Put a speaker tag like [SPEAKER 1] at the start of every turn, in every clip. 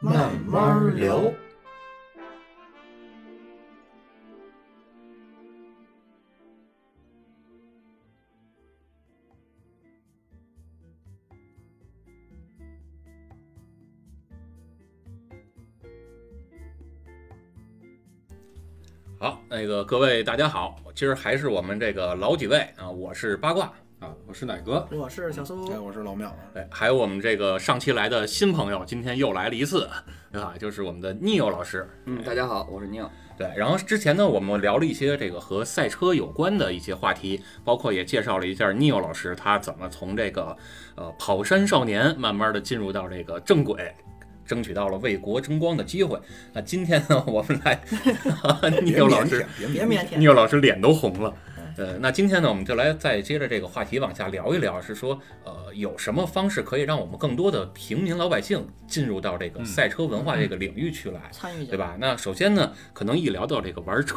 [SPEAKER 1] 慢慢聊。好，那个各位大家好，今儿还是我们这个老几位啊，我是八卦，
[SPEAKER 2] 啊，我是奶哥，
[SPEAKER 3] 我是小苏，
[SPEAKER 4] 哎，我是老庙，
[SPEAKER 1] 哎，还有我们这个上期来的新朋友，今天又来了一次啊，就是我们的 Neo 老师。
[SPEAKER 5] 嗯，大家好，我是宁。
[SPEAKER 1] 对，然后之前呢，我们聊了一些这个和赛车有关的一些话题，包括也介绍了一下 Neo 老师他怎么从这个呃跑山少年慢慢的进入到这个正轨，争取到了为国争光的机会。那今天呢，我们来
[SPEAKER 4] 别
[SPEAKER 1] Neo 老
[SPEAKER 4] 腼
[SPEAKER 1] 师
[SPEAKER 4] 腆，别
[SPEAKER 3] 别
[SPEAKER 4] 腼腆。
[SPEAKER 3] 腼腆。
[SPEAKER 1] 聂老师脸都红了。呃，那今天呢，我们就来再接着这个话题往下聊一聊，是说，呃，有什么方式可以让我们更多的平民老百姓进入到这个赛车文化这个领域去来，
[SPEAKER 3] 参与
[SPEAKER 1] 对
[SPEAKER 3] 者，
[SPEAKER 1] 吧？那首先呢，可能一聊到这个玩车，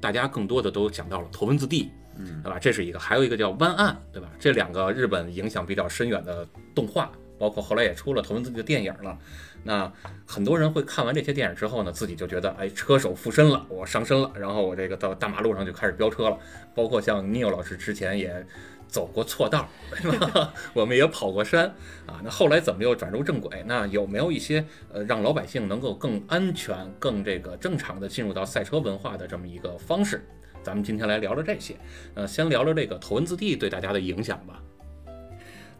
[SPEAKER 1] 大家更多的都想到了头文字 D，
[SPEAKER 4] 嗯，
[SPEAKER 1] 对吧？这是一个，还有一个叫湾岸，对吧？这两个日本影响比较深远的动画，包括后来也出了头文字 D 的电影了。那很多人会看完这些电影之后呢，自己就觉得，哎，车手附身了，我上身了，然后我这个到大马路上就开始飙车了。包括像 Neil 老师之前也走过错道， 对吧我们也跑过山啊。那后来怎么又转入正轨？那有没有一些呃让老百姓能够更安全、更这个正常的进入到赛车文化的这么一个方式？咱们今天来聊聊这些。呃，先聊聊这个头文字 D 对大家的影响吧。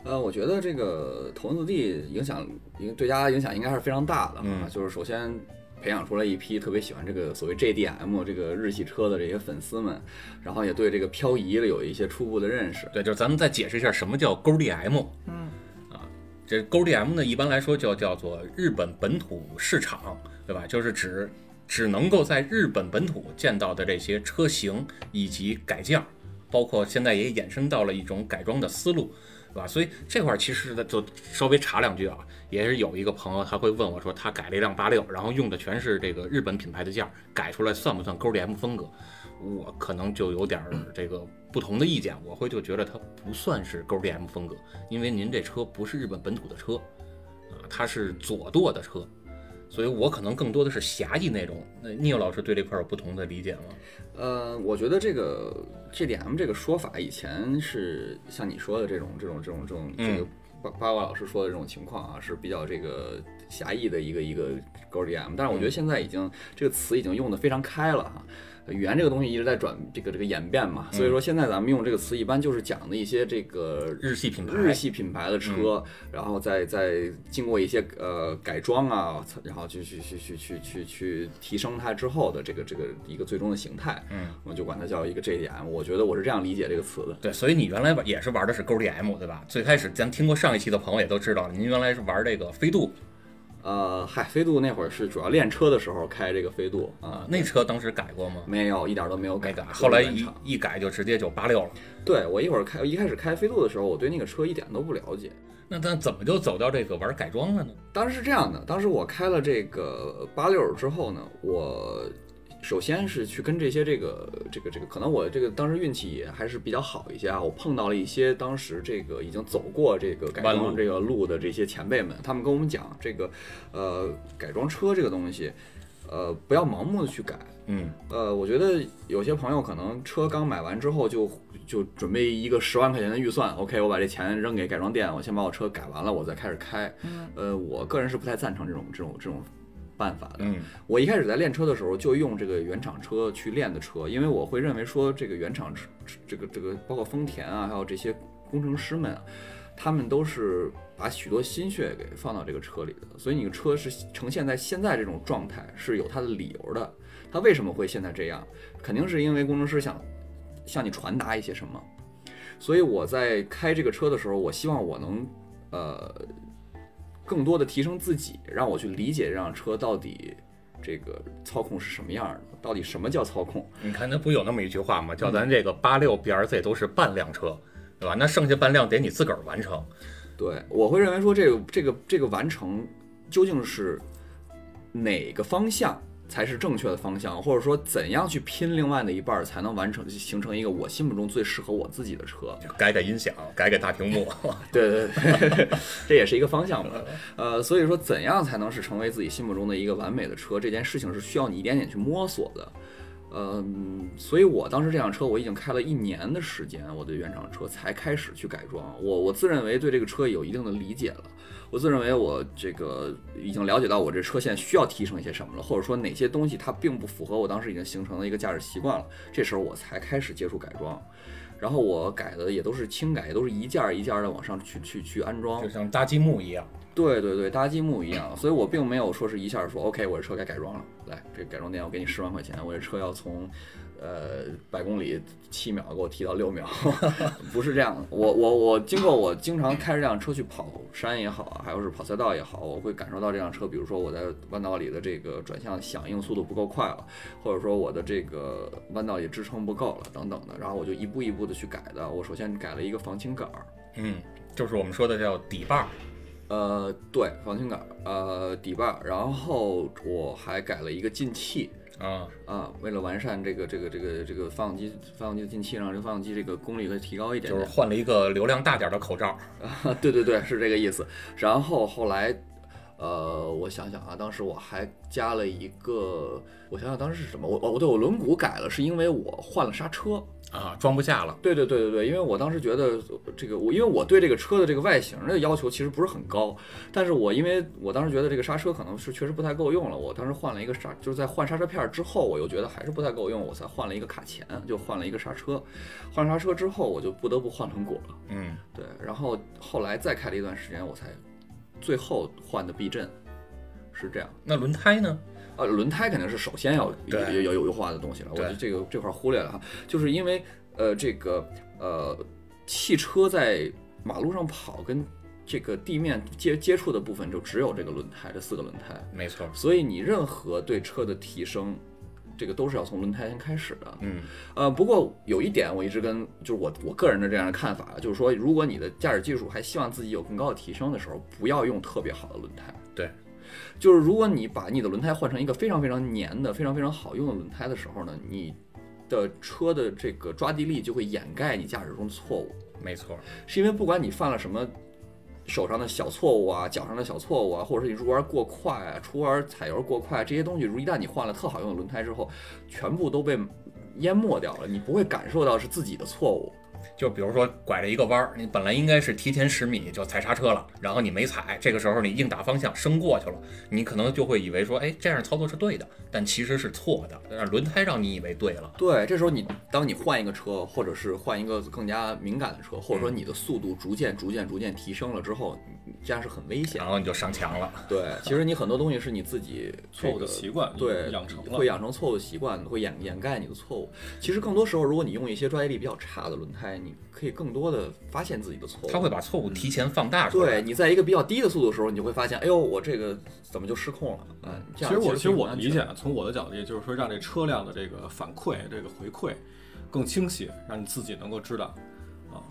[SPEAKER 5] 呃，我觉得这个头文字 D 影响影对大家影响应该还是非常大的啊。
[SPEAKER 1] 嗯
[SPEAKER 5] 就是首先培养出来一批特别喜欢这个所谓 JDM 这个日系车的这些粉丝们，然后也对这个漂移的有一些初步的认识。
[SPEAKER 1] 对，就是咱们再解释一下什么叫勾 DM。
[SPEAKER 3] 嗯，
[SPEAKER 1] 这勾 DM 呢，一般来说就叫做日本本土市场，对吧？就是指只能够在日本本土见到的这些车型以及改件儿，包括现在也衍生到了一种改装的思路，对吧？所以这块儿其实呢，就稍微查两句啊，也是有一个朋友他会问我说，他改了一辆八六，然后用的全是这个日本品牌的件儿，改出来算不算勾 DM 风格？我可能就有点儿 这个不同的意见，我会就觉得它不算是勾 DM 风格，因为您这车不是日本本土的车，啊，它是左舵的车，所以我可能更多的是狭义内容。那 n e 老师对这块儿有不同的理解吗？
[SPEAKER 5] 呃，我觉得这个 JDM 这个说法以前是像你说的这种这种这种这种这个八八卦老师说的这种情况啊，是比较这个狭义的一个一个勾 DM，但是我觉得现在已经这个词已经用的非常开了哈。呃语言这个东西一直在转这个这个演变嘛，所以说现在咱们用这个词一般就是讲的一些这个
[SPEAKER 1] 日系品牌，嗯
[SPEAKER 5] 日系品牌的车，然后再再经过一些呃改装啊，然后去去去去去去去提升它之后的这个这个一个最终的形态，
[SPEAKER 1] 嗯，
[SPEAKER 5] 我们就管它叫一个 JDM。我觉得我是这样理解这个词的。
[SPEAKER 1] 对，所以你原来玩也是玩的是勾 DM 对吧？最开始咱听过上一期的朋友也都知道，您原来是玩这个飞度
[SPEAKER 5] 呃，嗨，飞度那会儿是主要练车的时候开这个飞度
[SPEAKER 1] 啊
[SPEAKER 5] 啊，，
[SPEAKER 1] 那车当时改过吗？
[SPEAKER 5] 没有一点都没有
[SPEAKER 1] 没
[SPEAKER 5] 改
[SPEAKER 1] 改，
[SPEAKER 5] 过
[SPEAKER 1] 后来
[SPEAKER 5] 原
[SPEAKER 1] 一
[SPEAKER 5] 厂
[SPEAKER 1] 一改就直接就八六了。
[SPEAKER 5] 对我一会儿开一开始开飞度的时候，我对那个车一点都不了解。
[SPEAKER 1] 那咱怎么就走到这个玩改装了呢？
[SPEAKER 5] 当时是这样的，当时我开了这个八六之后呢，我首先是去跟这些这个这个这个，可能我这个当时运气也还是比较好一些啊，我碰到了一些当时这个已经走过这个改
[SPEAKER 1] 弯路
[SPEAKER 5] 装这个路的这些前辈们，他们跟我们讲这个，呃，改装车这个东西，呃，不要盲目的去改，
[SPEAKER 1] 嗯，
[SPEAKER 5] 呃，我觉得有些朋友可能车刚买完之后就就准备一个十万块钱的预算，OK，我把这钱扔给改装店，我先把我车改完了，我再开始开。呃，我个人是不太赞成这种这种这种办法的。
[SPEAKER 1] 嗯，
[SPEAKER 5] 我一开始在练车的时候就用这个原厂车去练的车，因为我会认为说这个原厂车这个这个包括丰田啊，还有这些工程师们啊，他们都是把许多心血给放到这个车里的，所以你的车是呈现在现在这种状态是有它的理由的。它为什么会现在这样？肯定是因为工程师想向你传达一些什么。所以我在开这个车的时候，我希望我能呃更多的提升自己，让我去理解这辆车到底这个操控是什么样的，到底什么叫操控。
[SPEAKER 1] 你看，那不有那么一句话吗？叫咱这个八六 BRZ 都是半辆车，对吧？那剩下半辆得你自个儿完成。
[SPEAKER 5] 对，我会认为说这个这个这个完成究竟是哪个方向才是正确的方向，或者说怎样去拼另外的一半儿才能完成形成一个我心目中最适合我自己的车。
[SPEAKER 1] 就改改音响，改改大屏幕，
[SPEAKER 5] 对对对，这也是一个方向吧。呃，所以说怎样才能是成为自己心目中的一个完美的车，这件事情是需要你一点点去摸索的。嗯，所以我当时这辆车我已经开了一年的时间，我对原厂车才开始去改装。我我自认为对这个车有一定的理解了，我自认为我这个已经了解到我这车现在需要提升一些什么了，或者说哪些东西它并不符合我当时已经形成的一个驾驶习惯了。这时候我才开始接触改装，然后我改的也都是轻改，也都是一件儿一件的往上去去去安装
[SPEAKER 1] 就。像搭积木一样。
[SPEAKER 5] 对对对，搭积木一样，所以我并没有说是一下说 OK，我这车该改装了，来这改装店我给你十万块钱，我这车要从呃百公里七秒给我提到六秒， 不是这样的。我我我经过我经常开着这辆车去跑山也好啊，还有是跑赛道也好，我会感受到这辆车，比如说我在弯道里的这个转向响应速度不够快了，或者说我的这个弯道里支撑不够了等等的，然后我就一步一步的去改的。我首先改了一个防倾杆儿。
[SPEAKER 1] 嗯，就是我们说的叫底把儿。
[SPEAKER 5] 呃，对，防倾杆，呃，底把，然后我还改了一个进气
[SPEAKER 1] 啊，
[SPEAKER 5] 啊，为了完善这个这个这个这个发动机发动机的进气，让这个发动机这个功率可以提高一点
[SPEAKER 1] 就是
[SPEAKER 5] 点。
[SPEAKER 1] 换了一个流量大点儿的口罩，
[SPEAKER 5] 啊， 对对对，是这个意思。然后后来，呃，我想想啊，当时我还加了一个，我想想当时是什么？我哦，对我轮毂改了，是因为我换了刹车。
[SPEAKER 1] 啊，装不下了。
[SPEAKER 5] 对对对对对，因为我当时觉得这个我，因为我对这个车的这个外形的要求其实不是很高，但是我因为我当时觉得这个刹车可能是确实不太够用了，我当时换了一个刹，就是在换刹车片儿之后，我又觉得还是不太够用，我才换了一个卡钳，就换了一个刹车，换刹车之后我就不得不换轮毂了，
[SPEAKER 1] 嗯，
[SPEAKER 5] 对，然后后来再开了一段时间，我才最后换的避震，是这样。
[SPEAKER 1] 那轮胎呢？
[SPEAKER 5] 呃，轮胎肯定是首先要有
[SPEAKER 1] 对
[SPEAKER 5] 有有有优化的东西了，我觉得
[SPEAKER 1] 对
[SPEAKER 5] 这个这块儿忽略了哈，就是因为呃这个呃汽车在马路上跑跟这个地面接接触的部分就只有这个轮胎这四个轮胎，
[SPEAKER 1] 没错，
[SPEAKER 5] 所以你任何对车的提升，这个都是要从轮胎先开始的，
[SPEAKER 1] 嗯，
[SPEAKER 5] 呃，不过有一点我一直跟就是我我个人的这样的看法，啊就是说如果你的驾驶技术还希望自己有更高的提升的时候，不要用特别好的轮胎。
[SPEAKER 1] 对，
[SPEAKER 5] 就是如果你把你的轮胎换成一个非常非常粘的、非常非常好用的轮胎的时候呢，你的车的这个抓地力就会掩盖你驾驶中的错误。
[SPEAKER 1] 没错，
[SPEAKER 5] 是因为不管你犯了什么手上的小错误啊、脚上的小错误啊，或者是你入弯过快啊、出弯踩油过快这些东西，如一旦你换了特好用的轮胎之后，全部都被淹没掉了，你不会感受到是自己的错误。
[SPEAKER 1] 就比如说拐了一个弯儿，你本来应该是提前十米就踩刹车了，然后你没踩，这个时候你硬打方向升过去了，你可能就会以为说，哎，这样操作是对的，但其实是错的，让轮胎让你以为对了。
[SPEAKER 5] 对，这时候你当你换一个车，或者是换一个更加敏感的车，或者说你的速度逐渐、逐渐、逐渐提升了之后，你这样是很危险
[SPEAKER 1] 然。后你就上墙了，
[SPEAKER 5] 对，其实你很多东西是你自己
[SPEAKER 2] 错误的
[SPEAKER 5] 这个
[SPEAKER 2] 习惯
[SPEAKER 5] 对，
[SPEAKER 2] 养成了
[SPEAKER 5] 会养成错误的习惯，会掩掩盖你的错误。其实更多时候，如果你用一些抓地力比较差的轮胎，你可以更多的发现自己的错误。
[SPEAKER 1] 他会把错误提前放大出来。
[SPEAKER 5] 对你在一个比较低的速度的时候，你就会发现，哎呦，我这个怎么就失控了？嗯，这样
[SPEAKER 2] 其实我其实
[SPEAKER 5] 并不
[SPEAKER 2] 我
[SPEAKER 5] 安
[SPEAKER 2] 理
[SPEAKER 5] 全
[SPEAKER 2] 解，啊，从我的角度，也就是说让这车辆的这个反馈、这个回馈更清晰，让你自己能够知道啊。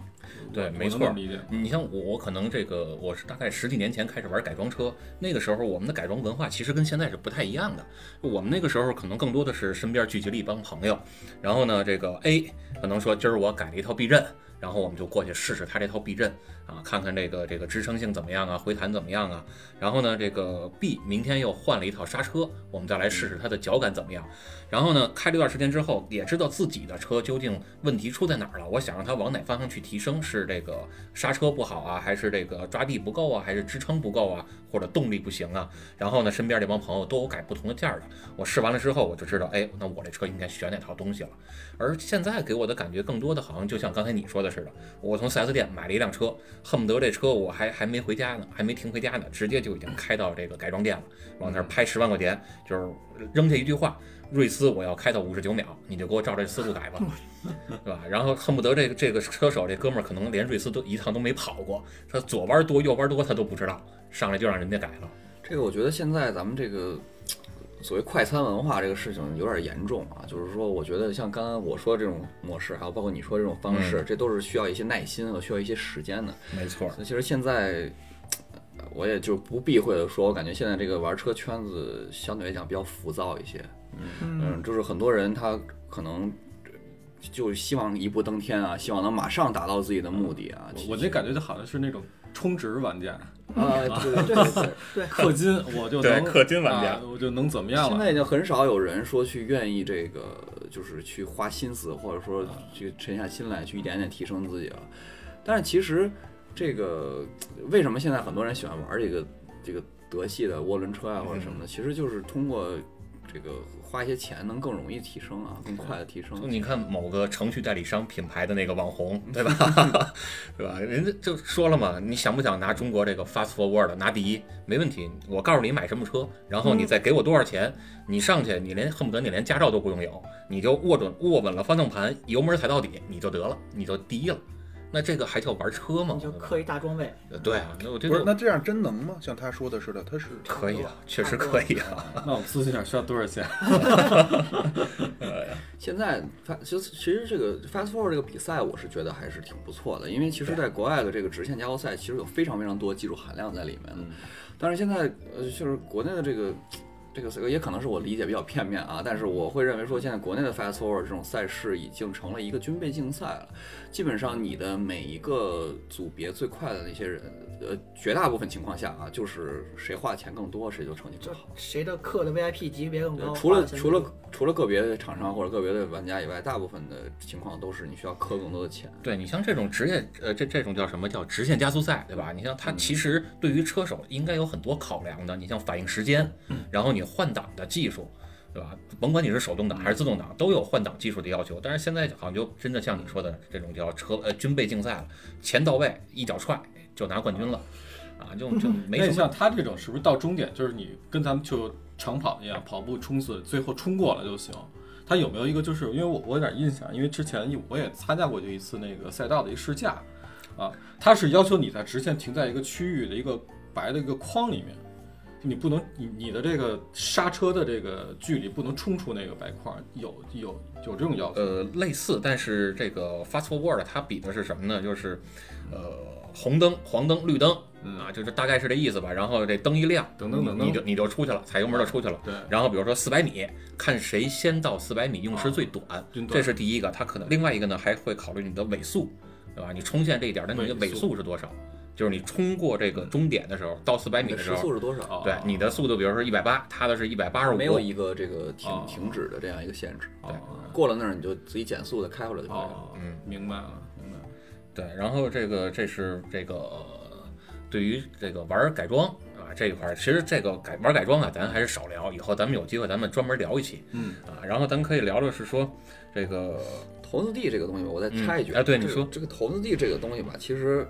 [SPEAKER 1] 对
[SPEAKER 2] 我
[SPEAKER 1] 没
[SPEAKER 2] 我能这么
[SPEAKER 1] 错
[SPEAKER 2] 理解。
[SPEAKER 1] 你像我，我可能这个我是大概十几年前开始玩改装车，那个时候我们的改装文化其实跟现在是不太一样的。我们那个时候可能更多的是身边聚集了一帮朋友，然后呢，这个 A 可能说今儿我改了一套避震，然后我们就过去试试他这套避震啊，看看这个这个支撑性怎么样啊，回弹怎么样啊。然后呢，这个 B 明天又换了一套刹车，我们再来试试它的脚感怎么样。然后呢，开了一段时间之后，也知道自己的车究竟问题出在哪儿了。我想让它往哪方向去提升，是这个刹车不好啊，还是这个抓地不够啊，还是支撑不够啊，或者动力不行啊？然后呢，身边这帮朋友都有改不同的件儿的。我试完了之后，我就知道，哎，那我这车应该选哪套东西了。而现在给我的感觉更多的好像就像刚才你说的，的似的，我从 4S 店买了一辆车，恨不得这车我还还没回家呢，还没停回家呢，直接就已经开到这个改装店了，往那儿拍十万块钱，就是扔下一句话：瑞思我要开到五十九秒，你就给我照这思路 改吧，对吧？然后恨不得这个这个车手这哥们儿可能连瑞思都一趟都没跑过，他左弯多右弯多他都不知道，上来就让人家改了。
[SPEAKER 5] 这个我觉得现在咱们这个所谓快餐文化这个事情有点严重啊，就是说，我觉得像刚刚我说这种模式，还有包括你说这种方
[SPEAKER 2] 嗯
[SPEAKER 5] 式，这都是需要一些耐心和需要一些时间的。
[SPEAKER 1] 没错，
[SPEAKER 5] 所以其实现在，呃我也就不避讳的说，我感觉现在这个玩车圈子相对来讲比较浮躁一些。嗯，就是很多人他可能就希望一步登天啊，希望能马上达到自己的目的啊。
[SPEAKER 2] 我我那感觉就好像是那种充值玩家，
[SPEAKER 5] 啊，对对对对。
[SPEAKER 2] 氪金，我就
[SPEAKER 1] 对
[SPEAKER 2] 能
[SPEAKER 1] 氪金玩家
[SPEAKER 2] 啊我就能怎么样
[SPEAKER 5] 现
[SPEAKER 2] 了？
[SPEAKER 5] 在已经很少有人说去愿意这个，就是去花心思，或者说去沉下心来，去一点点提升自己了。但是其实这个为什么现在很多人喜欢玩这个这个德系的涡轮车啊或者什么的，
[SPEAKER 2] 嗯
[SPEAKER 5] 其实就是通过这个花一些钱能更容易提升啊，更快的提升。
[SPEAKER 1] 你看某个程序代理商品牌的那个网红，对 吧？对吧？人家就说了嘛，你想不想拿中国这个 Fast Forward 拿第一？没问题，我告诉你买什么车，然后你
[SPEAKER 4] 嗯
[SPEAKER 1] 再给我多少钱，你上去，你连恨不得你连驾照都不用有，你就握准握稳了方向盘，油门踩到底，你就得了，你就第一了。那这个还叫玩车吗
[SPEAKER 6] 你？就刻一大装备，
[SPEAKER 1] 对啊，那我这
[SPEAKER 4] 不是，
[SPEAKER 1] 个
[SPEAKER 4] 那这样真能吗？像他说的似的，他 是
[SPEAKER 1] 可以啊，确实可以啊。
[SPEAKER 2] 那我咨询一下需要多少钱？
[SPEAKER 5] 现在发其实其实这个 Fast Forward 这个比赛，我是觉得还是挺不错的，因为其实在国外的这个直线加油赛，其实有非常非常多技术含量在里面的。但是现在呃，就是国内的这个这个这个也可能是我理解比较片面啊，但是我会认为说，现在国内的 Fast Forward 这种赛事已经成了一个军备竞赛了，基本上你的每一个组别最快的那些人，呃，绝大部分情况下啊，就是谁花钱更多，谁就成绩
[SPEAKER 6] 就
[SPEAKER 5] 更好。
[SPEAKER 6] 谁的氪的 VIP 级别更
[SPEAKER 5] 对
[SPEAKER 6] 高。
[SPEAKER 5] 除了
[SPEAKER 6] 花钱
[SPEAKER 5] 除了除了个别的厂商或者个别的玩家以外，大部分的情况都是你需要氪更多的钱。
[SPEAKER 1] 对你像这种职业，呃，这这种叫什么叫直线加速赛，对吧？你像它
[SPEAKER 2] 嗯
[SPEAKER 1] 其实对于车手应该有很多考量的，你像反应时间，
[SPEAKER 2] 嗯
[SPEAKER 1] 然后你换挡的技术，对吧？甭管你是手动挡还是自动挡，都有换挡技术的要求。但是现在好像就真的像你说的这种叫车呃军备竞赛了，钱到位一脚踹就拿冠军了，啊，就就没
[SPEAKER 2] 那你
[SPEAKER 1] 什
[SPEAKER 2] 像
[SPEAKER 1] 么。
[SPEAKER 2] 他这种是不是到终点就是你跟咱们就长跑一样，跑步冲刺，最后冲过了就行？他有没有一个就是因为我我有点印象，因为之前我也参加过就一次那个赛道的一个试驾，啊，他是要求你在直线停在一个区域的一个白的一个框里面，你不能你你的这个刹车的这个距离不能冲出那个白框，有有有这种要求。
[SPEAKER 1] 呃，类似，但是这个 fast forward 它比的是什么呢？就是，呃，红灯、黄灯、绿灯
[SPEAKER 2] 嗯
[SPEAKER 1] 啊，就是大概是这意思吧。然后这灯一亮，
[SPEAKER 2] 等等等等
[SPEAKER 1] 你就你就出去了，踩油门就出去了。
[SPEAKER 2] 对，
[SPEAKER 1] 然后比如说四百米，看谁先到四百米用时最短，
[SPEAKER 5] 啊
[SPEAKER 2] 均短
[SPEAKER 1] 这是第一个。它可能另外一个呢，还会考虑你的尾速，对吧？你冲线这一点，那你的
[SPEAKER 2] 尾
[SPEAKER 1] 尾
[SPEAKER 2] 速
[SPEAKER 1] 速是多少？就是你冲过这个终点的时候，到四百米
[SPEAKER 5] 嗯哎你
[SPEAKER 1] 的
[SPEAKER 5] 的
[SPEAKER 1] 时
[SPEAKER 5] 时速
[SPEAKER 1] 候，
[SPEAKER 5] 是多少？
[SPEAKER 2] 啊
[SPEAKER 1] 对你的速度，比如说一百八，他的是一百八十五，
[SPEAKER 5] 没有一个这个停、
[SPEAKER 2] 哦
[SPEAKER 5] 停止的这样一个限制。
[SPEAKER 2] 哦
[SPEAKER 5] 过了那儿你就自己减速的开回来就可以了。
[SPEAKER 2] 哦，
[SPEAKER 1] 嗯
[SPEAKER 2] 明白了，明白了。
[SPEAKER 1] 对，然后这个这是这个对于这个玩改装啊这一块儿，其实这个改玩改装啊，咱还是少聊，以后咱们有机会咱们专门聊一期
[SPEAKER 2] 嗯，
[SPEAKER 1] 啊。然后咱可以聊的是说这个
[SPEAKER 5] 投资地这个东西，我再插一句、
[SPEAKER 1] 嗯
[SPEAKER 5] 啊
[SPEAKER 1] 哎对你
[SPEAKER 5] 这个
[SPEAKER 1] 说
[SPEAKER 5] 这个投资地这个东西吧，其实，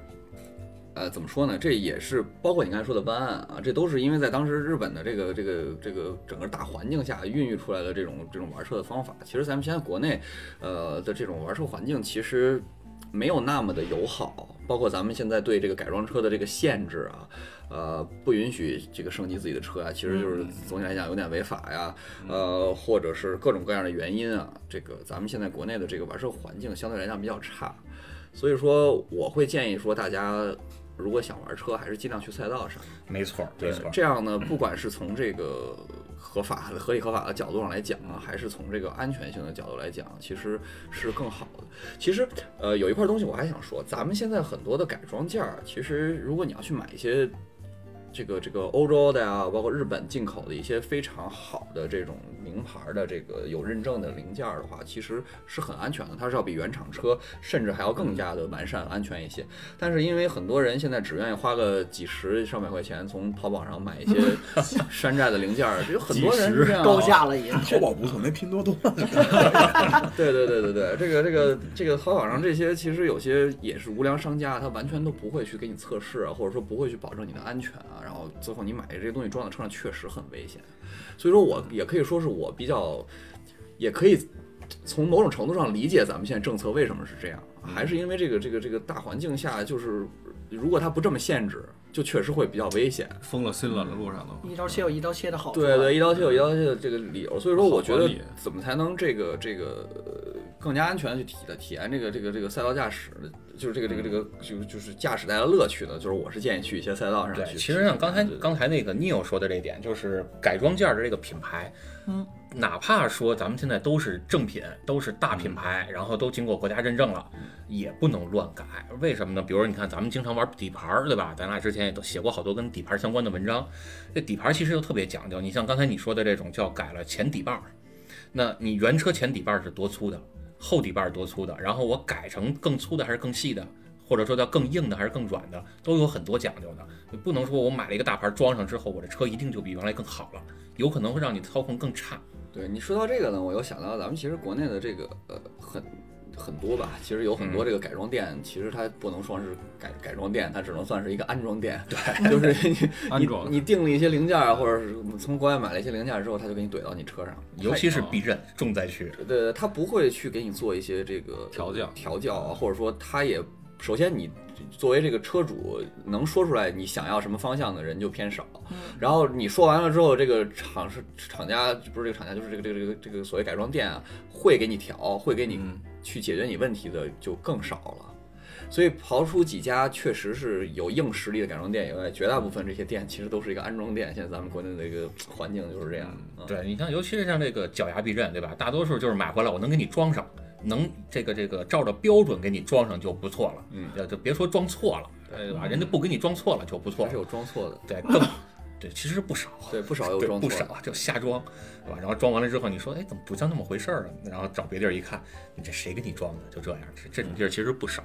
[SPEAKER 5] 呃，怎么说呢？这也是包括你刚才说的湾岸啊，这都是因为在当时日本的这个这个这个整个大环境下孕育出来的这种这种玩车的方法。其实咱们现在国内，呃的这种玩车环境其实没有那么的友好，包括咱们现在对这个改装车的这个限制啊，呃，不允许这个升级自己的车啊，其实就是总体来讲有点违法呀，呃，或者是各种各样的原因啊，这个咱们现在国内的这个玩车环境相对来讲比较差，所以说我会建议说大家如果想玩车，还是尽量去赛道上。
[SPEAKER 1] 没错儿，没
[SPEAKER 5] 对
[SPEAKER 1] 错儿，，
[SPEAKER 5] 这样呢，不管是从这个合法的、合理合法的角度上来讲啊，还是从这个安全性的角度来讲，其实是更好的。其实，呃，有一块东西我还想说，咱们现在很多的改装件儿，其实如果你要去买一些。这个这个欧洲的呀，包括日本进口的一些非常好的这种名牌的这个有认证的零件儿的话，其实是很安全的，它是要比原厂车甚至还要更加的完善安全一些。但是因为很多人现在只愿意花个几十上百块钱从淘宝上买一 些山寨的零件儿，有很多人是这样啊
[SPEAKER 6] 高价了也。
[SPEAKER 4] 淘宝不错，那拼多多
[SPEAKER 5] 对对对对对，这个这个这个淘宝上这些其实有些也是无良商家，他完全都不会去给你测试啊，或者说不会去保证你的安全啊，然后最后你买这些东西装到车上确实很危险，所以说我也可以说是我比较，也可以从某种程度上理解咱们现在政策为什么是这样，啊还是因为这个这个这个大环境下，就是如果它不这么限制，就确实会比较危险。
[SPEAKER 2] 封了心了，路上都。
[SPEAKER 6] 一刀切有一刀切的好处啊。
[SPEAKER 5] 对对，一刀
[SPEAKER 1] 嗯
[SPEAKER 5] 切有一刀切的这个理由，所以说我觉
[SPEAKER 2] 好
[SPEAKER 5] 得
[SPEAKER 2] 管理
[SPEAKER 5] 怎么才能这个这个呃更加安全的去体体验这个这个这个赛道驾驶，就是这个这个这个
[SPEAKER 1] 嗯
[SPEAKER 5] 就就是驾驶带来的乐趣呢？就是我是建议去一些赛道上
[SPEAKER 1] 对，
[SPEAKER 5] 去。
[SPEAKER 1] 其实像刚才
[SPEAKER 5] 对对
[SPEAKER 1] 刚才那个 Neil 说的这一点，就是改装件儿的这个品牌，
[SPEAKER 6] 嗯，
[SPEAKER 1] 哪怕说咱们现在都是正品，都是大
[SPEAKER 5] 嗯
[SPEAKER 1] 品牌，然后都经过国家认证了，也不能乱改。为什么呢？比如你看，咱们经常玩底盘儿，对吧？咱俩之前也都写过好多跟底盘儿相关的文章。这底盘儿其实就特别讲究，你像刚才你说的这种叫改了前底把儿，那你原车前底把儿是多粗的，后底把儿多粗的，然后我改成更粗的还是更细的，或者说叫更硬的还是更软的，都有很多讲究的。不能说我买了一个大牌装上之后，我这车一定就比原来更好了，有可能会让你操控更差。
[SPEAKER 5] 对你说到这个呢，我又想到咱们其实国内的这个呃很很多吧，其实有很
[SPEAKER 1] 嗯
[SPEAKER 5] 多这个改装店，其实它不能说是改改装店，它只能算是一个安装店。对， 就是你
[SPEAKER 2] 安装
[SPEAKER 5] 你你定了一些零件啊，或者是从国外买了一些零件之后，它就给你怼到你车上。
[SPEAKER 1] 尤其是避震重灾区，
[SPEAKER 5] 对对，他不会去给你做一些这个
[SPEAKER 2] 调教
[SPEAKER 5] 调教啊，或者说他也首先你作为这个车主能说出来你想要什么方向的人就偏少，然后你说完了之后，这个厂是厂家不是这个厂家，就是这个这个这个这个所谓改装店啊，会给你调，会给你去解决你问题的就更少了。所以刨出几家确实是有硬实力的改装店以外，绝大部分这些店其实都是一个安装店。现在咱们国内的一个环境就是这样。嗯
[SPEAKER 1] 对你像，尤其是像这个脚牙避震，对吧？大多数就是买回来我能给你装上，能这个这个照着标准给你装上就不错了。
[SPEAKER 5] 嗯
[SPEAKER 1] 呃，就别说装错了，对吧？人家不给你装错了就不错
[SPEAKER 5] 还
[SPEAKER 1] 了
[SPEAKER 5] 是。有装错的，
[SPEAKER 1] 对，更对，其实不少，啊
[SPEAKER 5] 对不少有
[SPEAKER 1] 对
[SPEAKER 5] 装
[SPEAKER 1] 不
[SPEAKER 5] 错的
[SPEAKER 1] 少，就瞎装，对吧？然后装完了之后，你说，哎，怎么不像那么回事儿啊？然后找别地儿一看，你这谁给你装的？就这样，这这种地儿其实不少。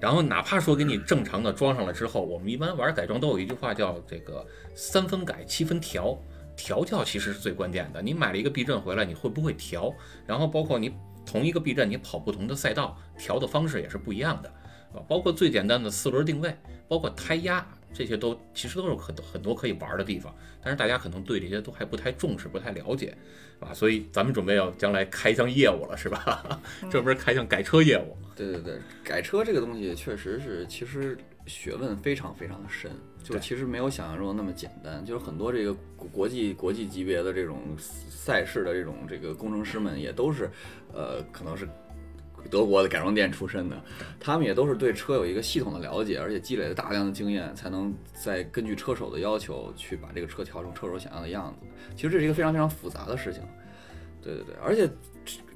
[SPEAKER 1] 然后哪怕说给你正常的装上了之后，我们一般玩改装都有一句话叫这个三分改七分调，调教其实是最关键的。你买了一个避震回来，你会不会调？然后包括你同一个避震，你跑不同的赛道，调的方式也是不一样的。啊，包括最简单的四轮定位，包括胎压，这些都其实都是很多很多可以玩的地方，但是大家可能对这些都还不太重视，不太了解，啊，所以咱们准备要将来开一项业务了，是吧？ 专门开一项改车业务，
[SPEAKER 5] 对对对，改车这个东西确实是，其实学问非常非常的深，就是
[SPEAKER 1] 对
[SPEAKER 5] 其实没有想象中那么简单。就是很多这个国国际国际级别的这种赛事的这种这个工程师们，也都是，呃，可能是德国的改装店出身的，他们也都是对车有一个系统的了解，而且积累了大量的经验，才能再根据车手的要求去把这个车调成车手想要的样子。其实这是一个非常非常复杂的事情。对对对，而且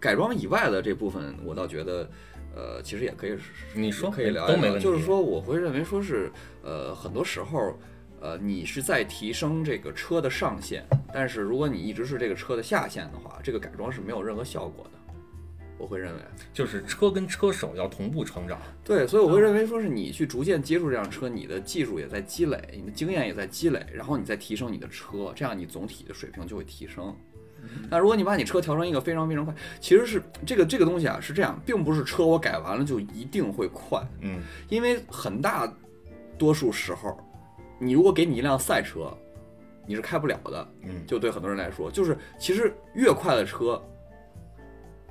[SPEAKER 5] 改装以外的这部分，我倒觉得，呃，其实也可以是，
[SPEAKER 1] 你说哎
[SPEAKER 5] 也可以聊一
[SPEAKER 1] 都没
[SPEAKER 5] 聊。
[SPEAKER 1] 问题
[SPEAKER 5] 就是说，我会认为说是，呃，很多时候，呃，你是在提升这个车的上限，但是如果你一直是这个车的下限的话，这个改装是没有任何效果的。我会认为，
[SPEAKER 1] 就是车跟车手要同步成长，
[SPEAKER 5] 对，所以我
[SPEAKER 1] 嗯
[SPEAKER 5] 会认为说是你去逐渐接触这辆车，你的技术也在积累，你的经验也在积累，然后你再提升你的车，这样你总体的水平就会提升。
[SPEAKER 1] 嗯
[SPEAKER 5] 那如果你把你车调成一个非常非常快，其实是这个这个东西啊是这样，并不是车我改完了就一定会快，
[SPEAKER 1] 嗯，
[SPEAKER 5] 因为很大多数时候，你如果给你一辆赛车，你是开不了的，
[SPEAKER 1] 嗯
[SPEAKER 5] 就对很多人来说，就是其实越快的车，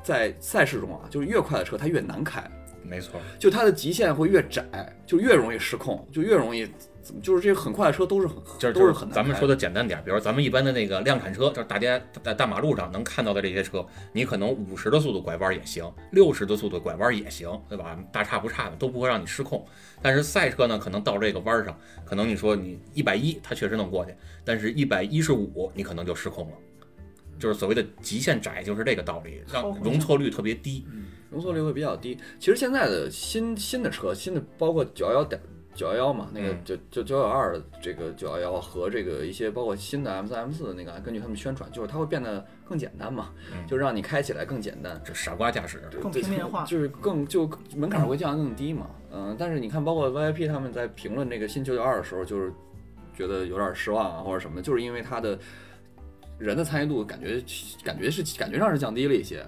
[SPEAKER 5] 在赛事中啊，就是越快的车它越难开，
[SPEAKER 1] 没错，
[SPEAKER 5] 就它的极限会越窄，就越容易失控，就越容易，怎么就是这些很快的车都是很
[SPEAKER 1] 就是
[SPEAKER 5] 都
[SPEAKER 1] 就是
[SPEAKER 5] 很难
[SPEAKER 1] 咱们
[SPEAKER 5] 开
[SPEAKER 1] 说的简单点儿，比如咱们一般的那个量产车，就是大家在大马路上能看到的这些车，你可能五十的速度拐弯也行，六十的速度拐弯也行，对吧？大差不差的都不会让你失控。但是赛车呢，可能到这个弯儿上，可能你说你一百一，它确实能过去，但是一百一十五，你可能就失控了。就是所谓的极限窄，就是这个道理，让
[SPEAKER 6] 超过
[SPEAKER 1] 容错率特别低。
[SPEAKER 5] 容错率会比较低。其实现在的新新的车，新的包括九幺幺九幺幺嘛，那个
[SPEAKER 1] 嗯
[SPEAKER 5] 九九九幺二这个九幺幺和这个一些包括新的 M 三 M 四那个，根据他们宣传，就是它会变得更简单嘛，
[SPEAKER 1] 嗯
[SPEAKER 5] 就让你开起来更简单。
[SPEAKER 1] 这傻瓜驾驶，
[SPEAKER 5] 对
[SPEAKER 6] 更
[SPEAKER 5] 对
[SPEAKER 6] 平民化
[SPEAKER 5] 就是更就门槛会降得更低嘛。嗯，但是你看，包括 VIP 他们在评论这个新九九二的时候，就是觉得有点失望啊，或者什么的，就是因为它的人的参与度感觉感觉是感觉上是降低了一些，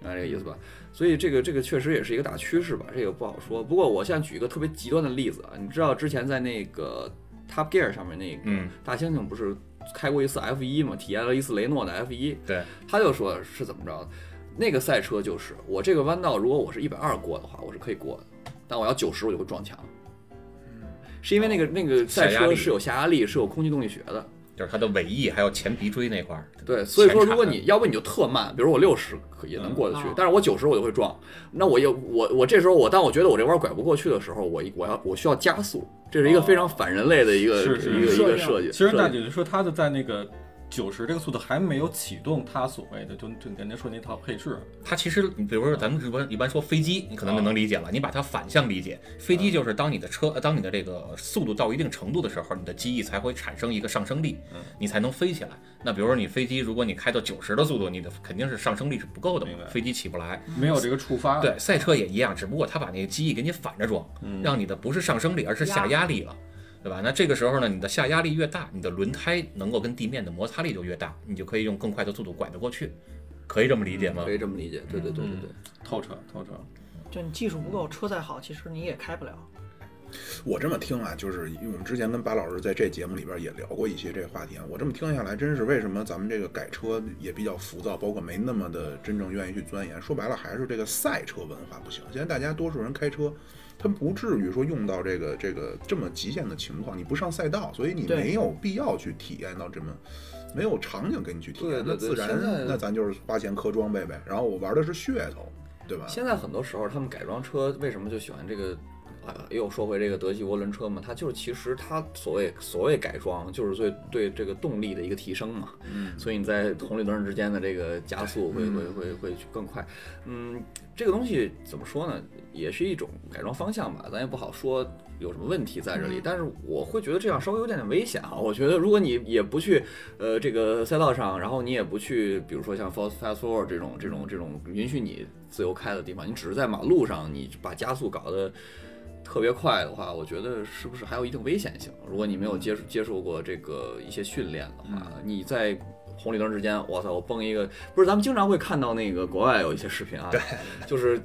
[SPEAKER 5] 明白这个意思吧？所以这个这个确实也是一个大趋势吧，这个不好说。不过我现在举一个特别极端的例子啊，你知道之前在那个 Top Gear 上面那个
[SPEAKER 1] 嗯，
[SPEAKER 5] 大猩猩不是开过一次 F 一嘛，体验了一次雷诺的 F 一，
[SPEAKER 1] 对，
[SPEAKER 5] 他就说是怎么着，那个赛车就是我这个弯道，如果我是一百二过的话，我是可以过的，但我要九十我就会撞墙，是因为那个那个赛
[SPEAKER 1] 下压
[SPEAKER 5] 车
[SPEAKER 1] 力
[SPEAKER 5] 是有下压力，是有空气动力学的，
[SPEAKER 1] 就是它的尾翼还有前鼻锥那块儿，
[SPEAKER 5] 对，所以说
[SPEAKER 1] 全
[SPEAKER 5] 如果
[SPEAKER 1] 场的
[SPEAKER 5] 你要不你就特慢，比如我六十可也能过得去
[SPEAKER 6] 嗯啊，
[SPEAKER 5] 但是我九十我就会撞，那我也我我这时候我当我觉得我这弯拐不过去的时候，我我要我需要加速，这是一个非常反人类的一个
[SPEAKER 2] 是是
[SPEAKER 5] 一个
[SPEAKER 2] 是
[SPEAKER 5] 一个
[SPEAKER 6] 是
[SPEAKER 5] 设计，
[SPEAKER 2] 其实那
[SPEAKER 5] 设计
[SPEAKER 2] 也就是说，它的在那个九十这个速度还没有启动它所谓的就就人家说那套配置，
[SPEAKER 1] 它其实，你比如说咱们一般一般说飞机，你可能就
[SPEAKER 2] 啊
[SPEAKER 1] 能理解了。你把它反向理解，飞
[SPEAKER 2] 嗯
[SPEAKER 1] 机就是当你的车，呃当你的这个速度到一定程度的时候，你的机翼才会产生一个上升力，
[SPEAKER 2] 嗯
[SPEAKER 1] 你才能飞起来。那比如说你飞机，如果你开到九十的速度，你的肯定是上升力是不够的嘛
[SPEAKER 2] 明白，啊
[SPEAKER 1] 飞机起不来。
[SPEAKER 2] 没有这个触发。
[SPEAKER 1] 对，赛车也一样，只不过它把那个机翼给你反着装，
[SPEAKER 2] 嗯
[SPEAKER 1] 让你的不是上升力，而是下压力了。对吧？那这个时候呢，你的下压力越大，你的轮胎能够跟地面的摩擦力就越大，你就可以用更快的速度拐得过去，可以这么理解吗
[SPEAKER 5] 可？以这么理解，对对对对
[SPEAKER 2] 嗯
[SPEAKER 5] 对。
[SPEAKER 2] 透彻透彻。
[SPEAKER 6] 就你技术不够，车再好，其实你也开不了。
[SPEAKER 4] 我这么听啊，就是因为我们之前跟巴老师在这节目里边也聊过一些这个话题啊。我这么听下来，真是为什么咱们这个改车也比较浮躁，包括没那么的真正愿意去钻研。说白了，还是这个赛车文化不行。现在大家多数人开车，他不至于说用到这个这个这么极限的情况，你不上赛道，所以你
[SPEAKER 6] 对
[SPEAKER 4] 没有必要去体验到这么。没有场景给你去体验，
[SPEAKER 5] 对对
[SPEAKER 4] 那
[SPEAKER 5] 对
[SPEAKER 4] 自然
[SPEAKER 5] 现在
[SPEAKER 4] 那咱就是花钱磕装备呗。然后我玩的是噱头，对吧？
[SPEAKER 5] 现在很多时候他们改装车为什么就喜欢这个？啊，又说回这个德系涡轮车嘛，它就是其实它所谓所谓改装，就是对对这个动力的一个提升嘛。嗯，所以你在红绿灯之间的这个加速会会会会去更快。嗯，这个东西怎么说呢？也是一种改装方向吧，咱也不好说有什么问题在这里。但是我会觉得这样稍微有点点危险啊。我觉得如果你也不去呃这个赛道上，然后你也不去，比如说像 fast fast forward 这种这种这种允许你自由开的地方，你只是在马路上，你把加速搞得特别快的话，我觉得是不是还有一定危险性？如果你没有接触接受过这个一些训练的话，你在红绿灯之间，我操，我蹦一个，不是咱们经常会看到那个国外有一些视频啊，就是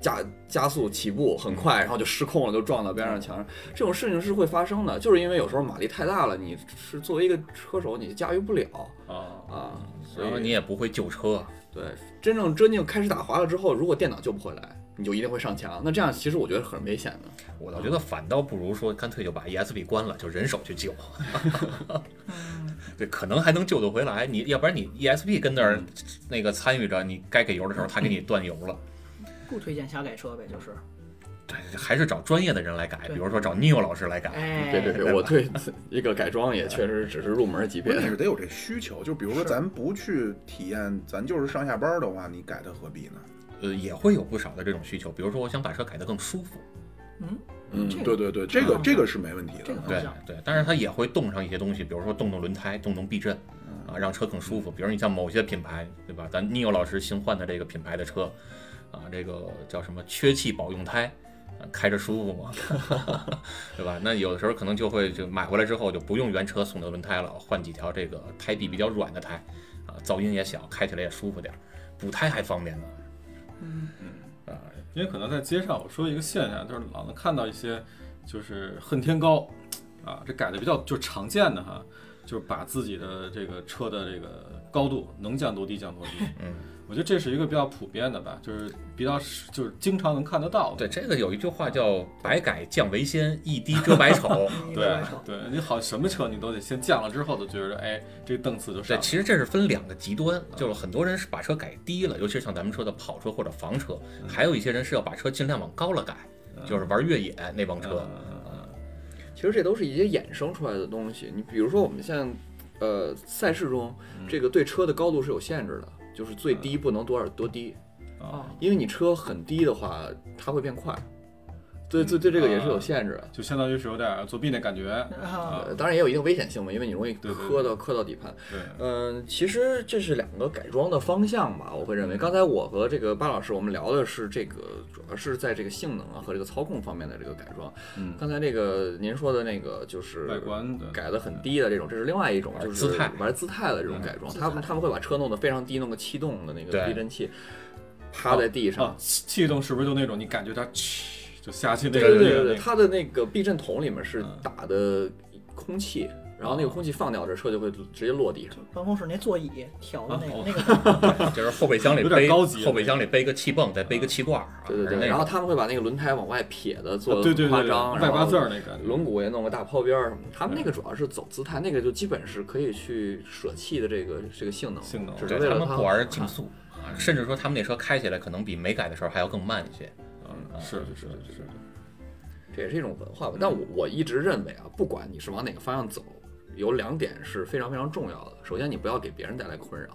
[SPEAKER 5] 加加速起步很快，然后就失控了，就撞到边上墙上，这种事情是会发生的，就是因为有时候马力太大了，你是作为一个车手，你驾驭不了
[SPEAKER 2] 啊，
[SPEAKER 5] 啊，所
[SPEAKER 1] 然后
[SPEAKER 5] 以
[SPEAKER 1] 你也不会救车，
[SPEAKER 5] 对，真正真正开始打滑了之后，如果电脑救不回来，你就一定会上墙。那这样其实我觉得很危险的。
[SPEAKER 1] 我倒觉
[SPEAKER 6] 嗯
[SPEAKER 1] 得反倒不如说干脆就把 ESP 关了，就人手去救。
[SPEAKER 6] 嗯
[SPEAKER 1] 对，可能还能救得回来。你要不然你 ESP 跟那儿
[SPEAKER 6] 嗯
[SPEAKER 1] 那个参与着，你该给油的时候他给你断油了。
[SPEAKER 6] 嗯不推荐瞎改车呗，就是。
[SPEAKER 1] 对，还是找专业的人来改，比
[SPEAKER 6] 对
[SPEAKER 1] 如说找 Neo 老师来改。
[SPEAKER 6] 哎，
[SPEAKER 5] 对对 对，我对这个改装也确实只是入门级别
[SPEAKER 4] 关。键是得有这需求，就比如说咱不去体验，咱就是上下班的话，你改它何必呢？
[SPEAKER 1] 呃，也会有不少的这种需求，比如说我想把车改得更舒服。
[SPEAKER 6] 嗯，
[SPEAKER 4] 嗯
[SPEAKER 6] 这个
[SPEAKER 4] 对对对，这个这个是没问题
[SPEAKER 6] 这
[SPEAKER 4] 的。
[SPEAKER 6] 个
[SPEAKER 4] 啊
[SPEAKER 6] 好
[SPEAKER 1] 对
[SPEAKER 6] 像
[SPEAKER 1] 对，但是它也会动上一些东西，比如说动动轮胎，动动避震，啊，让车更舒服。比如你像某些品牌，对吧？咱 Neo 老师新换的这个品牌的车，啊，这个叫什么缺气保用胎，啊开着舒服嘛， 对吧？那有的时候可能就会就买回来之后就不用原车送的轮胎了，换几条这个胎壁比较软的胎，啊，噪音也小，开起来也舒服点儿，补胎还方便呢。嗯啊，
[SPEAKER 2] 因为可能在街上，我说一个现象，就是老能看到一些就是恨天高啊，这改的比较就是常见的哈，就是把自己的这个车的这个高度能降多低降多低。
[SPEAKER 1] 嗯，
[SPEAKER 2] 我觉得这是一个比较普遍的吧，就是比较就是经常能看得到的。
[SPEAKER 1] 对，这个有一句话叫“百改降为先，一滴遮百丑”。
[SPEAKER 6] 你
[SPEAKER 2] 对
[SPEAKER 6] 这种
[SPEAKER 2] 对，你好，什么车你都得先降了之后，就觉得哎，这档次就上
[SPEAKER 1] 对，
[SPEAKER 2] 了。
[SPEAKER 1] 其实这是分两个极端，就是很多人是把车改低了，尤其是像咱们说的跑车或者房车，还有一些人是要把车尽量往高了改，就是玩越野那
[SPEAKER 2] 嗯
[SPEAKER 1] 帮车。
[SPEAKER 5] 其实这都是一些衍生出来的东西。你比如说我们现在，呃，赛事中这个对车的高度是有限制的，就是最低不能多少多低，
[SPEAKER 6] 哦
[SPEAKER 2] 啊，
[SPEAKER 5] 因为你车很低的话，它会变快。对对对，这个也是有限制的。
[SPEAKER 2] 就相当于是有点作弊那感觉。
[SPEAKER 6] 啊，
[SPEAKER 5] 呃当然也有一定危险性嘛，因为你容易
[SPEAKER 2] 对对
[SPEAKER 5] 磕到磕到底盘。
[SPEAKER 2] 对，
[SPEAKER 5] 嗯，其实这是两个改装的方向吧，我会
[SPEAKER 2] 嗯
[SPEAKER 5] 认为。刚才我和这个巴老师，我们聊的是这个，主要是在这个性能啊和这个操控方面的这个改装。
[SPEAKER 2] 嗯，
[SPEAKER 5] 刚才这个您说的那个就是
[SPEAKER 2] 外观的嗯
[SPEAKER 5] 改的很低的这种，这是另外一种，
[SPEAKER 1] 玩
[SPEAKER 5] 就是
[SPEAKER 1] 姿态
[SPEAKER 5] 玩姿态的这种改装。他们他们会把车弄得非常低，弄个气动的那个
[SPEAKER 1] 对
[SPEAKER 5] 避震器趴在地上
[SPEAKER 2] 啊，，气气动是不是就那种你感觉它嘘就下去那
[SPEAKER 5] 对
[SPEAKER 2] 个
[SPEAKER 5] 对
[SPEAKER 2] 那个
[SPEAKER 5] 对，
[SPEAKER 2] 那个
[SPEAKER 5] 它的那个避震筒里面是
[SPEAKER 2] 嗯
[SPEAKER 5] 打的空气，然后那个空气放掉，这车就会直接落地上。
[SPEAKER 6] 办公室那座椅调的那
[SPEAKER 2] 啊
[SPEAKER 6] 个
[SPEAKER 2] 哦
[SPEAKER 6] 那个，
[SPEAKER 1] 就是后备箱里
[SPEAKER 2] 有点
[SPEAKER 1] 背
[SPEAKER 2] 高级
[SPEAKER 1] 后备箱里背个气泵，再背个气罐儿啊，
[SPEAKER 5] 对对
[SPEAKER 1] 是那
[SPEAKER 5] 对，然后
[SPEAKER 1] 种
[SPEAKER 5] 他们会把那个轮胎往外撇的，做
[SPEAKER 2] 啊
[SPEAKER 5] 的
[SPEAKER 2] 对对对
[SPEAKER 5] 夸
[SPEAKER 2] 对
[SPEAKER 5] 张，
[SPEAKER 2] 外
[SPEAKER 5] 然
[SPEAKER 2] 八
[SPEAKER 5] 后
[SPEAKER 2] 字儿那个感觉。
[SPEAKER 5] 轮毂也弄个大抛边儿什么的。他们那个主要是走姿态，那个就基本是可以去舍弃的这个这个性能，
[SPEAKER 2] 性能
[SPEAKER 5] 只是
[SPEAKER 1] 对
[SPEAKER 5] 为
[SPEAKER 1] 他
[SPEAKER 5] 了
[SPEAKER 1] 们
[SPEAKER 5] 它
[SPEAKER 1] 不玩
[SPEAKER 5] 好看
[SPEAKER 1] 竞。速啊，甚至说他们那车开起来可能比没改的时候还要更慢一些。
[SPEAKER 2] 嗯，是是是是，
[SPEAKER 5] 这也是一种文化吧。但我我一直认为啊，不管你是往哪个方向走，有两点是非常非常重要的。首先，你不要给别人带来困扰。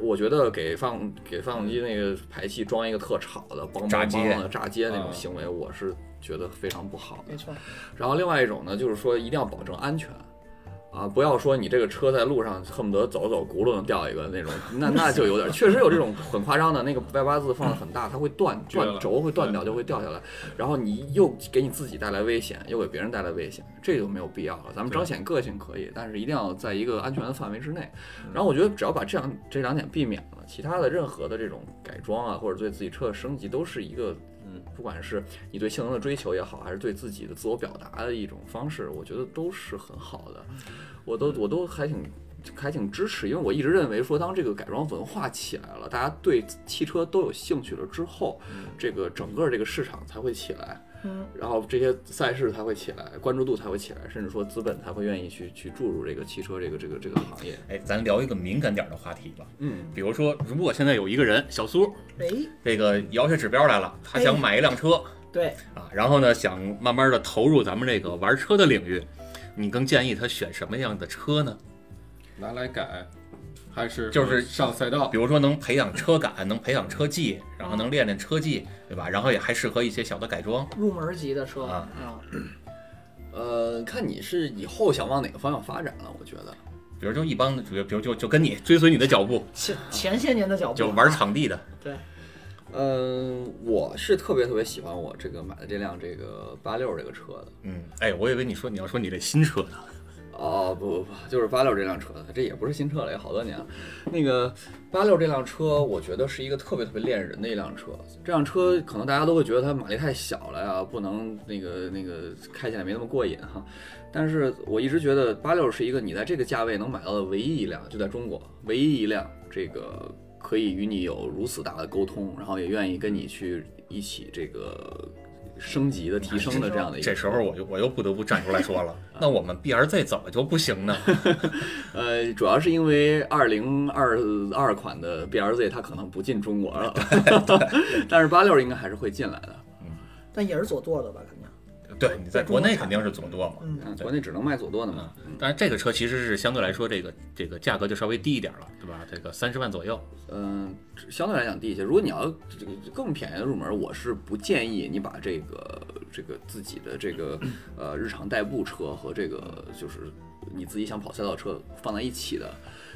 [SPEAKER 5] 我觉得给放给放机那个排气装一个特吵的，梆梆
[SPEAKER 1] 炸
[SPEAKER 5] 梆的
[SPEAKER 1] 街
[SPEAKER 5] 炸街那种
[SPEAKER 2] 啊
[SPEAKER 5] 行为，我是觉得非常不好的
[SPEAKER 6] 没。错，
[SPEAKER 5] 然后另外一种呢，就是说一定要保证安全。啊，不要说你这个车在路上恨不得走走轱辘能掉一个那种，那那就有 点，确实有这种很夸张的，那个外八字放的很大，它会断
[SPEAKER 2] 撅了
[SPEAKER 5] 断轴会断掉就会掉下来，然后你又给你自己带来危险，又给别人带来危险，这就没有必要了。咱们
[SPEAKER 2] 对
[SPEAKER 5] 彰显个性可以，但是一定要在一个安全的范围之内。
[SPEAKER 2] 嗯
[SPEAKER 5] 然后我觉得只要把这两这两点避免了，其他的任何的这种改装啊，或者对自己车的升级，都是一个，嗯，不管是你对性能的追求也好，还是对自己的自我表达的一种方式，我觉得都是很好的。我都我都还挺还挺支持，因为我一直认为说，当这个改装文化起来了，大家对汽车都有兴趣了之后，这个整个这个市场才会起来。
[SPEAKER 6] 嗯，
[SPEAKER 5] 然后这些赛事才会起来，关注度才会起来，甚至说资本才会愿意去去注入这个汽车这个这个这个行业。
[SPEAKER 1] 哎，咱聊一个敏感点儿的话题吧，
[SPEAKER 5] 嗯，
[SPEAKER 1] 比如说，如果现在有一个人小苏，
[SPEAKER 6] 哎，
[SPEAKER 1] 这个摇下指标来了，他想
[SPEAKER 6] 哎
[SPEAKER 1] 买一辆车
[SPEAKER 6] 对，
[SPEAKER 1] 啊，然后呢，想慢慢的投入咱们这个玩车的领域，你更建议他选什么样的车呢？
[SPEAKER 2] 拿来改，还是
[SPEAKER 1] 就是
[SPEAKER 2] 上赛道
[SPEAKER 1] 比。如说能培养车感，能培养车技，然后能练练车技，对吧？然后也还适合一些小的改装。
[SPEAKER 6] 入门级的车
[SPEAKER 1] 啊
[SPEAKER 6] 啊，
[SPEAKER 5] 呃，看你是以后想往哪个方向发展了，我觉得。
[SPEAKER 1] 比如就一帮，比如比如就就跟你追随你的脚步，
[SPEAKER 6] 前前些年的脚步
[SPEAKER 1] 就玩场地的，
[SPEAKER 6] 对，
[SPEAKER 5] 嗯，我是特别特别喜欢我这个买的这辆这个八六这个车的。
[SPEAKER 1] 嗯，哎，我以为你说你要说你这新车呢，
[SPEAKER 5] 哦，不不不，就是八六这辆车的，这也不是新车了，也好多年了。那个八六这辆车，我觉得是一个特别特别练人的一辆车。这辆车可能大家都会觉得它马力太小了呀，不能那个那个开起来没那么过瘾哈。但是我一直觉得八六是一个你在这个价位能买到的唯一一辆，就在中国唯一一辆这个可以与你有如此大的沟通，然后也愿意跟你去一起这个升级的提升的这样的一个车。
[SPEAKER 1] 这时候我就我又不得不站出来说了，那我们 B R Z 怎么就不行呢？
[SPEAKER 5] 呃，主要是因为二零二二款的 BRZ 它可能不进中国了， 但是八六应该还是会进来的。
[SPEAKER 6] 但也是左舵的吧，肯定。
[SPEAKER 1] 对，你在国内肯定是总舵嘛，
[SPEAKER 5] 嗯，
[SPEAKER 1] 对
[SPEAKER 5] 国内只能卖左舵的嘛。
[SPEAKER 1] 但是这个车其实是相对来说这个这个价格就稍微低一点了，对吧？这个三十万左右，
[SPEAKER 5] 嗯、相对来讲低一些。如果你要这个更便宜的入门，我是不建议你把这个这个自己的这个呃日常代步车和这个就是你自己想跑赛道车放在一起的，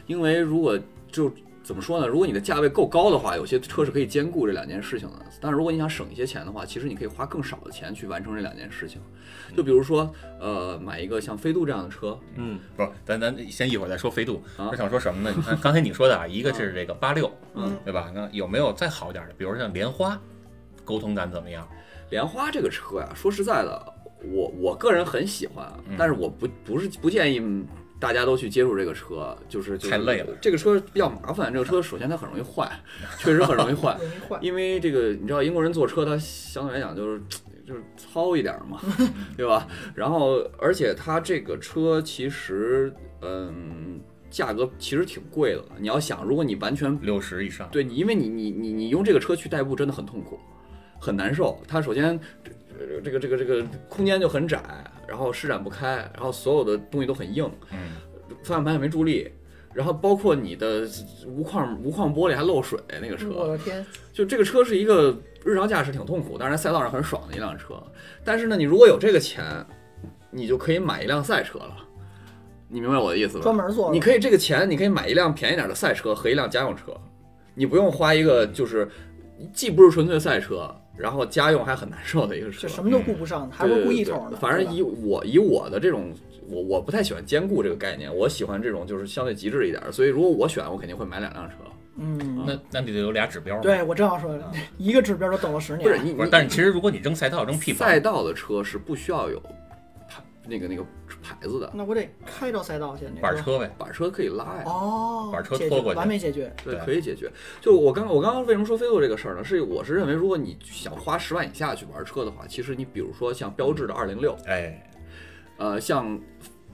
[SPEAKER 5] 因为如果就怎么说呢？如果你的价位够高的话，有些车是可以兼顾这两件事情的。但是如果你想省一些钱的话，其实你可以花更少的钱去完成这两件事情。就比如说，呃，买一个像飞度这样的车，
[SPEAKER 2] 嗯，
[SPEAKER 1] 不是，咱咱先一会儿再说飞度。
[SPEAKER 5] 啊
[SPEAKER 1] 我想说什么呢？你看刚才你说的啊，一个是这个八六，
[SPEAKER 6] 嗯，
[SPEAKER 1] 对吧？那有没有再好一点的？比如像莲花，沟通感怎么样？
[SPEAKER 5] 莲花这个车呀，说实在的，我我个人很喜欢啊
[SPEAKER 1] 嗯，
[SPEAKER 5] 但是我不不是不建议大家都去接触这个车，就是就是
[SPEAKER 1] 太累了
[SPEAKER 5] 这个车比较麻烦，这个车首先它很容易坏， 确实很容易坏，
[SPEAKER 6] 容易坏。
[SPEAKER 5] 因为这个你知道英国人坐车，他相对来讲就是就是糙一点嘛， 对吧？然后而且它这个车其实嗯价格其实挺贵的，你要想如果你完全
[SPEAKER 1] 六十以上，
[SPEAKER 5] 对你，因为你你你你用这个车去代步真的很痛苦，很难受。它首先呃这这个这个这个空间就很窄，然后施展不开，然后所有的东西都很硬，
[SPEAKER 1] 嗯，
[SPEAKER 5] 方向盘也没助力，然后包括你的无框无框玻璃还漏水那个
[SPEAKER 6] 我
[SPEAKER 5] 车，
[SPEAKER 6] 的天，
[SPEAKER 5] 就这个车是一个日常驾驶挺痛苦，当然赛道上很爽的一辆车。但是呢，你如果有这个钱，你就可以买一辆赛车了。你明白我的意思吧？
[SPEAKER 6] 专门做的
[SPEAKER 5] 你可以这个钱，你可以买一辆便宜点的赛车和一辆家用车，你不用花一个就是既不是纯粹赛车，然后家用还很难受的一个车
[SPEAKER 6] 这。什么都顾不上，还不
[SPEAKER 5] 对
[SPEAKER 6] 如顾一
[SPEAKER 5] 对
[SPEAKER 6] 头呢。
[SPEAKER 5] 反
[SPEAKER 6] 对
[SPEAKER 5] 正
[SPEAKER 6] 吧
[SPEAKER 5] 以我以我的这种，我我不太喜欢兼顾这个概念，我喜欢这种就是相对极致一点儿。所以如果我选，我肯定会买两辆车。
[SPEAKER 6] 嗯，
[SPEAKER 1] 那那你得有俩指标嘛。
[SPEAKER 6] 对我正要说 一个指标都等了十
[SPEAKER 5] 不是
[SPEAKER 6] 年，
[SPEAKER 5] 你，
[SPEAKER 1] 不
[SPEAKER 5] 你
[SPEAKER 1] 是，但是其实如果你扔赛道扔屁房，
[SPEAKER 5] 赛道的车是不需要有牌那个那个牌子的，
[SPEAKER 6] 那我得开到赛道去。你
[SPEAKER 1] 板
[SPEAKER 6] 说
[SPEAKER 1] 车呗，
[SPEAKER 5] 板车可以拉呀。
[SPEAKER 6] 哦，
[SPEAKER 1] 板车
[SPEAKER 6] 解
[SPEAKER 1] 拖
[SPEAKER 6] 决
[SPEAKER 1] 过去
[SPEAKER 6] 完美解决。
[SPEAKER 5] 对，
[SPEAKER 1] 对
[SPEAKER 5] 可以解决。就我刚我刚刚为什么说飞度这个事儿呢？是我是认为，如果你想花十万以下去玩车的话，其实你比如说像标致的二零六，
[SPEAKER 1] 哎，
[SPEAKER 5] 呃，像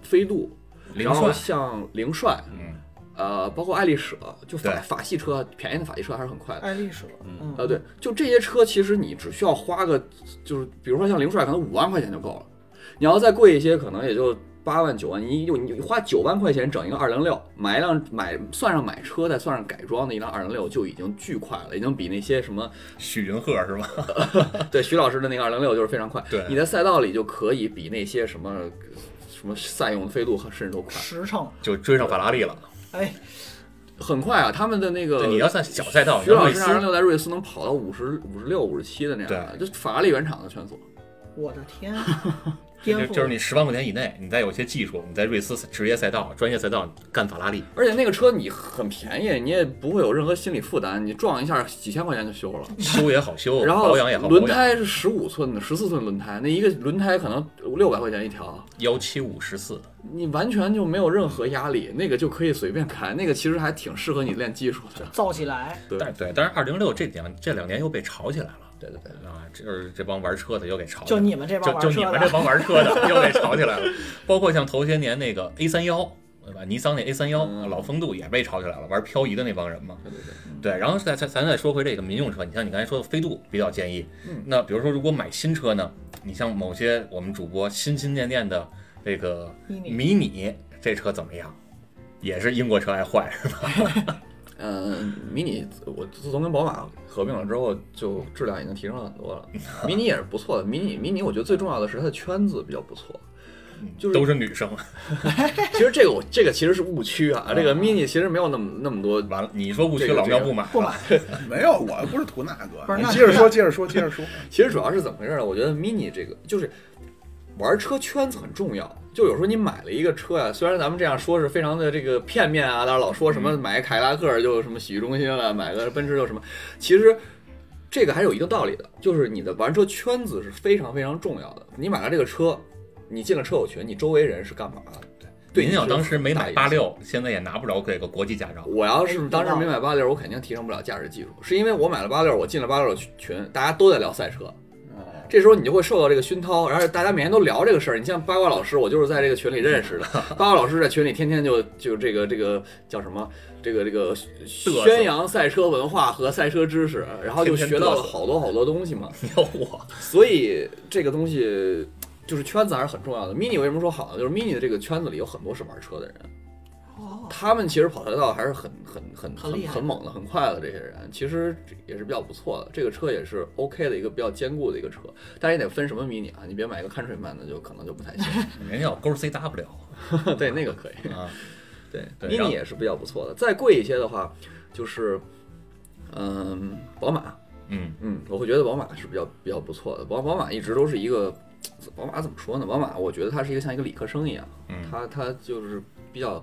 [SPEAKER 5] 飞度，
[SPEAKER 1] 凌
[SPEAKER 5] 然后
[SPEAKER 1] 帅，
[SPEAKER 5] 像凌帅，
[SPEAKER 1] 嗯，
[SPEAKER 5] 呃，包括爱丽舍，就法
[SPEAKER 1] 对
[SPEAKER 5] 法系车，便宜的法系车还是很快的。
[SPEAKER 6] 爱丽舍，嗯
[SPEAKER 5] 呃，对，就这些车，其实你只需要花个，就是比如说像凌帅，可能五万块钱就够了。你要再贵一些，可能也就八万九万。你就你花九万块钱整一个二零六，买一辆买算上买车，再算上改装的一辆二零六，就已经巨快了，已经比那些什么
[SPEAKER 1] 许云鹤是吧？
[SPEAKER 5] 对徐老师的那个二零六就是非常快。
[SPEAKER 1] 对
[SPEAKER 5] 你在赛道里就可以比那些什么什么赛用的飞度甚至都快，
[SPEAKER 6] 实诚，
[SPEAKER 1] 就追上法拉利了。
[SPEAKER 6] 哎，
[SPEAKER 5] 很快啊！他们的那个
[SPEAKER 1] 对，你要在小赛道，
[SPEAKER 5] 徐老
[SPEAKER 1] 瑞
[SPEAKER 5] 师
[SPEAKER 1] 斯
[SPEAKER 5] 二零六在瑞士能跑到五十五十六、五十七的那样的，就法拉利原厂的全速。
[SPEAKER 6] 我的天，颠
[SPEAKER 1] 就
[SPEAKER 6] 覆
[SPEAKER 1] 就是你十万块钱以内，你再有一些技术，你在瑞斯职业赛道、专业赛道干法 拉利，
[SPEAKER 5] 而且那个车你很便宜，你也不会有任何心理负担，你撞一下几千块钱就修了。
[SPEAKER 1] 修也好修，
[SPEAKER 5] 然后
[SPEAKER 1] 保养也好保
[SPEAKER 5] 轮
[SPEAKER 1] 养。
[SPEAKER 5] 胎是十五寸的、十四寸轮胎，那一个轮胎可能六百块钱一条，
[SPEAKER 1] 幺七五十四，
[SPEAKER 5] 你完全就没有任何压力，那个就可以随便开，那个其实还挺适合你练技术 的。
[SPEAKER 6] 造起来，
[SPEAKER 5] 对嗯
[SPEAKER 1] 但是对，但是二零六这两这两年又被炒起来了。
[SPEAKER 5] 对对对，
[SPEAKER 1] 啊，这就是这帮玩车的又给炒起来
[SPEAKER 6] 就
[SPEAKER 1] 了，
[SPEAKER 6] 你们这帮
[SPEAKER 1] 就
[SPEAKER 6] 玩
[SPEAKER 1] 就
[SPEAKER 6] 车
[SPEAKER 1] 你们这
[SPEAKER 6] 的，
[SPEAKER 1] 帮玩车的又给炒起来了，包括像头些年那个 A 三幺，对吧？尼桑那 A 三幺
[SPEAKER 5] 嗯
[SPEAKER 1] 老风度也被炒起来了，玩漂移的那帮人嘛。
[SPEAKER 5] 对对对，
[SPEAKER 1] 对，然后再再咱再说回这个民用车，你像你刚才说的飞度比较建议，
[SPEAKER 5] 嗯
[SPEAKER 1] 那比如说如果买新车呢，你像某些我们主播心心念念的这个
[SPEAKER 6] 迷你
[SPEAKER 1] 迷你这车怎么样？也是英国车爱坏，
[SPEAKER 5] 嗯，迷你我自从跟宝马合并了之后，就质量已经提升了很多了。迷你也是不错的，迷你迷你我觉得最重要的是它的圈子比较不错。就是
[SPEAKER 1] 都是女生。
[SPEAKER 5] 其实这个我这个其实是误区 啊，这个 mini 其实没有那么那么多
[SPEAKER 1] 完了，你说误区，
[SPEAKER 5] 这个
[SPEAKER 1] 老苗不买了，
[SPEAKER 6] 不买
[SPEAKER 4] 没有，我不是图那个。
[SPEAKER 6] 不是
[SPEAKER 4] 你
[SPEAKER 6] 那
[SPEAKER 4] 接着说，接着说，接 着说。
[SPEAKER 5] 其实主要是怎么回事呢？我觉得 mini 这个就是玩车圈子很重要。就有时候你买了一个车呀、虽然咱们这样说是非常的这个片面啊，大家老说什
[SPEAKER 1] 嗯
[SPEAKER 5] 么买个凯迪拉克就什么洗浴中心了，买个奔驰就什么，其实这个还有一定道理的，就是你的玩车圈子是非常非常重要的。你买了这个车，你进了车友群，你周围人是干嘛的？对，
[SPEAKER 1] 您
[SPEAKER 5] 你
[SPEAKER 1] 要
[SPEAKER 5] 是
[SPEAKER 1] 当时没
[SPEAKER 5] 大
[SPEAKER 1] 买
[SPEAKER 5] 影
[SPEAKER 1] 八
[SPEAKER 5] 响
[SPEAKER 1] 六，现在也拿不着这个国际 驾照。
[SPEAKER 5] 我要是当时没买八六，我肯定提升不了驾驶技术，是因为我买了八六，我进了八六群，大家都在聊赛车。
[SPEAKER 1] 哦
[SPEAKER 5] 这时候你就会受到这个熏陶，然后大家每天都聊这个事儿。你像八卦老师，我就是在这个群里 认识的。八卦老师在群里天天就就这个这个叫什么，这个这个
[SPEAKER 1] 瑟
[SPEAKER 5] 宣扬赛车文化和赛车知识，然后就
[SPEAKER 1] 天
[SPEAKER 5] 学
[SPEAKER 1] 天
[SPEAKER 5] 到了
[SPEAKER 1] 嘚瑟
[SPEAKER 5] 好多好多东西嘛。
[SPEAKER 1] 你要 我，
[SPEAKER 5] 所以这个东西就是圈子还是很重要的。mini 为什么说好呢？就是 mini 的这个圈子里有很多是玩车的人，
[SPEAKER 6] 哦，
[SPEAKER 5] 他们其实跑赛道还是很很很
[SPEAKER 6] 很
[SPEAKER 5] 很
[SPEAKER 6] 厉害
[SPEAKER 5] 很猛的、很快的这些人，其实也是比较不错的。这个车也是 OK 的一个比较坚固的一个车，但是也得分什么迷你啊，你别买一个 Countryman 的就可能就不太行。
[SPEAKER 1] 人家要勾 CW
[SPEAKER 5] 对，那个可以。
[SPEAKER 1] 啊，
[SPEAKER 5] 对
[SPEAKER 1] 对然后
[SPEAKER 5] ，mini 也是比较不错的。再贵一些的话，就是嗯，宝马，
[SPEAKER 1] 嗯，
[SPEAKER 5] 嗯，我会觉得宝马是比较比较不错的。宝宝马一直都是一个，宝马怎么说呢？宝马我觉得它是一个像一个理科生一样，
[SPEAKER 1] 嗯
[SPEAKER 5] 它它就是比较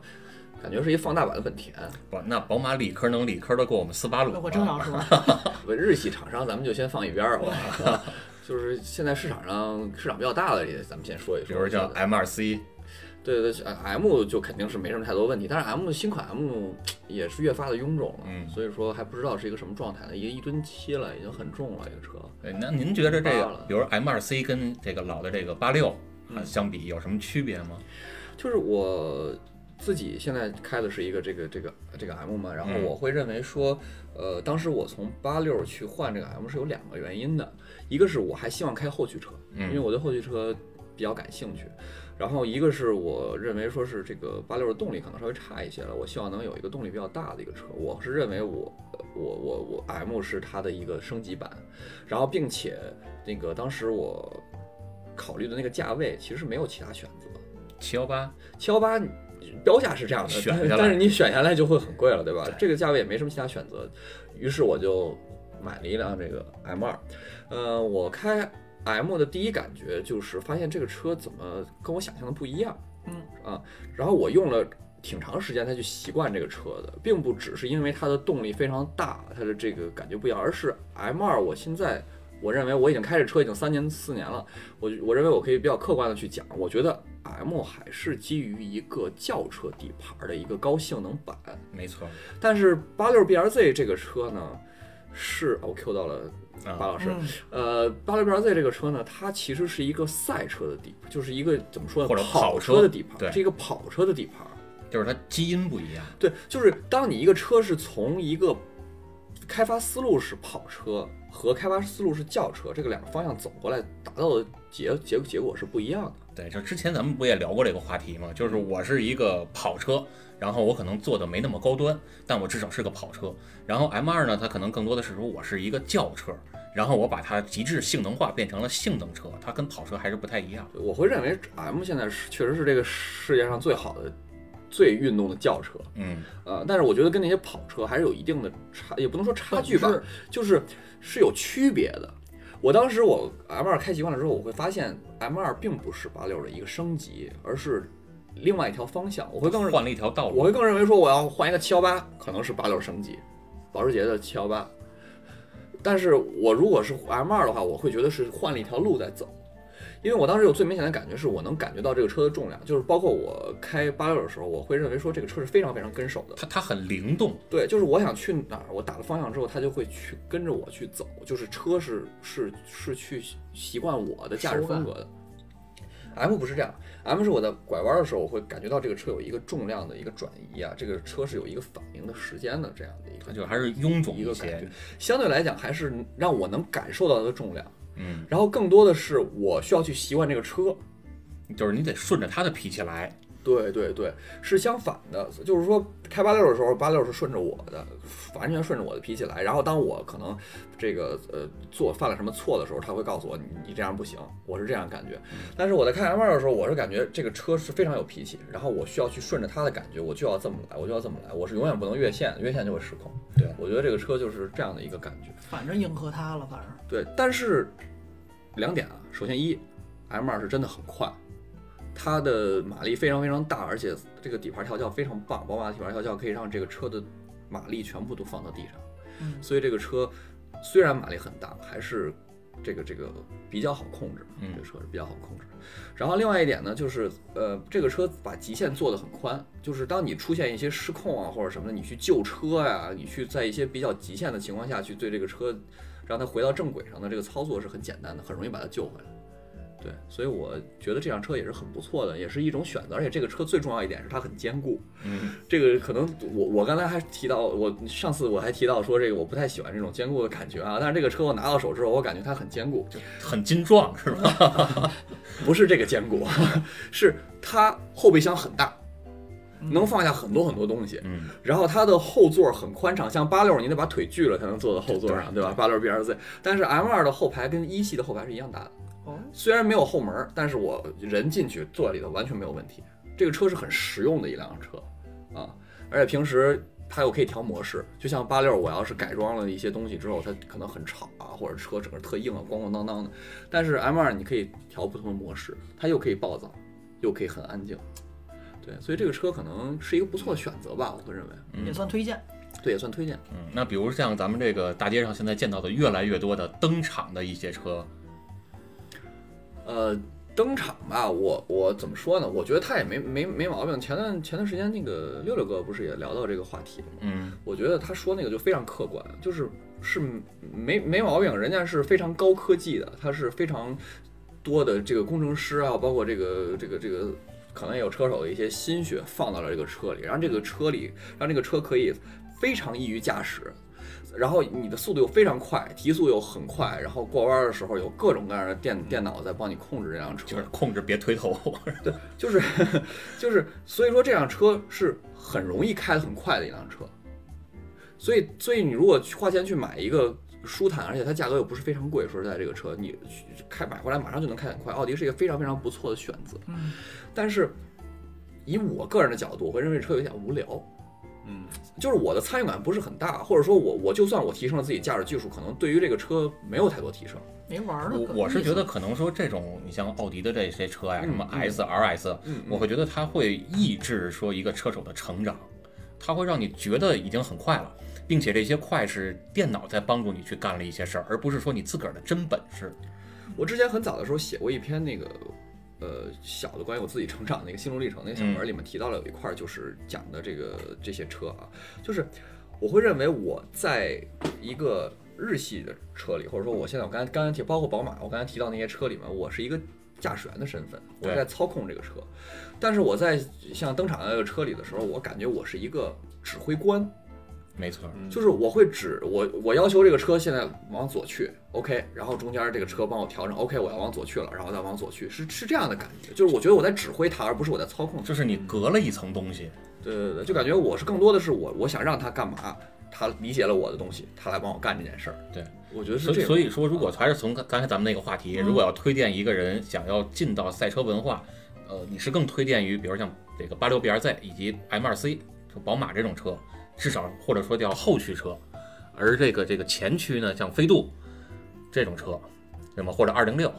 [SPEAKER 5] 感觉是一个放大版的本田。
[SPEAKER 1] 不，那宝马理科能理科的过我们斯巴鲁
[SPEAKER 6] 哦我正
[SPEAKER 1] 啊，
[SPEAKER 6] 要说，
[SPEAKER 5] 不日系厂商咱们就先放一边儿 吧。就是现在市场上市场比较大的，也咱们先说一
[SPEAKER 1] 比
[SPEAKER 5] 说。
[SPEAKER 1] 如像
[SPEAKER 5] 我觉得
[SPEAKER 1] M 二 C，
[SPEAKER 5] 对对对呃，M 就肯定是没什么太多问题，但是 M 新款 M 也是越发的臃肿了，
[SPEAKER 1] 嗯
[SPEAKER 5] 所以说还不知道是一个什么状态呢，一个一吨七了，已经很重了，这个车。
[SPEAKER 1] 对哎那您觉得这
[SPEAKER 5] 明白
[SPEAKER 1] 个
[SPEAKER 5] 了，
[SPEAKER 1] 比如 M 二 C 跟这个老的这个八六啊
[SPEAKER 5] 嗯
[SPEAKER 1] 相比有什么区别吗？
[SPEAKER 5] 就是我自己现在开的是一个这个这个这个 M 嘛，然后
[SPEAKER 1] 嗯
[SPEAKER 5] 我会认为说，呃，当时我从八六去换这个 M 是有两个原因的，一个是我还希望开后驱车，
[SPEAKER 1] 嗯
[SPEAKER 5] 因为我对后驱车比较感兴趣，然后一个是我认为说是这个八六的动力可能稍微差一些了，我希望能有一个动力比较大的一个车。我是认为我我我我 M 是它的一个升级版，然后并且那个当时我考虑的那个价位其实没有其他选择，
[SPEAKER 1] 七幺八
[SPEAKER 5] 七幺八标价是这样的，
[SPEAKER 1] 选
[SPEAKER 5] 但
[SPEAKER 1] 下来
[SPEAKER 5] 但是你选下来就会很贵了，对吧？这个价位也没什么其他选择，于是我就买了一辆这个 M 二。呃，我开 M 的第一感觉就是发现这个车怎么跟我想象的不一样，嗯啊，然后我用了。挺长时间才去习惯这个车的，并不只是因为它的动力非常大，它的这个感觉不一样，而是 M 二我现在我认为我已经开着车已经三年四年了，我我认为我可以比较客观的去讲，我觉得 M 还是基于一个轿车底盘的一个高性能版，
[SPEAKER 1] 没错
[SPEAKER 5] 但是八六 BRZ 这个车呢，是哦我 Q 到了
[SPEAKER 1] 啊
[SPEAKER 5] 巴老师，
[SPEAKER 6] 嗯
[SPEAKER 5] 呃，八六 BRZ 这个车呢，它其实是一个赛车的底盘，就是一个怎么说呢，
[SPEAKER 1] 或者
[SPEAKER 5] 跑
[SPEAKER 1] 跑车
[SPEAKER 5] 车的底盘，
[SPEAKER 1] 对
[SPEAKER 5] 是一个跑车的底盘。
[SPEAKER 1] 就是它基因不一样，
[SPEAKER 5] 对，就是当你一个车是从一个开发思路是跑车和开发思路是轿车这个两个方向走过来，达到的结结结果是不一样的。
[SPEAKER 1] 对，就之前咱们不也聊过这个话题吗？就是
[SPEAKER 5] 嗯
[SPEAKER 1] 我是一个跑车，然后我可能做的没那么高端，但我至少是个跑车。然后 M 二呢，它可能更多的是说我是一个轿车，然后我把它极致性能化变成了性能车，它跟跑车还是不太一样。
[SPEAKER 5] 我会认为 M 现在是确实是这个世界上最好的、最运动的轿车，
[SPEAKER 1] 嗯，
[SPEAKER 5] 呃，但是我觉得跟那些跑车还是有一定的差，也不能说差距吧
[SPEAKER 6] 本质，
[SPEAKER 5] 就是是有区别的。我当时我 M 二开习惯了之后，我会发现 M 二并不是八六的一个升级，而是另外一条方向。我会更认
[SPEAKER 1] 换了一条道
[SPEAKER 5] 我
[SPEAKER 1] 路。
[SPEAKER 5] 会更认为说我要换一个七幺八，可能是八六升级，保时捷的七幺八。但是我如果是 M 二的话，我会觉得是换了一条路在走，因为我当时有最明显的感觉是我能感觉到这个车的重量，就是包括我开八六的时候，我会认为说这个车是非常非常跟手的。
[SPEAKER 1] 它它很灵动，
[SPEAKER 5] 对，就是我想去哪儿，我打了方向之后，它就会去跟着我去走，就是车是是是去习惯我的驾驶风格的。M 不是这样，M 是我在拐弯的时候，我会感觉到这个车有一个重量的一个转移啊，这个车是有一个反应的时间的这样的一
[SPEAKER 1] 它
[SPEAKER 5] 个
[SPEAKER 1] 就还是臃肿
[SPEAKER 5] 一个感
[SPEAKER 1] 些
[SPEAKER 5] 觉。，相对来讲还是让我能感受到它的重量，
[SPEAKER 1] 嗯，
[SPEAKER 5] 然后更多的是我需要去习惯这个车，
[SPEAKER 1] 就是你得顺着它的脾气来。
[SPEAKER 5] 对对对，是相反的，就是说开八六的时候，八六是顺着我的，完全顺着我的脾气来。然后当我可能这个呃做犯了什么错的时候，他会告诉我你你这样不行，我是这样感觉。但是我在开 M 二的时候，我是感觉这个车是非常有脾气，然后我需要去顺着他的感觉，我就要这么来，我就要这么来，我是永远不能越线，越线就会失控。
[SPEAKER 1] 对
[SPEAKER 5] 我觉得这个车就是这样的一个感觉。
[SPEAKER 6] 反正迎合他了，反正
[SPEAKER 5] 对，但是两点啊，首先一，M 二是真的很快，它的马力非常非常大，而且这个底盘调教非常棒，宝马的底盘调教可以让这个车的马力全部都放到地上，
[SPEAKER 6] 嗯
[SPEAKER 5] 所以这个车虽然马力很大，还是这个这个比较好控制，
[SPEAKER 1] 嗯
[SPEAKER 5] 这个车是比较好控制。然后另外一点呢，就是呃，这个车把极限做得很宽，就是当你出现一些失控啊或者什么的，你去救车呀、你去在一些比较极限的情况下去对这个车让它回到正轨上的这个操作是很简单的，很容易把它救回来。对，所以我觉得这辆车也是很不错的，也是一种选择。而且这个车最重要一点是它很坚固。
[SPEAKER 1] 嗯，
[SPEAKER 5] 这个可能我我刚才还提到，我上次我还提到说这个我不太喜欢这种坚固的感觉啊，但是这个车我拿到手之后，我感觉它很坚固，就
[SPEAKER 1] 很精壮是吧？
[SPEAKER 5] 不是这个坚固， 是它后备箱很大，能放下很多很多东西。
[SPEAKER 1] 嗯，
[SPEAKER 5] 然后它的后座很宽敞，像八六你得把腿锯了才能坐到后座上，对吧？八六 BRZ，但是 M 二的后排跟一系的后排是一样大的，
[SPEAKER 6] 哦，
[SPEAKER 5] 虽然没有后门儿，但是我人进去坐在里头完全没有问题。这个车是很实用的一辆车啊，而且平时它又可以调模式，就像八六，我要是改装了一些东西之后，它可能很吵啊，或者车整个特硬啊，咣咣当当的。但是 M 二你可以调不同的模式，它又可以暴躁，又可以很安静。对，所以这个车可能是一个不错的选择吧，我会认为，
[SPEAKER 6] 也算推荐。
[SPEAKER 5] 对，也算推荐。
[SPEAKER 1] 嗯，那比如像咱们这个大街上现在见到的越来越多的登场的一些车，
[SPEAKER 5] 呃，登场吧，我我怎么说呢？我觉得他也没没没毛病。前段前段时间那个六六哥不是也聊到这个话题吗？
[SPEAKER 1] 嗯，
[SPEAKER 5] 我觉得他说那个就非常客观，就是 是没没毛病，人家是非常高科技的，他是非常多的这个工程师啊，包括这个这个这个。可能也有车手的一些心血放到了这个车里，让这个车里，让这个车可以非常易于驾驶，然后你的速度又非常快，提速又很快，然后过弯的时候有各种各样的电电脑在帮你控制这辆车，
[SPEAKER 1] 就是控制别推头。
[SPEAKER 5] 就是 就是，所以说这辆车是很容易开得很快的一辆车，所以所以你如果去花钱去买一个舒坦，而且它价格又不是非常贵，说实在这个车你去开买回来马上就能开得很快，奥迪是一个非常非常不错的选择，
[SPEAKER 6] 嗯，
[SPEAKER 5] 但是以我个人的角度，我会认为这车有点无聊。
[SPEAKER 2] 嗯，
[SPEAKER 5] 就是我的参与感不是很大，或者说我我就算我提升了自己驾驶技术，可能对于这个车没有太多提升。
[SPEAKER 6] 没玩儿的可意
[SPEAKER 1] 我
[SPEAKER 6] 思。
[SPEAKER 1] 我是觉得可能说这种，你像奥迪的这些车呀，什么
[SPEAKER 5] 嗯
[SPEAKER 1] S、RS，
[SPEAKER 5] 嗯
[SPEAKER 1] 我会觉得它会抑制说一个车手的成长，它会让你觉得已经很快了，并且这些快是电脑在帮助你去干了一些事儿，而不是说你自个儿的真本事。
[SPEAKER 5] 我之前很早的时候写过一篇那个，呃，小的关于我自己成长的一个心路历程那个小文，
[SPEAKER 1] 嗯
[SPEAKER 5] 里面提到了有一块儿就是讲的这个这些车啊，就是我会认为我在一个日系的车里，或者说我现在我刚才刚才提包括宝马，我刚才提到那些车里面，我是一个驾驶员的身份，我
[SPEAKER 1] 对
[SPEAKER 5] 在操控这个车，但是我在像登场的那个车里的时候，我感觉我是一个指挥官，
[SPEAKER 1] 没错，
[SPEAKER 2] 嗯
[SPEAKER 5] 就是我会指我我要求这个车现在往左去，OK，然后中间这个车帮我调整，OK，我要往左去了，然后再往左去，是是这样的感觉，就是我觉得我在指挥它，而不是我在操控它。
[SPEAKER 1] 就是你隔了一层东西。
[SPEAKER 5] 对对对，就感觉我是更多的是我我想让他干嘛，他理解了我的东西，他来帮我干这件事儿。
[SPEAKER 1] 对，
[SPEAKER 5] 我觉得是
[SPEAKER 1] 所
[SPEAKER 5] 这
[SPEAKER 1] 以，
[SPEAKER 5] 样。啊嗯
[SPEAKER 1] 所以说，如果还是从刚刚才咱们那个话题，如果要推荐一个人想要进到赛车文化，呃，你是更推荐于，比如像这个八六 BRZ 以及 M2C，就宝马这种车，至少或者说叫后驱车，而这个这个前驱呢，像飞度这种车，那么或者206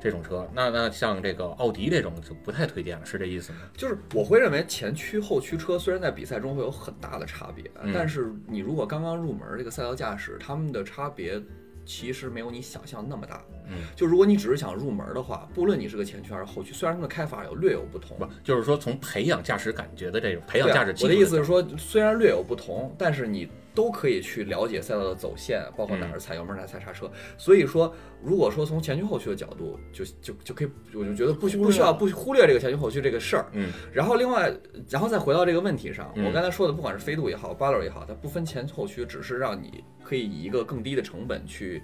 [SPEAKER 1] 这种车，那那像这个奥迪这种就不太推荐了，是这意思吗？
[SPEAKER 5] 就是我会认为前驱后驱车虽然在比赛中会有很大的差别，
[SPEAKER 1] 嗯
[SPEAKER 5] 但是你如果刚刚入门这个赛道驾驶，他们的差别其实没有你想象那么大。
[SPEAKER 1] 嗯，
[SPEAKER 5] 就如果你只是想入门的话，不论你是个前驱还是后驱，虽然他们的开法有略有不同，
[SPEAKER 1] 不，就是说从培养驾驶感觉的这种培
[SPEAKER 5] 对
[SPEAKER 1] 养
[SPEAKER 5] 啊
[SPEAKER 1] 驾驶技术
[SPEAKER 5] 我的意思
[SPEAKER 1] 角
[SPEAKER 5] 是说，虽然略有不同，但是你都可以去了解赛道的走线，包括哪
[SPEAKER 1] 嗯
[SPEAKER 5] 儿是踩油门，哪儿踩刹车。所以说，如果说从前驱后驱的角度，就就就可以，我就觉得不需
[SPEAKER 6] 忽略
[SPEAKER 5] 不需要不忽略这个前驱后驱这个事儿。
[SPEAKER 1] 嗯。
[SPEAKER 5] 然后另外，然后再回到这个问题上，
[SPEAKER 1] 嗯
[SPEAKER 5] 我刚才说的，不管是飞度也好，八六也好，它不分前后驱，只是让你可以以一个更低的成本去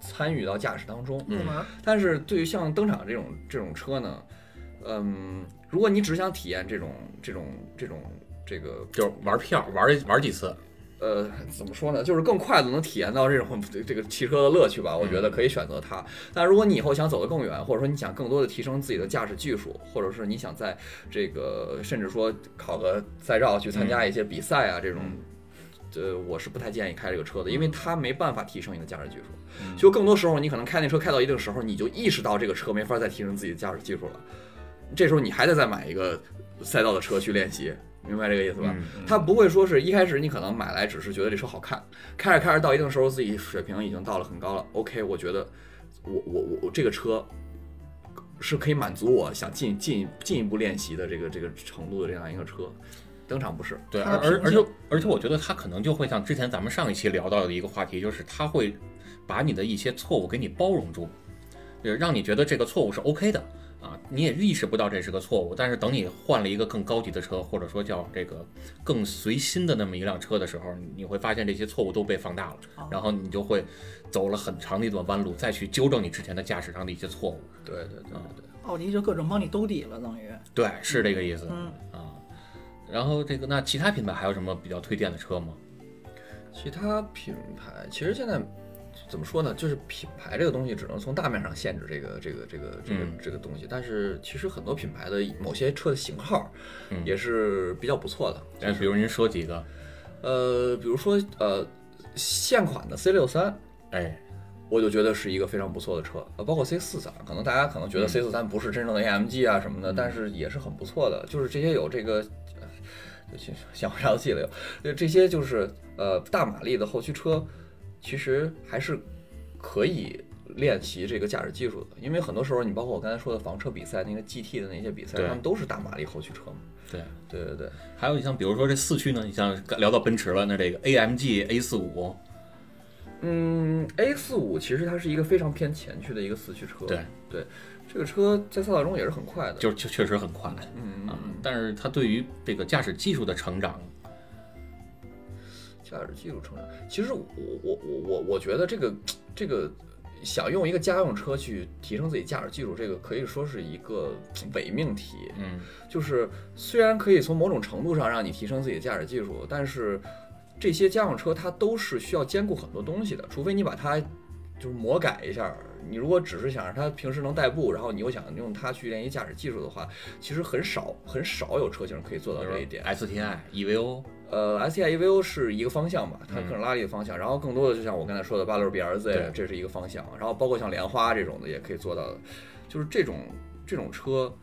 [SPEAKER 5] 参与到驾驶当
[SPEAKER 1] 嗯
[SPEAKER 5] 中。
[SPEAKER 6] 入门儿
[SPEAKER 5] 但是对于像登场这种这种车呢，嗯，如果你只想体验这种这种这种这个
[SPEAKER 1] 就是玩票玩一玩几次，
[SPEAKER 5] 呃，怎么说呢？就是更快的能体验到这种这个汽车的乐趣吧。我觉得可以选择它。但如果你以后想走得更远，或者说你想更多的提升自己的驾驶技术，或者是你想在这个甚至说考个赛照去参加一些比赛啊、这种。呃，我是不太建议开这个车的，因为它没办法提升你的驾驶技术。就更多时候，你可能开那车开到一定时候，你就意识到这个车没法再提升自己的驾驶技术了。这时候你还得再买一个赛道的车去练习，明白这个意思吧？它不会说是一开始你可能买来只是觉得这车好看，开着开着到一定时候自己水平已经到了很高了，OK，我觉得我我我我这个车是可以满足我想进进进一步练习的这个这个程度的这样一个车，登场不是，
[SPEAKER 1] 对，
[SPEAKER 6] 它
[SPEAKER 1] 而而
[SPEAKER 6] 平
[SPEAKER 1] 而
[SPEAKER 6] 静
[SPEAKER 1] 且而且，我觉得他可能就会像之前咱们上一期聊到的一个话题，就是他会把你的一些错误给你包容住，呃，让你觉得这个错误是 OK 的啊，你也意识不到这是个错误，但是等你换了一个更高级的车，或者说叫这个更随心的那么一辆车的时候，你会发现这些错误都被放大了，
[SPEAKER 6] 哦
[SPEAKER 1] 然后你就会走了很长的一段弯路，再去纠正你之前的驾驶上的一些错误。
[SPEAKER 5] 对对对对，
[SPEAKER 6] 奥迪就各种帮你兜底了，等于
[SPEAKER 1] 对，是这个意思、
[SPEAKER 6] 嗯
[SPEAKER 1] 啊。然后这个，那其他品牌还有什么比较推荐的车吗？
[SPEAKER 5] 其他品牌其实现在。怎么说呢？就是品牌这个东西只能从大面上限制这个这个这个这个
[SPEAKER 1] 嗯
[SPEAKER 5] 这个东西，但是其实很多品牌的某些车的型号
[SPEAKER 1] 嗯
[SPEAKER 5] 也是比较不错的，
[SPEAKER 1] 哎，比如您说几个，
[SPEAKER 5] 呃，比如说呃，现款的 C 六三，
[SPEAKER 1] 哎，
[SPEAKER 5] 我就觉得是一个非常不错的车，呃，包括 C 四三，可能大家可能觉得
[SPEAKER 1] 嗯
[SPEAKER 5] C 四三不是真正的 AMG 啊什么的，但是也是很不错的，就是这些有这个。呃就想不着记了又，就这些就是呃大马力的后驱车，其实还是可以练习这个驾驶技术的，因为很多时候你包括我刚才说的房车比赛那个 GT 的那些比赛，
[SPEAKER 1] 对
[SPEAKER 5] 他们都是大马力后驱车嘛。
[SPEAKER 1] 对，
[SPEAKER 5] 对对对，
[SPEAKER 1] 还有你像比如说这四驱呢，你像聊到奔驰了，那这个 AMG A 四五，
[SPEAKER 5] 嗯，A 四五其实它是一个非常偏前驱的一个四驱车。
[SPEAKER 1] 对
[SPEAKER 5] 对，这个车在赛道中也是很快的。
[SPEAKER 1] 就是确确实很快
[SPEAKER 5] 嗯嗯
[SPEAKER 1] 啊
[SPEAKER 5] 嗯，，
[SPEAKER 1] 但是它对于这个驾驶技术的成长，
[SPEAKER 5] 驾驶技术成长。其实我我我我我觉得这个这个想用一个家用车去提升自己驾驶技术，这个可以说是一个伪命题。
[SPEAKER 1] 嗯，
[SPEAKER 5] 就是虽然可以从某种程度上让你提升自己的驾驶技术，但是这些家用车它都是需要兼顾很多东西的，除非你把它就是魔改一下。你如果只是想让它平时能代步，然后你又想用它去练习驾驶技术的话，其实很少很少有车型可以做到这一点。
[SPEAKER 1] STI、EVO，
[SPEAKER 5] 呃，S T I E V O 是一个方向吧，它
[SPEAKER 1] 嗯
[SPEAKER 5] 各种拉力的方向，然后更多的就像我刚才说的八六 B R Z，
[SPEAKER 1] 对
[SPEAKER 5] 这是一个方向，然后包括像莲花这种的也可以做到的，就是这种这种车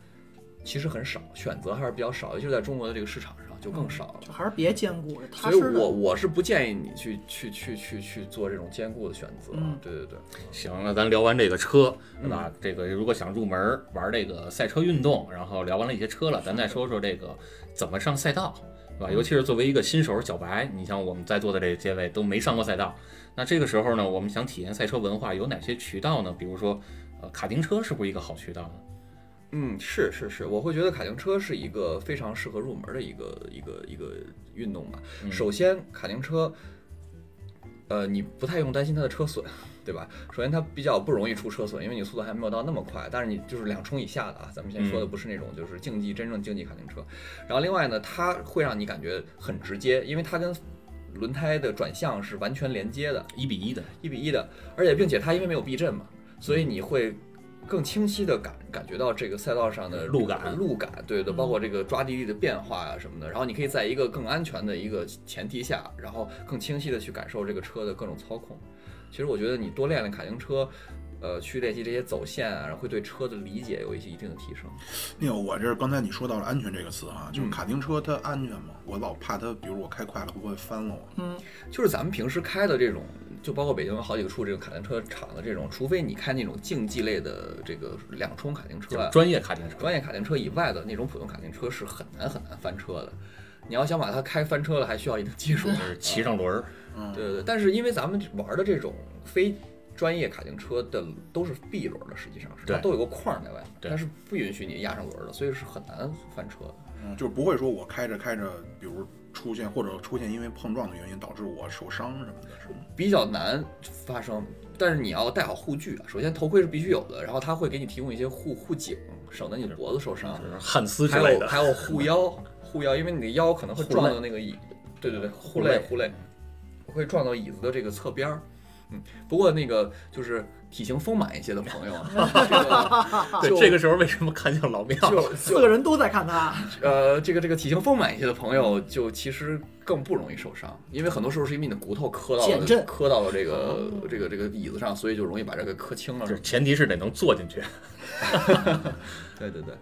[SPEAKER 5] 其实很少，选择还是比较少的，就在中国的这个市场上就更少了。
[SPEAKER 6] 就还是别兼顾了，踏
[SPEAKER 5] 所以
[SPEAKER 6] 实
[SPEAKER 5] 我
[SPEAKER 6] 嗯的。
[SPEAKER 5] 我是不建议你去去去去去做这种兼顾的选择，
[SPEAKER 6] 嗯
[SPEAKER 5] 对对对，
[SPEAKER 1] 行，那咱聊完这个车，对
[SPEAKER 5] 嗯
[SPEAKER 1] 吧？这个如果想入门玩这个赛车运动，然后聊完了一些车了，咱再说说这个怎么上赛道，
[SPEAKER 5] 嗯
[SPEAKER 1] 对吧？尤其是作为一个新手小白，你像我们在座的这些位都没上过赛道，那这个时候呢，我们想体验赛车文化有哪些渠道呢？比如说，呃，卡丁车是不是一个好渠道呢？
[SPEAKER 5] 嗯，是是是，我会觉得卡丁车是一个非常适合入门的一个一个一个运动吧。
[SPEAKER 1] 嗯
[SPEAKER 5] 首先，卡丁车，呃，你不太用担心它的车损， 对吧？首先，它比较不容易出车损，因为你速度还没有到那么快。但是你就是两冲以下的啊，咱们先说的
[SPEAKER 1] 嗯
[SPEAKER 5] 不是那种就是竞技真正竞技卡丁车。然后另外呢，它会让你感觉很直接，因为它跟轮胎的转向是完全连接的。
[SPEAKER 1] 一比一的，
[SPEAKER 5] 一比一的，而且并且它因为没有避震嘛，所以你会更清晰的感感觉到这个赛道上的
[SPEAKER 1] 路感嗯
[SPEAKER 5] 路感，对对，包括这个抓地力的变化啊什么的。然后你可以在一个更安全的一个前提下，然后更清晰的去感受这个车的各种操控。其实我觉得你多练练卡丁车。呃，去练习这些走线啊，然后会对车的理解有一些一定的提升。
[SPEAKER 4] 那个我这刚才你说到了安全这个词哈，就是
[SPEAKER 5] 嗯
[SPEAKER 4] 卡丁车它安全吗？我老怕它，比如我开快了会不会翻了我？
[SPEAKER 6] 嗯，
[SPEAKER 5] 就是咱们平时开的这种，就包括北京有好几个处这种卡丁车场的这种，除非你开那种竞技类的这个两冲卡丁车
[SPEAKER 1] 就
[SPEAKER 5] 啊
[SPEAKER 1] 是，专业卡丁车，
[SPEAKER 5] 专业卡丁车以外的那种普通卡丁车是很难很难翻车的。你要想把它开翻车了，还需要一定技术
[SPEAKER 1] 就。是骑上轮儿，
[SPEAKER 4] 嗯，
[SPEAKER 5] 对对对，但是因为咱们玩的这种非专业卡丁车的都是 B 轮的，实际上是它
[SPEAKER 1] 对
[SPEAKER 5] 都有个框在外面，
[SPEAKER 1] 对
[SPEAKER 5] 它是不允许你压上轮的，所以是很难翻车的。
[SPEAKER 4] 嗯就是不会说我开着开着，比如出现或者出现因为碰撞的原因导致我受伤什么的，是吗？
[SPEAKER 5] 比较难发生。但是你要戴好护具啊，首先头盔是必须有的，然后它会给你提供一些护护颈，省得你脖子受伤。
[SPEAKER 1] 就是汉斯之
[SPEAKER 5] 嗯还
[SPEAKER 1] 类
[SPEAKER 5] 有
[SPEAKER 1] 的，
[SPEAKER 5] 还有护腰， 护腰，因为你的腰可能会撞到那个椅，对对对，护
[SPEAKER 1] 类
[SPEAKER 5] 肋护肋，会撞到椅子的这个侧边儿。嗯，不过那个就是体型丰满一些的朋友啊，这
[SPEAKER 1] 对
[SPEAKER 5] 个就
[SPEAKER 1] 这个时候为什么看向老庙？
[SPEAKER 5] 就
[SPEAKER 6] 四个人都在看他，
[SPEAKER 5] 呃，这个这个体型丰满一些的朋友，就其实更不容易受伤，因为很多时候是因为你的骨头磕到
[SPEAKER 6] 减震
[SPEAKER 5] 了磕到了这个这个这个椅子上，所以就容易把这个磕青了
[SPEAKER 1] 就。是前提是得能坐进去。
[SPEAKER 5] 对对对，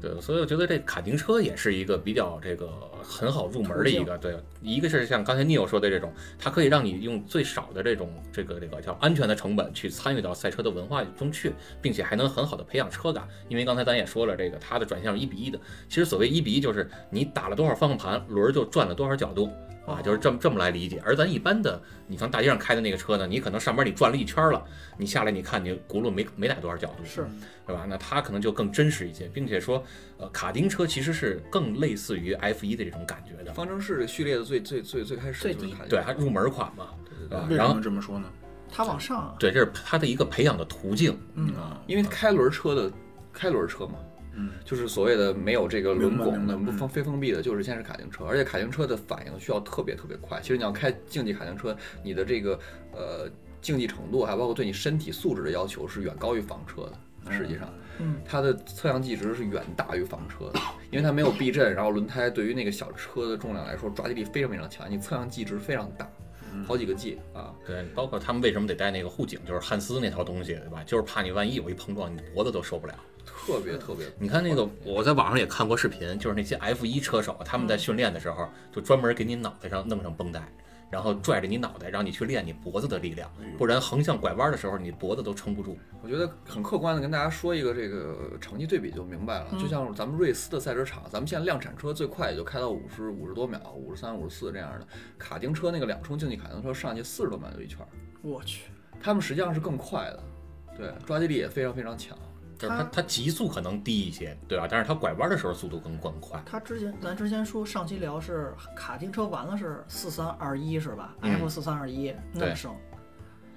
[SPEAKER 1] 对，所以我觉得这卡丁车也是一个比较这个很好入门的一个，对，一个是像刚才 n e o 说的这种，它可以让你用最少的这种这个这个叫安全的成本去参与到赛车的文化中去，并且还能很好的培养车感，因为刚才咱也说了，这个它的转向是一比一的，其实所谓一比一就是你打了多少方向盘，轮儿就转了多少角度。啊，就是这么这么来理解。而咱一般的，你像大街上开的那个车呢，你可能上边你转了一圈了，你下来你看你轱辘没没打多少角度，
[SPEAKER 6] 是
[SPEAKER 1] 对吧？那它可能就更真实一些，并且说，呃，卡丁车其实是更类似于 F 1的这种感觉的，
[SPEAKER 5] 方程式序列的最最最最开始
[SPEAKER 6] 最
[SPEAKER 5] 就是
[SPEAKER 6] 低
[SPEAKER 5] 它
[SPEAKER 1] 对，它入门款嘛，对吧？
[SPEAKER 4] 为
[SPEAKER 1] 啊然
[SPEAKER 4] 什
[SPEAKER 1] 后
[SPEAKER 4] 么这么说呢？
[SPEAKER 6] 他往上啊，
[SPEAKER 1] 对，这是它的一个培养的途径，
[SPEAKER 6] 嗯，
[SPEAKER 4] 啊，
[SPEAKER 5] 因为开轮车的开轮车嘛，
[SPEAKER 4] 嗯，
[SPEAKER 5] 就是所谓的没有这个轮拱的、
[SPEAKER 4] 明白明白嗯
[SPEAKER 5] 不封非封闭的，就是先是卡丁车，而且卡丁车的反应需要特别特别快。其实你要开竞技卡丁车，你的这个呃竞技程度，还包括对你身体素质的要求是远高于房车的。实际上，
[SPEAKER 6] 嗯，
[SPEAKER 5] 它的测量计值是远大于房车的，因为它没有避震，然后轮胎对于那个小车的重量来说，抓地力非常非常强，你测量计值非常大，
[SPEAKER 4] 嗯
[SPEAKER 5] 好几个 G 啊。
[SPEAKER 1] 对，包括他们为什么得带那个护颈，就是汉斯那套东西，对吧？就是怕你万一有一碰撞，你脖子都受不了。
[SPEAKER 5] 特别特别，
[SPEAKER 1] 你看那个，我在网上也看过视频，就是那些 F 1车手，他们在训练的时候，就专门给你脑袋上弄上绷带，然后拽着你脑袋，让你去练你脖子的力量，不然横向拐弯的时候，你脖子都撑不住。
[SPEAKER 5] 我觉得很客观的跟大家说一个这个成绩对比就明白了。就像咱们瑞思的赛车场，咱们现在量产车最快也就开到五十五十多秒，五十三、五十四这样的。卡丁车那个两冲竞技卡丁车上去四十多秒就一圈儿，
[SPEAKER 6] 我去，
[SPEAKER 5] 他们实际上是更快的，对，抓地力也非常非常强。
[SPEAKER 1] 就是它它极速可能低一些，对啊吧？但是它拐弯的时候速度更更快。
[SPEAKER 6] 他之前咱之前说上期聊是卡丁车完了是四三二一是吧
[SPEAKER 1] 嗯
[SPEAKER 6] ？F 四三二一那么升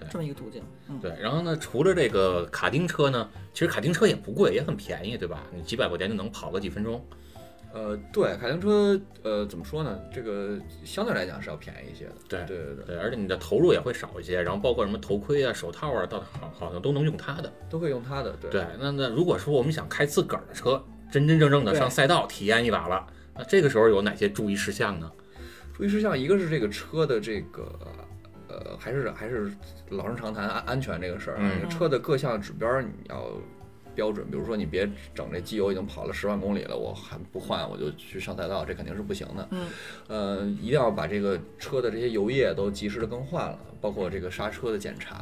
[SPEAKER 1] 对，
[SPEAKER 6] 这么一个途径。嗯，
[SPEAKER 1] 对，然后呢，除了这个卡丁车呢，其实卡丁车也不贵，也很便宜，对吧？你几百块钱就能跑个几分钟。
[SPEAKER 5] 呃，对，卡丁车，呃，怎么说呢？这个相对来讲是要便宜一些的。
[SPEAKER 1] 对
[SPEAKER 5] 对对对，
[SPEAKER 1] 对，而且你的投入也会少一些，然后包括什么头盔啊、手套啊，到好好像都能用它的。
[SPEAKER 5] 都可以用它的。对
[SPEAKER 1] 对，那那如果说我们想开自个儿的车，真真正正的
[SPEAKER 5] 对
[SPEAKER 1] 上赛道体验一把了，那这个时候有哪些注意事项呢？
[SPEAKER 5] 注意事项，一个是这个车的这个，呃，还是还是老生常谈安安全这个事儿啊。
[SPEAKER 1] 嗯
[SPEAKER 5] 这个车的各项指标你要标准，比如说你别整这机油已经跑了十万公里了，我还不换我就去上赛道，这肯定是不行的。
[SPEAKER 6] 嗯，
[SPEAKER 5] 呃，一定要把这个车的这些油液都及时的更换了，包括这个刹车的检查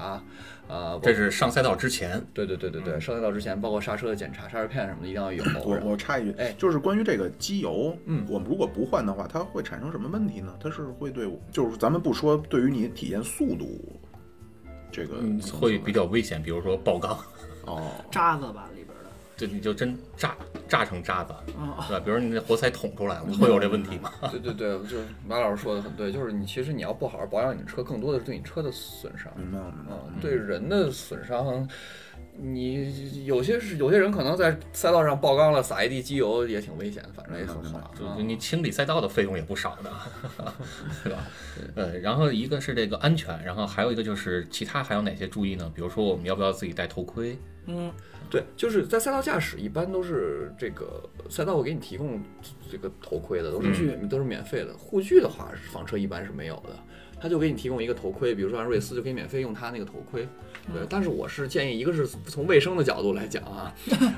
[SPEAKER 5] 啊、包
[SPEAKER 1] 这是嗯上赛道之前，
[SPEAKER 5] 对对对对对，上赛道之前，包括刹车的检查、刹车片什么的一定要有。
[SPEAKER 4] 我
[SPEAKER 5] 然后
[SPEAKER 4] 我插一句，
[SPEAKER 5] 哎
[SPEAKER 4] 就是关于这个机油，
[SPEAKER 5] 嗯
[SPEAKER 4] 我们如果不换的话，它会产生什么问题呢？它是会对我，就是咱们不说对于你体验速度，这个
[SPEAKER 1] 嗯，会比较危险，比如说爆缸，
[SPEAKER 4] 哦，
[SPEAKER 6] 渣子吧里边的。
[SPEAKER 1] 就你就真炸炸成渣子，
[SPEAKER 6] 啊，
[SPEAKER 1] 对吧？比如你那活塞捅出来了，会有这问题吗？
[SPEAKER 5] 对对对，就是马老师说的很对，就是你其实你要不好好保养你的车，更多的是对你车的损伤，
[SPEAKER 4] 明白了明白了。
[SPEAKER 5] 嗯，对人的损伤，你有些是有些人可能在赛道上爆缸了，撒一地机油也挺危险的，反正也很滑。
[SPEAKER 1] 就
[SPEAKER 5] 啊
[SPEAKER 1] 就 你清理赛道的费 用也不少呢，对吧？呃，然后一个是这个安全，然后还有一个就是其他还有哪些注意呢？比如说我们要不要自己戴头盔？
[SPEAKER 6] 嗯，
[SPEAKER 5] 对，就是在赛道驾驶一般都是这个赛道会给你提供这个头盔的，都是
[SPEAKER 1] 护
[SPEAKER 6] 具
[SPEAKER 5] 都是免费的。护具的话，房车一般是没有的，他就给你提供一个头盔，比如说像瑞斯就可以免费用他那个头盔。对，但是我是建议，一个是从卫生的角度来讲啊，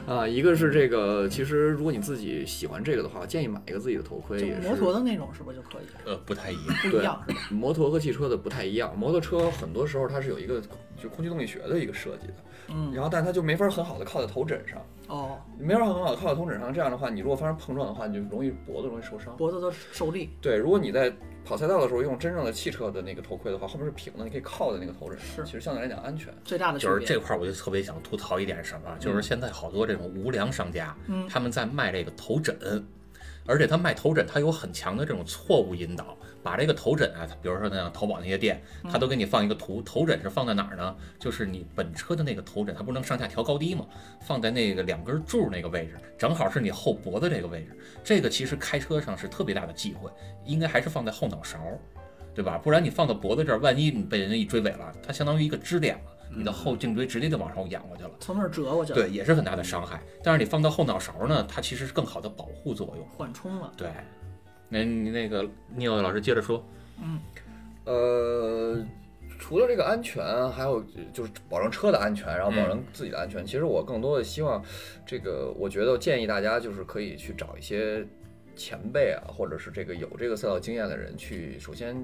[SPEAKER 5] 啊，一个是这个，其实如果你自己喜欢这个的话，建议买一个自己的头盔，
[SPEAKER 6] 就
[SPEAKER 5] 也是
[SPEAKER 6] 摩托的那种是不是就可以？
[SPEAKER 1] 呃，不太一样。
[SPEAKER 6] 不一样是吧？
[SPEAKER 5] 摩托和汽车的不太一样，摩托车很多时候它是有一个就空气动力学的一个设计的，
[SPEAKER 6] 嗯，
[SPEAKER 5] 然后但是它就没法很好的靠在头枕上。
[SPEAKER 6] 哦，
[SPEAKER 5] 没法很好地靠在头枕上，这样的话，你如果发生碰撞的话，你就容易脖子容易受伤。
[SPEAKER 6] 脖子都受力。
[SPEAKER 5] 对，如果你在跑赛道的时候用真正的汽车的那个头盔的话，后面是平的，你可以靠在那个头枕
[SPEAKER 6] 是
[SPEAKER 5] 上，其实相对来讲安全。
[SPEAKER 6] 最大的区
[SPEAKER 1] 就是
[SPEAKER 6] 别
[SPEAKER 1] 这块儿，我就特别想吐槽一点什么，就是现在好多这种无良商家，
[SPEAKER 6] 嗯
[SPEAKER 1] 他们在卖这个头枕，而且他卖头枕，他有很强的这种错误引导，把这个头枕啊，比如说像淘宝那些店，
[SPEAKER 6] 嗯
[SPEAKER 1] 他都给你放一个图，头枕是放在哪儿呢？就是你本车的那个头枕，它不能上下调高低嘛，放在那个两根柱那个位置，正好是你后脖子这个位置，这个其实开车上是特别大的忌讳，应该还是放在后脑勺。对吧？不然你放到脖子这儿，万一你被人家一追尾了，它相当于一个支点了，你的后颈椎直接就往上仰过去了，
[SPEAKER 6] 从那儿折过去了，
[SPEAKER 1] 对，也嗯是很大的伤害。但是你放到后脑勺呢，它其实是更好的保护作用。
[SPEAKER 6] 缓冲了。
[SPEAKER 1] 对，那你那个聂老师接着说，
[SPEAKER 5] 呃，除了这个安全，还有就是保证车的安全，然后保证自己的安全。其实我更多的希望，这个我觉得建议大家就是可以去找一些前辈啊，或者是这个有这个赛道经验的人去，首先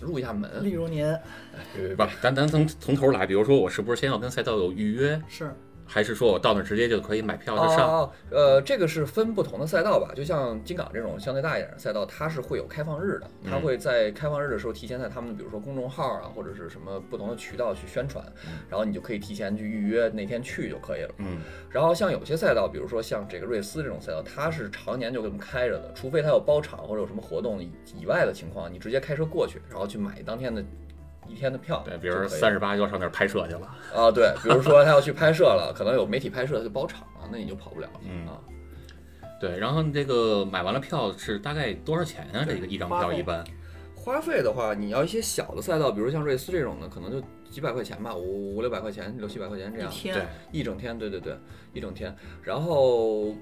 [SPEAKER 5] 入一下门，
[SPEAKER 6] 例如您
[SPEAKER 5] 对
[SPEAKER 1] 不，咱咱从从头来，比如说我是不是先要跟赛道有预约，
[SPEAKER 6] 是
[SPEAKER 1] 还是说我到那儿直接就可以买票就上？
[SPEAKER 5] 哦哦，呃，这个是分不同的赛道吧，就像金港这种相对大一点的赛道，它是会有开放日的，它
[SPEAKER 1] 嗯
[SPEAKER 5] 会在开放日的时候提前在他们的比如说公众号啊，或者是什么不同的渠道去宣传，然后你就可以提前去预约那天去就可以了。
[SPEAKER 1] 嗯，
[SPEAKER 5] 然后像有些赛道，比如说像这个瑞斯这种赛道，它是常年就给我们开着的，除非它有包场或者有什么活动以以外的情况，你直接开车过去，然后去买当天的一天的票就可以
[SPEAKER 1] 对，
[SPEAKER 5] 了。
[SPEAKER 1] 比如三十八要上那儿拍摄去了，
[SPEAKER 5] 啊，对，比如说他要去拍摄了，可能有媒体拍摄，他就包场了，那你就跑不了了、
[SPEAKER 1] 嗯
[SPEAKER 5] 啊。
[SPEAKER 1] 对，然后这个买完了票是大概多少钱啊？这个一张
[SPEAKER 6] 花
[SPEAKER 1] 票
[SPEAKER 6] 费
[SPEAKER 1] 一般，
[SPEAKER 5] 花费的话，你要一些小的赛道，比如像瑞斯这种的，可能就几百块钱吧，五五六百块钱，六七百块钱这
[SPEAKER 6] 一
[SPEAKER 5] 样，
[SPEAKER 1] 对
[SPEAKER 6] 天，
[SPEAKER 5] 一整天，对对对，一整天。然后，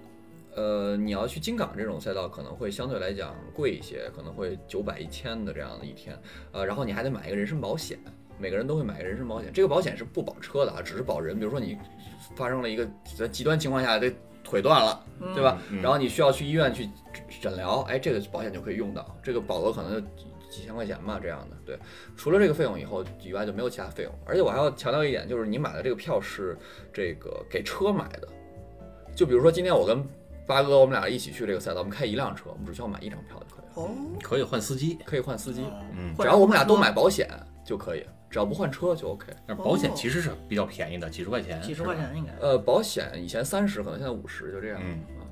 [SPEAKER 5] 呃，你要去金港这种赛道，可能会相对来讲贵一些，可能会九百一千的这样的一天，呃，然后你还得买一个人身保险。每个人都会买一个人身保险，这个保险是不保车的啊，只是保人。比如说你发生了一个在极端情况下，这腿断了，对吧？
[SPEAKER 1] 嗯
[SPEAKER 5] 然后你需要去医院去诊疗，哎，这个保险就可以用到，这个保额可能就几几千块钱吧，这样的。对，除了这个费用以后以外就没有其他费用。而且我还要强调一点，就是你买的这个票是这个给车买的，就比如说今天我跟八哥我们俩一起去这个赛道，我们开一辆车，我们只需要买一张票就可以了，
[SPEAKER 6] 哦，
[SPEAKER 1] 可以换司机。
[SPEAKER 5] 可以换司机，
[SPEAKER 1] 嗯
[SPEAKER 5] 只要我们俩都买保险就可以。只要不换车就 OK。
[SPEAKER 1] 但是保险其实是比较便宜哦的，几十块钱，
[SPEAKER 6] 几
[SPEAKER 1] 是
[SPEAKER 6] 十
[SPEAKER 1] 吧
[SPEAKER 6] 块。钱应该。
[SPEAKER 5] 呃，保险以前三十，可能现在五十，就这样。
[SPEAKER 1] 嗯
[SPEAKER 5] 啊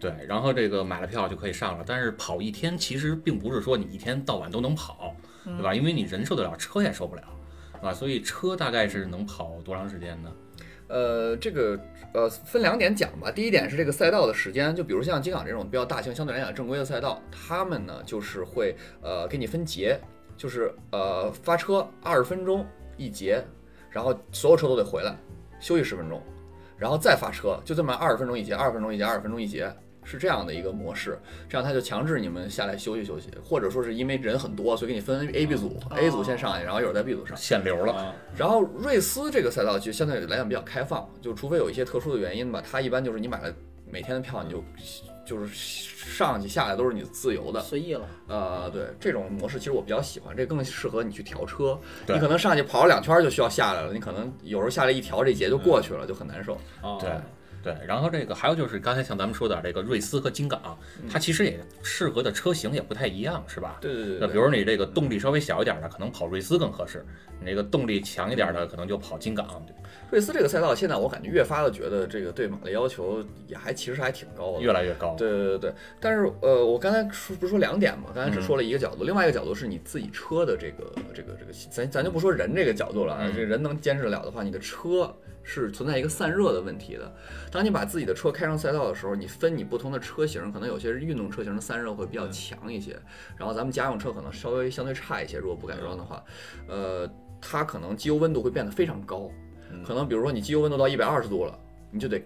[SPEAKER 1] 对，然后这个买了票就可以上了，但是跑一天其实并不是说你一天到晚都能跑，
[SPEAKER 5] 嗯
[SPEAKER 1] 对吧？因为你人受得了，车也受不了，是吧？所以车大概是能跑多长时间呢？
[SPEAKER 5] 呃，这个呃分两点讲吧。第一点是这个赛道的时间，就比如像金港这种比较大型、相对来讲正规的赛道，他们呢就是会呃给你分节，就是呃发车二十分钟一节，然后所有车都得回来休息十分钟，然后再发车，就这么二十分钟一节，二十分钟一节，二十分钟一节。是这样的一个模式，这样他就强制你们下来休息休息，或者说是因为人很多，所以给你分 A、B 组、a 组先上去，然后一会儿在 B 组上。
[SPEAKER 1] 限流了，
[SPEAKER 2] 啊，
[SPEAKER 5] 然后瑞思这个赛道其实相对来讲比较开放，就除非有一些特殊的原因吧，它一般就是你买了每天的票，你就就是上去下来都是你自由的。
[SPEAKER 6] 随意了，
[SPEAKER 5] 呃，对这种模式其实我比较喜欢，这更适合你去调车。
[SPEAKER 1] 对
[SPEAKER 5] 你可能上去跑了两圈就需要下来了，你可能有时候下来一调这节就过去了，就很难受。
[SPEAKER 2] 啊
[SPEAKER 1] 对。对，然后这个还有就是刚才像咱们说的这个瑞思和金港，
[SPEAKER 5] 嗯
[SPEAKER 1] 它其实也适合的车型也不太一样，是吧？
[SPEAKER 5] 对对
[SPEAKER 1] 那比如你这个动力稍微小一点的，可能跑瑞思更合适；你这个动力强一点的，可能就跑金港。
[SPEAKER 5] 瑞思这个赛道现在我感觉越发的觉得这个对马的要求也还其实还挺高的，
[SPEAKER 1] 越来越高。
[SPEAKER 5] 对对对对，但是呃，我刚才说不是说两点嘛，刚
[SPEAKER 1] 嗯
[SPEAKER 5] 才只说了一个角度，另外一个角度是你自己车的这个这个这个，咱咱就不说人这个角度了啊，
[SPEAKER 1] 嗯
[SPEAKER 5] 这个人能坚持得了的话，你的车是存在一个散热的问题的。当你把自己的车开上赛道的时候，你分你不同的车型，可能有些是运动车型的散热会
[SPEAKER 1] 嗯
[SPEAKER 5] 比较强一些，然后咱们家用车可能稍微相对差一些，如果不改装的话，
[SPEAKER 1] 嗯
[SPEAKER 5] 呃，它可能机油温度会变得非常高，可能比如说你机油温度到一百二十度了，你就得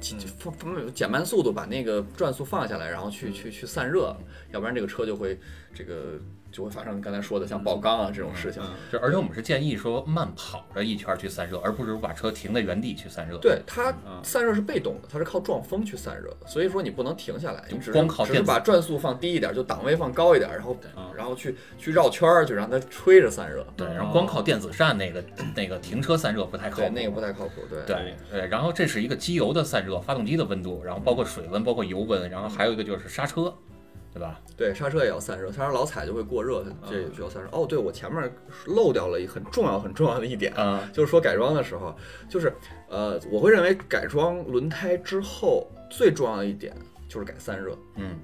[SPEAKER 5] 减
[SPEAKER 1] 嗯
[SPEAKER 5] 放减慢速度，把那个转速放下来，然后去
[SPEAKER 1] 嗯
[SPEAKER 5] 去去散热，要不然这个车就会这个就会发生刚才说的像
[SPEAKER 1] 嗯
[SPEAKER 5] 爆缸啊这种事情。
[SPEAKER 1] 就而且我们是建议说慢跑着一圈儿去散热，而不是把车停在原地去散热。
[SPEAKER 5] 对它
[SPEAKER 1] 嗯
[SPEAKER 5] 散热是被动的，它是靠撞风去散热的，所以说你不能停下来，你只是
[SPEAKER 1] 光靠
[SPEAKER 5] 只是
[SPEAKER 1] 电子嗯
[SPEAKER 5] 把转速放低一点，就档位放高一点，然后然后去去绕圈儿，去让它吹着散热。
[SPEAKER 1] 对，然后光靠电子扇那个那个停车散热不太靠
[SPEAKER 5] 哦对，
[SPEAKER 1] 谱。啊
[SPEAKER 5] 那个不太靠谱。对
[SPEAKER 1] 对对，然后这是一个机油的散热，发动机的温度，然后包括水温，包括油温，然后还有一个就是刹车，对吧？
[SPEAKER 5] 对，刹车也要散热，刹车老踩就会过热，
[SPEAKER 1] 嗯
[SPEAKER 5] 这也需要散热。哦，对，我前面漏掉了一很重要很重要的一点，
[SPEAKER 1] 嗯，
[SPEAKER 5] 就是说改装的时候，就是呃，我会认为改装轮胎之后最重要的一点就是改散热，
[SPEAKER 1] 嗯，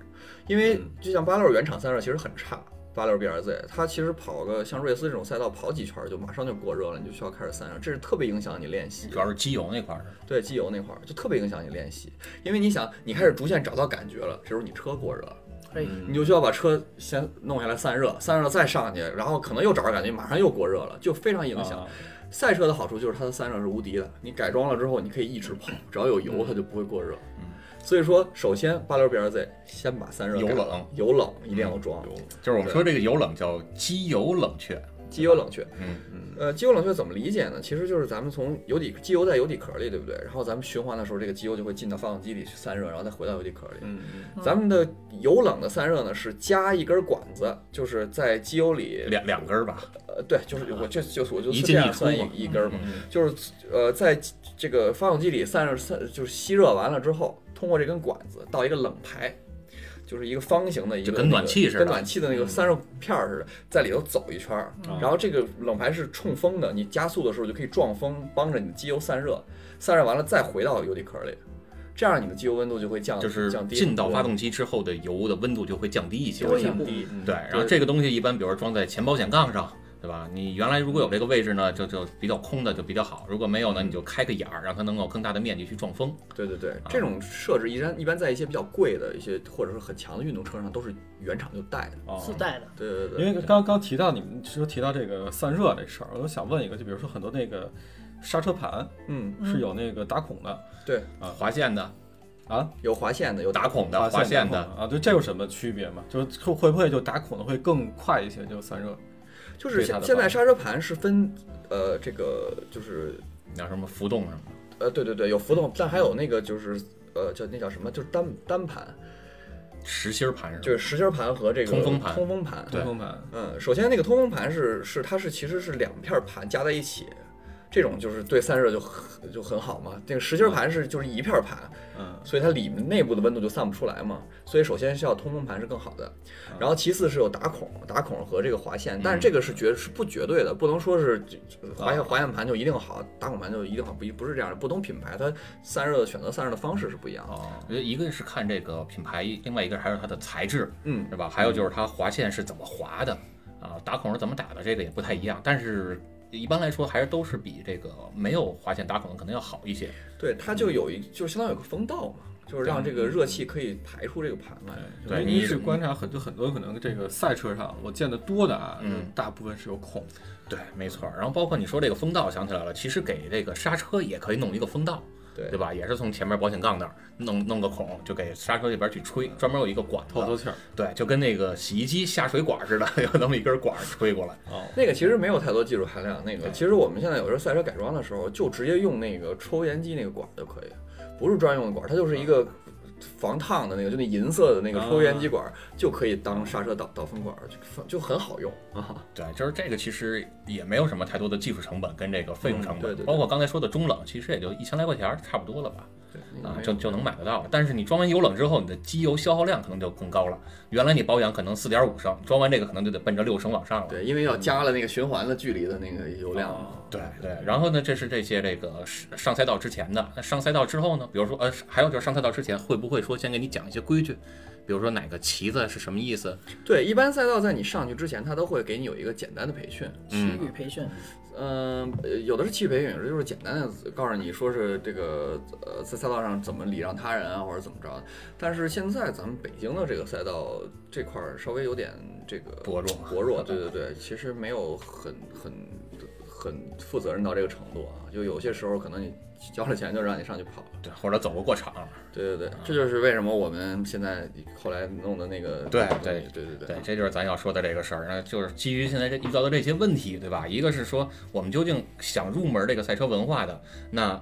[SPEAKER 5] 因为就像八六原厂散热其实很差，八六 BRZ 它其实跑个像瑞斯这种赛道跑几圈就马上就过热了，你就需要开始散热，这是特别影响你练习
[SPEAKER 1] 主。要是机油那块儿。
[SPEAKER 5] 对机油那块儿就特别影响你练习，因为你想你开始逐渐找到感觉了，这时候你车过热了。
[SPEAKER 6] 哎，
[SPEAKER 5] 你就需要把车先弄下来散热，散热了再上去，然后可能又找着感觉，马上又过热了，就非常影响。
[SPEAKER 2] 啊
[SPEAKER 5] 赛车的好处就是它的散热是无敌的，你改装了之后，你可以一直跑，只要有
[SPEAKER 1] 嗯
[SPEAKER 5] 油它就不会过热。所以说，首先八六 BRZ 先把散热
[SPEAKER 1] 油
[SPEAKER 5] 改
[SPEAKER 1] 冷嗯
[SPEAKER 5] 了，油冷一定要装，
[SPEAKER 1] 就是我们说这个油冷叫机油冷却，
[SPEAKER 5] 机油冷却。
[SPEAKER 1] 嗯
[SPEAKER 5] 呃，机油冷却怎么理解呢？其实就是咱们从油底机油在油底壳里，对不对？然后咱们循环的时候，这个机油就会进到发动机里去散热，然后再回到油底壳里。
[SPEAKER 7] 嗯，
[SPEAKER 5] 咱们的油冷的散热呢，是加一根管子，就是在机油里
[SPEAKER 1] 两两根儿吧，
[SPEAKER 5] 呃，对，就是我就就是我就
[SPEAKER 1] 一
[SPEAKER 5] 是
[SPEAKER 1] 进
[SPEAKER 5] 这
[SPEAKER 1] 一
[SPEAKER 5] 样
[SPEAKER 1] 出
[SPEAKER 5] 算
[SPEAKER 1] 嘛
[SPEAKER 5] 一一根儿嘛，
[SPEAKER 1] 嗯
[SPEAKER 5] 就是呃，在这个发动机里散热散就是吸热完了之后，通过这根管子到一个冷排，就是一个方形的一个
[SPEAKER 1] 就跟
[SPEAKER 5] 那
[SPEAKER 1] 暖
[SPEAKER 5] 个
[SPEAKER 1] 气似
[SPEAKER 5] 跟
[SPEAKER 1] 的
[SPEAKER 5] 暖气的那
[SPEAKER 6] 嗯
[SPEAKER 5] 个散热片儿似的，在里头走一圈儿，然后这个冷排是冲风的，你加速的时候就可以撞风，帮着你的机油散热，散热完了再回到油底壳里，这样你的机油温度就会降
[SPEAKER 1] 就是
[SPEAKER 5] 啊降低，
[SPEAKER 1] 进到
[SPEAKER 5] 对
[SPEAKER 1] 发动机之后的油的温度就会降低一些。
[SPEAKER 6] 多一步，
[SPEAKER 1] 对，然后这个东西一般，比如装在前保险杠上，对吧？你原来如果有这个位置呢，就就比较空的就比较好；如果没有呢，你就开个眼儿，让它能够更大的面积去撞风。
[SPEAKER 5] 对对
[SPEAKER 2] 啊
[SPEAKER 5] 对，这种设置一般一般在一些比较贵的一些或者是很强的运动车上都是原厂就带的。
[SPEAKER 2] 啊
[SPEAKER 6] 自带的，
[SPEAKER 5] 对对对，
[SPEAKER 2] 因为刚刚提到你们说提到这个散热这事儿，我就想问一个，就比如说很多那个刹车盘
[SPEAKER 5] 嗯，
[SPEAKER 2] 是有那个打孔的
[SPEAKER 5] 对，
[SPEAKER 1] 划线的、
[SPEAKER 2] 啊，
[SPEAKER 5] 有划线的，有
[SPEAKER 1] 打孔的、划线
[SPEAKER 2] 线
[SPEAKER 1] 的，
[SPEAKER 2] 啊，对，这有什么区别吗？就是会不会就打孔的会更快一些，就散热？
[SPEAKER 5] 就是
[SPEAKER 2] 对它
[SPEAKER 5] 现
[SPEAKER 2] 的
[SPEAKER 5] 现在
[SPEAKER 2] 吧
[SPEAKER 5] 刹车盘是分呃这个就是
[SPEAKER 1] 叫什么浮动什么
[SPEAKER 5] 呃对对对有浮
[SPEAKER 2] 嗯
[SPEAKER 5] 动，但还有那个就是呃叫那叫什么就是单单盘，
[SPEAKER 1] 实心儿盘
[SPEAKER 5] 就是是
[SPEAKER 1] 吧？
[SPEAKER 5] 实心盘和这个
[SPEAKER 1] 通风盘
[SPEAKER 5] 通风盘
[SPEAKER 2] 通风盘
[SPEAKER 5] 嗯，首先那个通风盘是是它是其实是两片盘加在一起，这种就是对散热就很就很好嘛。这个实心儿盘是就是一片儿盘，
[SPEAKER 2] 嗯
[SPEAKER 5] 所以它里面内部的温度就散不出来嘛。所以首先是要通风盘是更好的，然后其次是有打孔，打孔和这个划线，但是这个是绝是不绝对的，不能说是这这划线划线盘就一定好，打孔盘就一定好，不一不是这样的。不同品牌它散热的选择散热的方式是不一样的。
[SPEAKER 2] 哦，
[SPEAKER 1] 我觉得一个是看这个品牌，另外一个还是它的材质，
[SPEAKER 5] 嗯，
[SPEAKER 1] 是吧？还有就是它划线是怎么划的，啊，打孔是怎么打的，这个也不太一样。但是一般来说，还是都是比这个没有划线打孔的可能要好一些。
[SPEAKER 5] 对，它就有一就相当于有个风道嘛，就是让这个热气可以排出这个盘来。
[SPEAKER 2] 因
[SPEAKER 1] 对
[SPEAKER 2] 为一
[SPEAKER 1] 你
[SPEAKER 2] 是观察很多很多可能这个赛车上我见得多的啊，
[SPEAKER 1] 嗯
[SPEAKER 2] 就大部分是有孔，
[SPEAKER 1] 对，没错儿。然后包括你说这个风道，想起来了，其实给这个刹车也可以弄一个风道，
[SPEAKER 5] 对
[SPEAKER 1] 对吧？也是从前面保险杠那儿弄弄个孔，就给刹车这边去吹，专门有一个管
[SPEAKER 2] 透透
[SPEAKER 1] 子，
[SPEAKER 2] 气儿。
[SPEAKER 1] 对，就跟那个洗衣机下水管似的， 有那么一根管儿吹过来。
[SPEAKER 2] 哦，
[SPEAKER 5] 那个其实没有太多技术含量，那个其实我们现在有时候赛车改装的时候，就直接用那个抽烟机那个管儿就可以，不是专用的管儿，它就是一个防烫的那个，就那银色的那个抽烟机管儿，就可以当刹车导导风管儿，就就很好用啊。
[SPEAKER 1] 对，就是这个其实也没有什么太多的技术成本跟这个费用成
[SPEAKER 5] 嗯
[SPEAKER 1] 本，
[SPEAKER 5] 对对对
[SPEAKER 1] 包括刚才说的中冷，其实也就一千来块钱儿差不多了吧，
[SPEAKER 5] 对
[SPEAKER 1] 啊，就就能买得到了。但是你装完油冷之后，你的机油消耗量可能就更高了。原来你保养可能四点五升，装完这个可能就得奔着六升往上了。
[SPEAKER 5] 对，因为要加了那个循环的距离的那个油量。
[SPEAKER 2] 啊
[SPEAKER 1] 对对，然后呢，这是这些这个上上赛道之前的，那上赛道之后呢，比如说呃，还有就是上赛道之前会不会说先给你讲一些规矩，比如说哪个旗子是什么意思？
[SPEAKER 5] 对，一般赛道在你上去之前，它都会给你有一个简单的培训，
[SPEAKER 1] 嗯
[SPEAKER 8] 体育培训，
[SPEAKER 5] 嗯，呃有的是气培，有的就是简单的告诉你说是这个呃在赛道上怎么礼让他人啊，或者怎么着。但是现在咱们北京的这个赛道这块儿稍微有点这个
[SPEAKER 1] 薄弱
[SPEAKER 5] 薄弱，对对对，其实没有很很很负责任到这个程度啊。就有些时候可能你交了钱就让你上去跑了，
[SPEAKER 1] 对，或者走个过场，
[SPEAKER 5] 对对
[SPEAKER 1] 啊
[SPEAKER 5] 对，这就是为什么我们现在后来弄的那个
[SPEAKER 1] 对
[SPEAKER 5] 对
[SPEAKER 1] 对
[SPEAKER 5] 对对
[SPEAKER 1] 对，这就是咱要说的这个事儿。那就是基于现在这遇到的这些问题，对吧？一个是说我们究竟想入门这个赛车文化的，那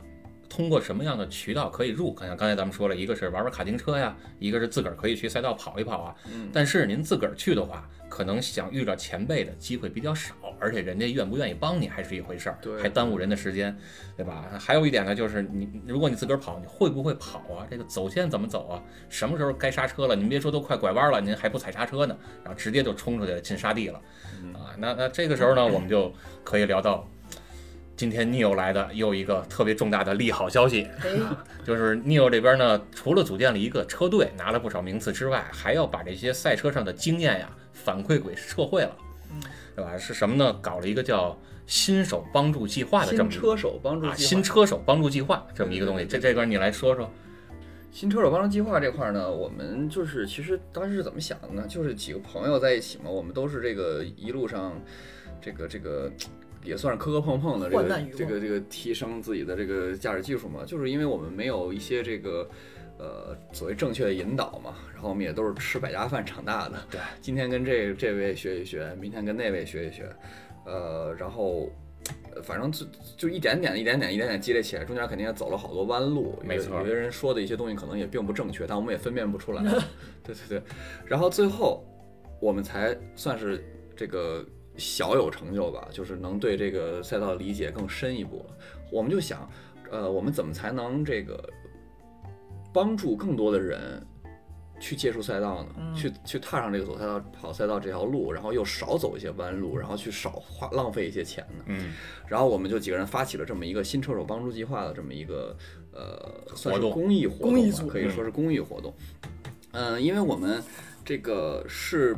[SPEAKER 1] 通过什么样的渠道可以入？看像刚才咱们说了，一个是玩玩卡丁车呀，一个是自个儿可以去赛道跑一跑啊。
[SPEAKER 5] 嗯
[SPEAKER 1] 但是您自个儿去的话，可能想遇到前辈的机会比较少，而且人家愿不愿意帮你还是一回事儿，
[SPEAKER 5] 对
[SPEAKER 1] 还耽误人的时间，对吧？还有一点呢，就是你如果你自个儿跑，你会不会跑啊？这个走线怎么走啊？什么时候该刹车了？您别说都快拐弯了，您还不踩刹车呢，然后直接就冲出去进沙地了，
[SPEAKER 5] 嗯
[SPEAKER 1] 啊，那那这个时候呢，我们就可以聊到。今天 Neo 来的又一个特别重大的利好消
[SPEAKER 5] 嗯
[SPEAKER 1] 息，
[SPEAKER 6] 哎
[SPEAKER 1] 就是 Neo 这边呢，除了组建了一个车队，拿了不少名次之外，还要把这些赛车上的经验呀反馈给社会了，
[SPEAKER 5] 嗯
[SPEAKER 1] 对吧？是什么呢？搞了一个叫“新手帮助计划”的这
[SPEAKER 5] 新
[SPEAKER 1] 么一个
[SPEAKER 5] 车手帮助计
[SPEAKER 1] 啊，
[SPEAKER 5] 划
[SPEAKER 1] 新车手帮助计划这么一个东西。
[SPEAKER 5] 对
[SPEAKER 1] 这这边你来说说，
[SPEAKER 5] 新车手帮助计划这块儿呢，我们就是其实当时是怎么想的呢？就是几个朋友在一起嘛，我们都是这个一路上，这个这个也算是磕磕碰碰的，这
[SPEAKER 6] 患
[SPEAKER 5] 个
[SPEAKER 6] 难与
[SPEAKER 5] 这个这个提升自己的这个驾驶技术嘛，就是因为我们没有一些这个。呃，所谓正确的引导嘛，然后我们也都是吃百家饭长大的。
[SPEAKER 1] 对，
[SPEAKER 5] 今天跟这这位学一学，明天跟那位学一学，呃，然后呃反正就就一点点、一点点、一点点积累起来，中间肯定也走了好多弯路。有
[SPEAKER 1] 没错
[SPEAKER 5] 有些人说的一些东西可能也并不正确，但我们也分辨不出来。对对对，然后最后我们才算是这个小有成就吧，就是能对这个赛道理解更深一步了。我们就想，呃，我们怎么才能这个帮助更多的人去接触赛道呢？
[SPEAKER 6] 嗯
[SPEAKER 5] 去去踏上这个走赛道、跑赛道这条路，然后又少走一些弯路，然后去少花浪费一些钱呢？
[SPEAKER 1] 嗯，
[SPEAKER 5] 然后我们就几个人发起了这么一个新车手帮助计划的这么一个呃，算是
[SPEAKER 1] 活动
[SPEAKER 5] 公益活动吧，
[SPEAKER 6] 公益组
[SPEAKER 5] 可以说是公益活动。嗯、因为我们这个是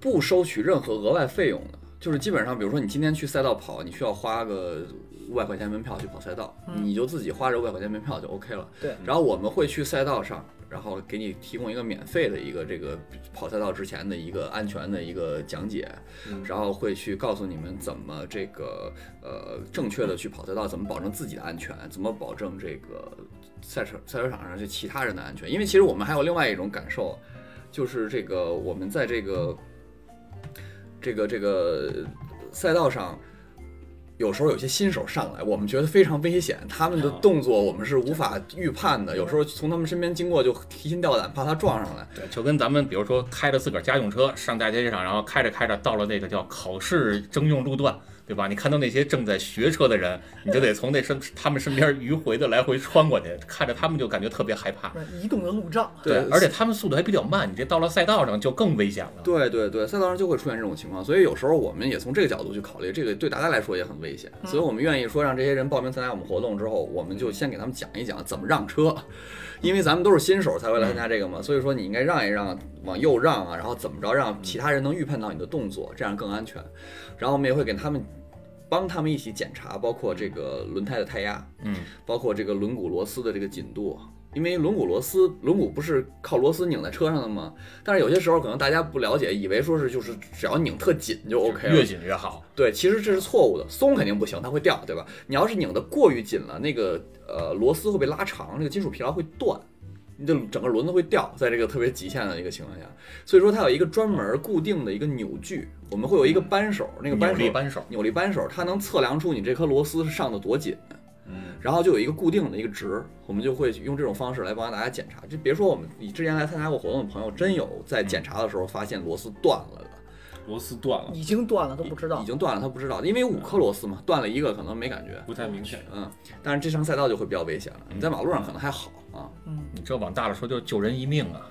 [SPEAKER 5] 不收取任何额外费用的，就是基本上，比如说你今天去赛道跑，你需要花个五百块钱门票去跑赛道，
[SPEAKER 6] 嗯
[SPEAKER 5] 你就自己花这五百块钱门票就 OK 了。
[SPEAKER 6] 对
[SPEAKER 5] 然后我们会去赛道上，然后给你提供一个免费的一个这个跑赛道之前的一个安全的一个讲解，
[SPEAKER 6] 嗯
[SPEAKER 5] 然后会去告诉你们怎么这个呃正确的去跑赛道，怎么保证自己的安全，怎么保证这个赛车赛车场上这其他人的安全。因为其实我们还有另外一种感受，就是这个我们在这个这个这个赛道上。有时候有些新手上来，我们觉得非常危险，他们的
[SPEAKER 1] 啊
[SPEAKER 5] 动作我们是无法预判的。有时候从他们身边经过就提心吊胆，怕他撞上来。
[SPEAKER 1] 对，就跟咱们比如说开着自个儿家用车上大街上，然后开着开着到了那个叫考试征用路段，对吧？你看到那些正在学车的人，你就得从那身他们身边迂回的来回穿过去，看着他们就感觉特别害怕。
[SPEAKER 6] 移动的路障，
[SPEAKER 1] 对，而且他们速度还比较慢，你这到了赛道上就更危险了。
[SPEAKER 5] 对对对，赛道上就会出现这种情况，所以有时候我们也从这个角度去考虑，这个对大家来说也很危险，所以我们愿意说让这些人报名参加我们活动之后，我们就先给他们讲一讲怎么让车，因为咱们都是新手才会来参加这个嘛，所以说你应该让一让，往右让啊，然后怎么着让其他人能预判到你的动作，这样更安全。然后我们也会给他们。帮他们一起检查，包括这个轮胎的胎压，
[SPEAKER 1] 嗯，
[SPEAKER 5] 包括这个轮毂螺丝的这个紧度，因为轮毂螺丝，轮毂不是靠螺丝拧在车上的吗？但是有些时候可能大家不了解，以为说是就是只要拧特紧就 OK
[SPEAKER 1] 越
[SPEAKER 5] 了。
[SPEAKER 1] 紧越好。
[SPEAKER 5] 对，其实这是错误的，松肯定不行，它会掉，对吧？你要是拧得过于紧了，那个呃螺丝会被拉长，那个金属疲劳会断，你的整个轮子会掉，在这个特别极限的一个情况下，所以说它有一个专门固定的一个扭矩，我们会有一个扳手，那个扳
[SPEAKER 1] 扭力
[SPEAKER 5] 手
[SPEAKER 1] 扳手，
[SPEAKER 5] 扭力扳手，它能测量出你这颗螺丝是上的多紧，
[SPEAKER 2] 嗯，
[SPEAKER 5] 然后就有一个固定的一个值，我们就会用这种方式来帮大家检查。就别说我们你之前来参加过活动的朋友，真有在检查的时候发现螺丝断了的，
[SPEAKER 2] 螺丝断了，
[SPEAKER 6] 已经断了都不知道
[SPEAKER 5] 已。经断了，他不知道，因为五颗螺丝嘛，断了一个可能没感觉，
[SPEAKER 2] 不太明显。
[SPEAKER 5] 嗯，但是这上赛道就会比较危险了。你在马路上可能还好啊，
[SPEAKER 6] 嗯，
[SPEAKER 1] 你这往大了说就是救人一命啊。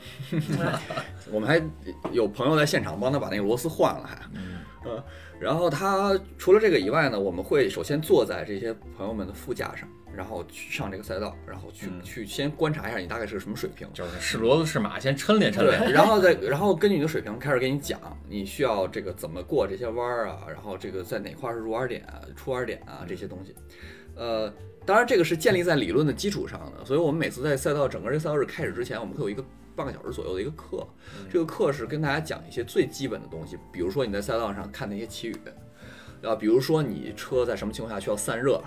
[SPEAKER 5] 我们还有朋友在现场帮他把那个螺丝换了还，嗯，然后他除了这个以外呢，我们会首先坐在这些朋友们的副驾上，然后去上这个赛道，然后去、
[SPEAKER 2] 嗯
[SPEAKER 5] 去先观察一下你大概是个什么水平。
[SPEAKER 1] 就是是骡子是马，先抻练抻
[SPEAKER 5] 对，
[SPEAKER 1] 练。
[SPEAKER 5] 然后再然后根据你的水平开始给你讲，你需要这个怎么过这些弯儿啊，然后这个在哪块儿是入弯点啊、出弯点啊这些东西。呃，当然这个是建立在理论的基础上的，所以我们每次在赛道整个这赛道日开始之前，我们会有一个半个小时左右的一个课，
[SPEAKER 1] 嗯
[SPEAKER 5] 这个课是跟大家讲一些最基本的东西，比如说你在赛道上看那些旗语，啊，比如说你车在什么情况下需要散热了。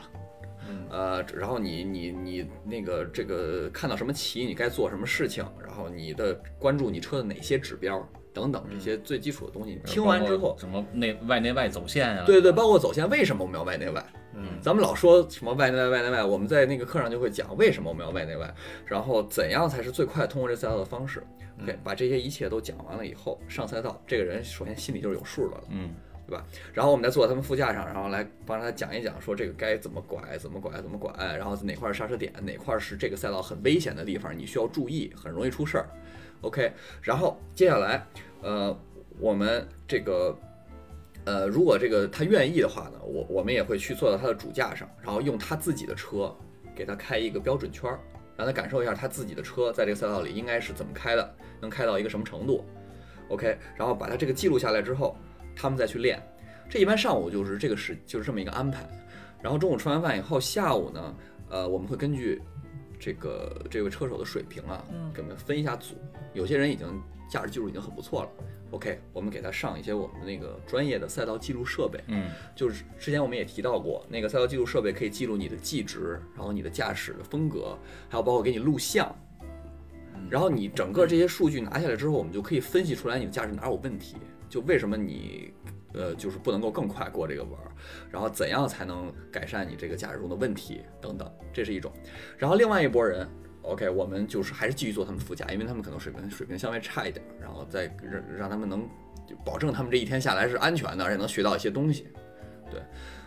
[SPEAKER 1] 嗯
[SPEAKER 5] 呃，然后你你你那个这个看到什么棋，你该做什么事情，然后你的关注你车的哪些指标等等这些最基础的东西，听完之
[SPEAKER 1] 嗯呃包
[SPEAKER 5] 后
[SPEAKER 1] 括，什么内外内外走线啊？
[SPEAKER 5] 对对，包括走线，为什么我们要外内外？
[SPEAKER 1] 嗯
[SPEAKER 5] 咱们老说什么外内外外内外，我们在那个课上就会讲为什么我们要外内外，然后怎样才是最快通过这赛道的方式。OK，把
[SPEAKER 1] 嗯
[SPEAKER 5] 这些一切都讲完了以后，上赛道，这个人首先心里就是有数了。
[SPEAKER 1] 嗯，
[SPEAKER 5] 然后我们再坐在他们副驾上，然后来帮他讲一讲，说这个该怎么拐，怎么拐，怎么拐，哎然后哪块是刹车点，哪块是这个赛道很危险的地方，你需要注意，很容易出事儿。OK，然后接下来，呃，我们这个，呃，如果这个他愿意的话呢，我我们也会去坐到他的主驾上，然后用他自己的车给他开一个标准圈儿，让他感受一下他自己的车在这个赛道里应该是怎么开的，能开到一个什么程度。OK，然后把他这个记录下来之后，他们再去练。这一般上午就是这个时，就是这么一个安排。然后中午吃完饭以后，下午呢，呃，我们会根据这个这位车手的水平啊，
[SPEAKER 6] 嗯
[SPEAKER 5] 给我们分一下组。有些人已经驾驶技术已经很不错了，OK，我们给他上一些我们那个专业的赛道记录设备。
[SPEAKER 1] 嗯，
[SPEAKER 5] 就是之前我们也提到过，那个赛道记录设备可以记录你的计值，然后你的驾驶的风格，还有包括给你录像。然后你整个这些数据拿下来之后，我们就可以分析出来你的驾驶哪有问题，就为什么你，呃，就是不能够更快过这个弯儿，然后怎样才能改善你这个驾驶中的问题等等，这是一种。然后另外一拨人，OK，我们就是还是继续做他们副驾，因为他们可能水平水平稍微差一点儿，然后再让让他们能就保证他们这一天下来是安全的，而且能学到一些东西。对，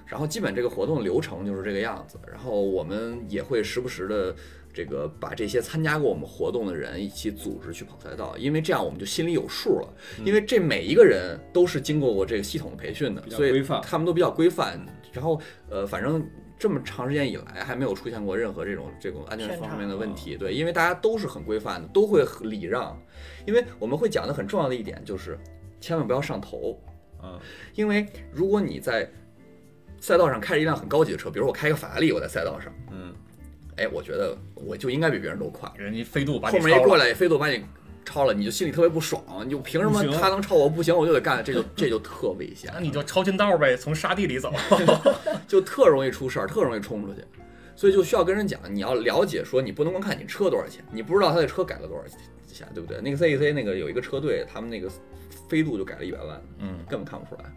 [SPEAKER 5] 然后基本这个活动流程就是这个样子。然后我们也会时不时的这个把这些参加过我们活动的人一起组织去跑赛道，因为这样我们就心里有数了。
[SPEAKER 2] 嗯
[SPEAKER 5] 因为这每一个人都是经过过这个系统的培训的，
[SPEAKER 2] 比较
[SPEAKER 5] 所以
[SPEAKER 2] 规范
[SPEAKER 5] 他们都比较规范。然后呃，反正。这么长时间以来，还没有出现过任何这种这种安全
[SPEAKER 6] 偏差
[SPEAKER 5] 方面的问题，对，因为大家都是很规范的，都会很礼让，因为我们会讲的很重要的一点就是，千万不要上头，
[SPEAKER 2] 嗯，
[SPEAKER 5] 因为如果你在赛道上开着一辆很高级的车，比如我开一个法拉利，我在赛道上，
[SPEAKER 2] 嗯，
[SPEAKER 5] 哎，我觉得我就应该比别人都快，
[SPEAKER 1] 人家飞度把
[SPEAKER 5] 后
[SPEAKER 1] 你
[SPEAKER 5] 面一
[SPEAKER 1] 超
[SPEAKER 5] 过
[SPEAKER 1] 了，
[SPEAKER 5] 来飞度把你超了，你就心里特别不爽，你就凭什么
[SPEAKER 2] 不行
[SPEAKER 5] 他能超我不行，我就得干， 这就这就特危险
[SPEAKER 1] 那，你就抄近道呗，从沙地里 走。
[SPEAKER 5] 就特容易出事儿，特容易冲出去。所以就需要跟人讲，你要了解说，你不能光看你车多少钱，你不知道他的车改了多少钱，对不对？那个 CEC 那个有一个车队，他们那个飞度就改了一百万，
[SPEAKER 1] 嗯，
[SPEAKER 5] 根本看不出来。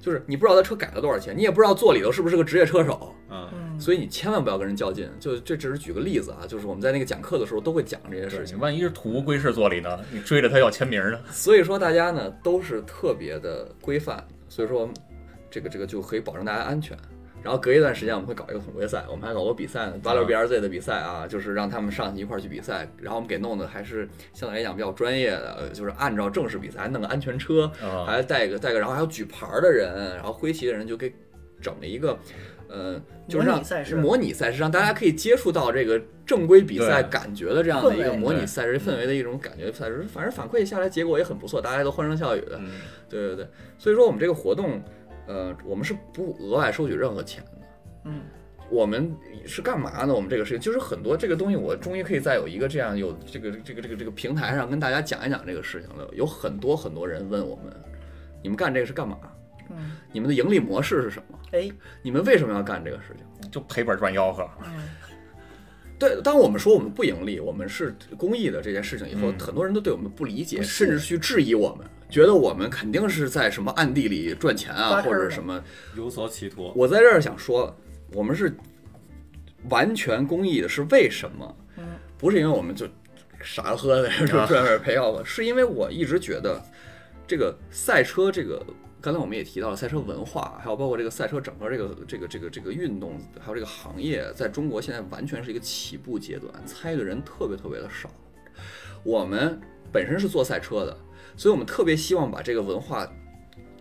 [SPEAKER 5] 就是你不知道他车改了多少钱，你也不知道座里头是不是个职业车手，
[SPEAKER 2] 嗯，
[SPEAKER 6] 嗯，
[SPEAKER 5] 所以你千万不要跟人较劲。就这只是举个例子啊，就是我们在那个讲课的时候都会讲这些事
[SPEAKER 1] 对，你
[SPEAKER 5] 情。
[SPEAKER 1] 万一是土无归氏座里呢？你追着他要签名呢？
[SPEAKER 5] 所以说大家呢都是特别的规范，所以说这个这个就可以保证大家安全。然后隔一段时间我们会搞一个统规赛，我们还搞过比赛呢，八六 BRZ 的比赛啊，就是让他们上去一块儿去比赛。然后我们给弄的还是相对来讲比较专业的，呃就是按照正式比赛，还弄个安全车，
[SPEAKER 1] 啊，
[SPEAKER 5] 还带个带个，然后还有举牌儿的人，然后挥旗的人就给整了一个，呃，就是
[SPEAKER 6] 模
[SPEAKER 5] 让
[SPEAKER 6] 拟赛事
[SPEAKER 5] 模拟赛事，让大家可以接触到这个正规比赛
[SPEAKER 1] 对
[SPEAKER 5] 感觉的这样的一
[SPEAKER 6] 氛
[SPEAKER 5] 个
[SPEAKER 6] 围
[SPEAKER 5] 模拟
[SPEAKER 1] 对
[SPEAKER 5] 赛事氛围的一种感觉赛事，反正反馈下来结果也很不错，大家都欢声笑语的，
[SPEAKER 2] 嗯，
[SPEAKER 5] 对对对，所以说我们这个活动，呃，我们是不额外收取任何钱的。
[SPEAKER 6] 嗯，
[SPEAKER 5] 我们是干嘛呢？我们这个事情就是很多这个东西，我终于可以在有一个这样有这个这个这个这个平台上跟大家讲一讲这个事情了。有很多很多人问我们，你们干这个是干嘛？
[SPEAKER 6] 嗯，
[SPEAKER 5] 你们的盈利模式是什么？
[SPEAKER 6] 哎，
[SPEAKER 5] 你们为什么要干这个事情？
[SPEAKER 1] 就赔本赚吆喝，
[SPEAKER 6] 嗯，
[SPEAKER 5] 对，当我们说我们不盈利，我们是公益的这件事情以后，
[SPEAKER 1] 嗯
[SPEAKER 5] 很多人都对我们不理解，甚至去质疑我们，觉得我们肯定是在什么暗地里赚钱啊，
[SPEAKER 6] 发事
[SPEAKER 5] 或
[SPEAKER 6] 儿
[SPEAKER 5] 者
[SPEAKER 6] 了
[SPEAKER 5] 什么。
[SPEAKER 2] 有所企图，
[SPEAKER 5] 我在这儿想说，我们是完全公益的，是为什么？
[SPEAKER 6] 嗯
[SPEAKER 5] 不是因为我们就傻喝的，就专门陪药了， 是因为我一直觉得这个赛车这个。刚才我们也提到了赛车文化，还有包括这个赛车整个这个这个这个这个运动，还有这个行业，在中国现在完全是一个起步阶段，参与的人特别特别的少。我们本身是做赛车的，所以我们特别希望把这个文化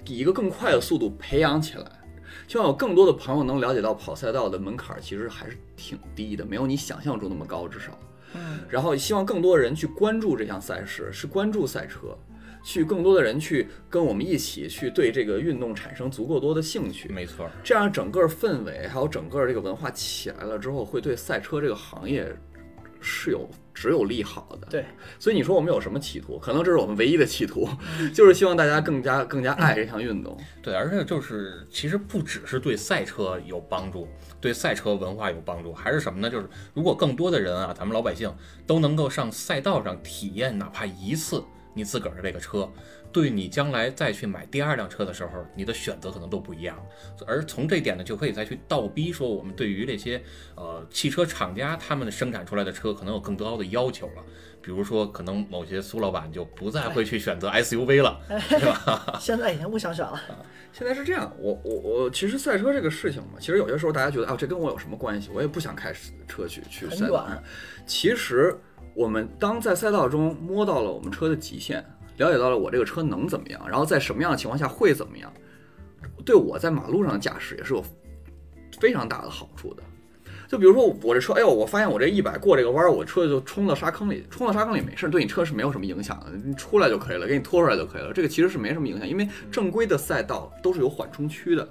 [SPEAKER 5] 以一个更快的速度培养起来，希望有更多的朋友能了解到跑赛道的门槛其实还是挺低的，没有你想象中那么高，至少。
[SPEAKER 6] 嗯，
[SPEAKER 5] 然后希望更多人去关注这项赛事，是关注赛车，去更多的人去跟我们一起去对这个运动产生足够多的兴趣。
[SPEAKER 1] 没错儿，
[SPEAKER 5] 这样整个氛围还有整个这个文化起来了之后，会对赛车这个行业是有只有利好的。
[SPEAKER 6] 对，
[SPEAKER 5] 所以你说我们有什么企图？可能这是我们唯一的企图， 就是希望大家更加更加爱这项运动。
[SPEAKER 1] 对，而且就是其实不只是对赛车有帮助，对赛车文化有帮助，还是什么呢？就是如果更多的人啊，咱们老百姓都能够上赛道上体验哪怕一次你自个儿的这个车，对你将来再去买第二辆车的时候，你的选择可能都不一样。而从这点呢，就可以再去倒逼说我们对于这些呃汽车厂家他们生产出来的车可能有更高的要求了。比如说，可能某些苏老板就不再会去选择 SUV 了，
[SPEAKER 6] 现在已经不想啊选了，
[SPEAKER 5] 现在是这样，我我我，其实赛车这个事情嘛，其实有些时候大家觉得啊，这跟我有什么关系？我也不想开车去去
[SPEAKER 6] 很
[SPEAKER 5] 赛道
[SPEAKER 6] 远。
[SPEAKER 5] 其实我们当在赛道中摸到了我们车的极限，了解到了我这个车能怎么样，然后在什么样的情况下会怎么样，对我在马路上驾驶也是有非常大的好处的。就比如说我这车，哎呦，我发现我这一百过这个弯儿，我车就冲到沙坑里，冲到沙坑里没事，对你车是没有什么影响的，你出来就可以了，给你拖出来就可以了。这个其实是没什么影响，因为正规的赛道都是有缓冲区的，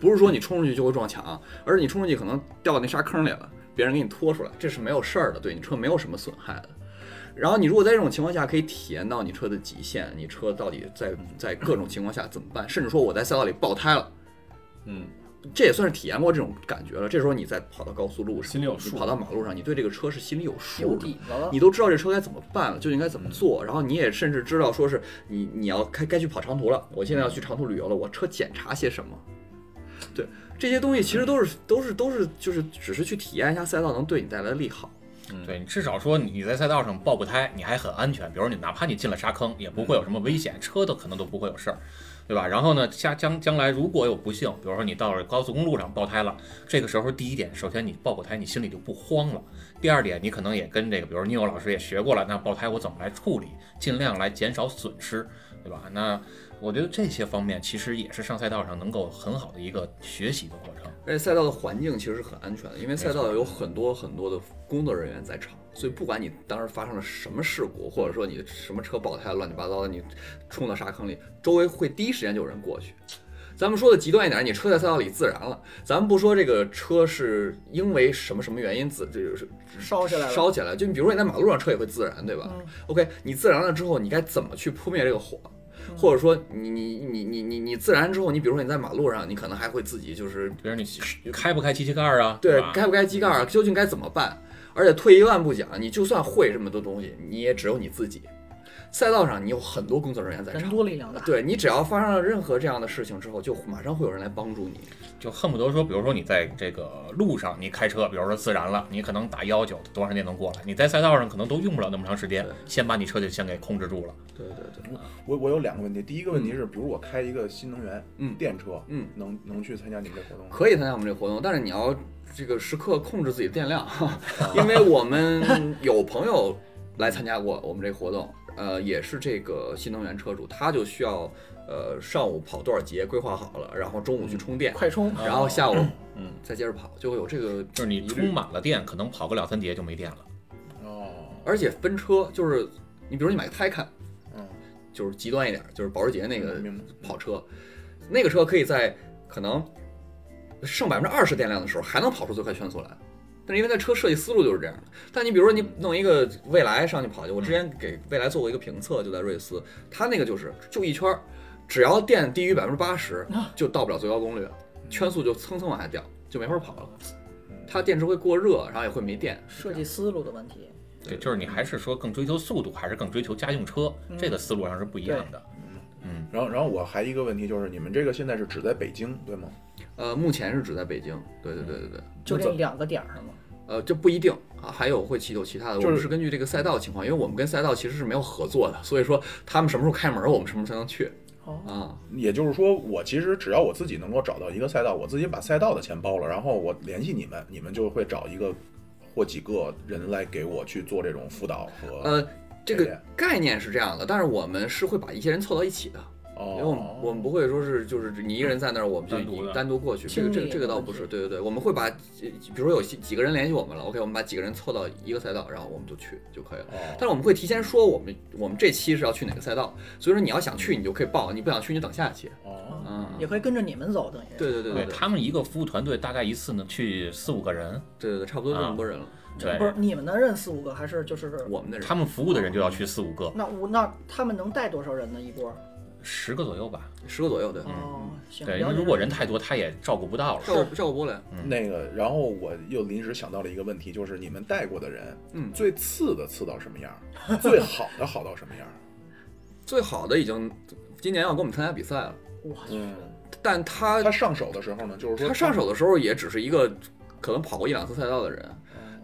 [SPEAKER 5] 不是说你冲出去就会撞墙，而是你冲出去可能掉到那沙坑里了，别人给你拖出来，这是没有事儿的，对你车没有什么损害的。然后你如果在这种情况下可以体验到你车的极限，你车到底在在各种情况下怎么办，甚至说我在赛道里爆胎了。
[SPEAKER 2] 嗯，
[SPEAKER 5] 这也算是体验过这种感觉了。这时候你再跑到高速路上，
[SPEAKER 2] 心里有数
[SPEAKER 5] 你跑到马路上，你对这个车是心里有数
[SPEAKER 6] 有
[SPEAKER 5] 的，
[SPEAKER 6] 底子了
[SPEAKER 5] 你，都知道这车该怎么办了，就应该怎么做。然后你也甚至知道说是你你要开该去跑长途了，我现在要去长途旅游了，我车检查些什么？对，这些东西其实都是都是都是就是只是去体验一下赛道能对你带来的利好。嗯
[SPEAKER 1] 对你至少说你在赛道上爆个胎，你还很安全。比如你哪怕你进了沙坑，也不会有
[SPEAKER 5] 嗯
[SPEAKER 1] 什么危险，车都可能都不会有事儿，对吧？然后呢，下将将来如果有不幸，比如说你到了高速公路上爆胎了，这个时候第一点，首先你爆过胎，你心里就不慌了；第二点，你可能也跟这个，比如 n e 老师也学过了，那爆胎我怎么来处理，尽量来减少损失，对吧？那我觉得这些方面其实也是上赛道上能够很好的一个学习的过程。
[SPEAKER 5] 而且赛道的环境其实是很安全的，因为赛道
[SPEAKER 1] 没错
[SPEAKER 5] 有很多很多的工作人员在场，所以不管你当时发生了什么事故，或者说你什么车爆胎乱七八糟的，你冲到沙坑里，周围会第一时间就有人过去。咱们说的极端一点，你车在赛道里自燃了，咱们不说这个车是因为什么什么原因自，这就是
[SPEAKER 6] 烧起来了，
[SPEAKER 5] 烧起来，就你比如说你在马路上车也会自燃，对吧、
[SPEAKER 6] 嗯
[SPEAKER 5] o k 你自燃了之后，你该怎么去扑灭这个火？或者说你你你你你你自燃之后，你比如说你在马路上，你可能还会自己就是
[SPEAKER 1] 比如你开不开机器盖儿啊？
[SPEAKER 5] 对
[SPEAKER 1] 吧，
[SPEAKER 5] 该不该机盖儿，究竟该怎么办？而且退一万步讲，你就算会这么多东西，你也只有你自己。赛道上你有很多工作人员在
[SPEAKER 6] 人
[SPEAKER 5] 场，
[SPEAKER 6] 多力量大。
[SPEAKER 5] 对你只要发生了任何这样的事情之后，就马上会有人来帮助你。
[SPEAKER 1] 就恨不得说，比如说你在这个路上你开车，比如说自燃了，你可能打幺九多长时间能过来？你在赛道上可能都用不了那么长时间，先把你车就先给控制住了。
[SPEAKER 5] 对对对，
[SPEAKER 4] 我我有两个问题，第一个问题是，比如我开一个新能源，
[SPEAKER 5] 嗯
[SPEAKER 4] 电车，
[SPEAKER 5] 嗯，
[SPEAKER 4] 能能去参加你们这活动吗？
[SPEAKER 5] 可以参加我们这个活动，但是你要这个时刻控制自己的电量，因为我们有朋友来参加过我们这个活动，呃，也是这个新能源车主，他就需要呃上午跑多少节规划好了，然后中午去充电，
[SPEAKER 6] 快充，
[SPEAKER 5] 然后下午
[SPEAKER 2] 嗯
[SPEAKER 5] 再接着跑，就会有这个
[SPEAKER 1] 就是你充满了电，可能跑个两三节就没电了。
[SPEAKER 4] 哦，
[SPEAKER 5] 而且分车就是，你比如你买个 Taycan，
[SPEAKER 4] 嗯，
[SPEAKER 5] 就是极端一点，就是保时捷那个
[SPEAKER 4] 明白
[SPEAKER 5] 跑车，那个车可以在可能剩百分之二十电量的时候还能跑出最快圈速来。但是因为它车设计思路就是这样的，但你比如说你弄一个蔚来上去跑去，我之前给蔚来做过一个评测，就在瑞思，它那个就是就一圈儿，只要电低于百分之八十，
[SPEAKER 6] 啊
[SPEAKER 5] 就到不了最高功率，圈速就蹭蹭往下掉，就没法跑了。它电池会过热，然后也会没电，
[SPEAKER 6] 嗯设计思路的问题。
[SPEAKER 5] 嗯
[SPEAKER 1] 对，就是你还是说更追求速度，还是更追求家用车，这个思路上是不一样的。
[SPEAKER 4] 然后然后我还一个问题就是，你们这个现在是只在北京对吗？
[SPEAKER 5] 呃，目前是只在北京。对对对对对，
[SPEAKER 6] 就这两个点儿上嘛，
[SPEAKER 5] 呃，这不一定啊，还有会有其他的。
[SPEAKER 4] 就是
[SPEAKER 5] 我们是根据这个赛道情况，因为我们跟赛道其实是没有合作的，所以说他们什么时候开门，我们什么时候才能去。
[SPEAKER 6] 哦
[SPEAKER 5] 啊，
[SPEAKER 4] 也就是说，我其实只要我自己能够找到一个赛道，我自己把赛道的钱包了，然后我联系你们，你们就会找一个或几个人来给我去做这种辅导和、
[SPEAKER 5] 呃，这
[SPEAKER 4] 对
[SPEAKER 5] 个概念是这样的，但是我们是会把一些人凑到一起的，因为我们
[SPEAKER 4] 哦，
[SPEAKER 5] 我们不会说是就是你一个人在那儿，我们就
[SPEAKER 2] 单独的
[SPEAKER 5] 单独过去。这个这个这个倒不是，对对对，我们会把比如说有几几个人联系我们了，OK，我们把几个人凑到一个赛道，然后我们就去就可以了。
[SPEAKER 4] 哦
[SPEAKER 5] 但是我们会提前说我们我们这期是要去哪个赛道，所以说你要想去你就可以报，你不想去你就等下期。
[SPEAKER 4] 哦
[SPEAKER 5] 嗯，
[SPEAKER 6] 也可以跟着你们走，等于。
[SPEAKER 5] 对对对对对
[SPEAKER 1] 他们一个服务团队大概一次能去四五个人，
[SPEAKER 5] 对对对，差不多这么多人了。
[SPEAKER 1] 对
[SPEAKER 6] 不，是你们能认四五个，还是就是
[SPEAKER 5] 我们的人
[SPEAKER 1] 他们服务的人就要去四五个，
[SPEAKER 6] 那我那他们能带多少人呢？一波？
[SPEAKER 1] 十个左右吧。
[SPEAKER 5] 十个左右，对，
[SPEAKER 6] 哦，行。
[SPEAKER 1] 嗯对，因
[SPEAKER 6] 了
[SPEAKER 1] 为
[SPEAKER 6] 解
[SPEAKER 1] 如果
[SPEAKER 6] 了
[SPEAKER 1] 人太多，他也照顾不到了。
[SPEAKER 5] 照顾照顾波兰，
[SPEAKER 4] 那个，然后我又临时想到了一个问题，就是你们带过的人，
[SPEAKER 5] 嗯
[SPEAKER 4] 最次的次到什么样儿，最好的好到什么样儿？
[SPEAKER 5] 最好的已经今年要跟我们参加比赛了，
[SPEAKER 6] 我去，
[SPEAKER 4] 嗯，
[SPEAKER 5] 但他
[SPEAKER 4] 他上手的时候呢，就是说
[SPEAKER 5] 呃他上手的时候也只是一个可能跑过一两次赛道的人，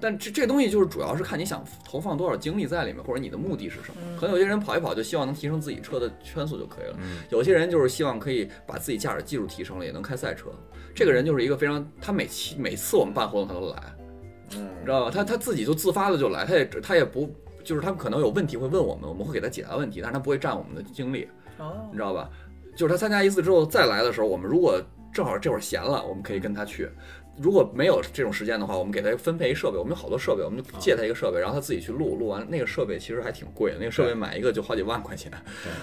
[SPEAKER 5] 但这这东西就是主要是看你想投放多少精力在里面，或者你的目的是什么。
[SPEAKER 6] 嗯
[SPEAKER 5] 可能有些人跑一跑就希望能提升自己车的圈速就可以了，有些人就是希望可以把自己驾驶技术提升了，也能开赛车。这个人就是一个非常，他每期每次我们办活动他都来，
[SPEAKER 4] 嗯
[SPEAKER 5] 你知道吧？他他自己就自发的就来，他也他也不就是他们可能有问题会问我们，我们会给他解答问题，但是他不会占我们的精力。
[SPEAKER 6] 哦
[SPEAKER 5] 你，知道吧？就是他参加一次之后再来的时候，我们如果正好这会儿闲了，我们可以跟他去；如果没有这种时间的话，我们给他分配一设备，我们有好多设备，我们就借他一个设备，然后他自己去录，录完那个设备其实还挺贵的，那个设备买一个就好几万块钱。
[SPEAKER 6] 啊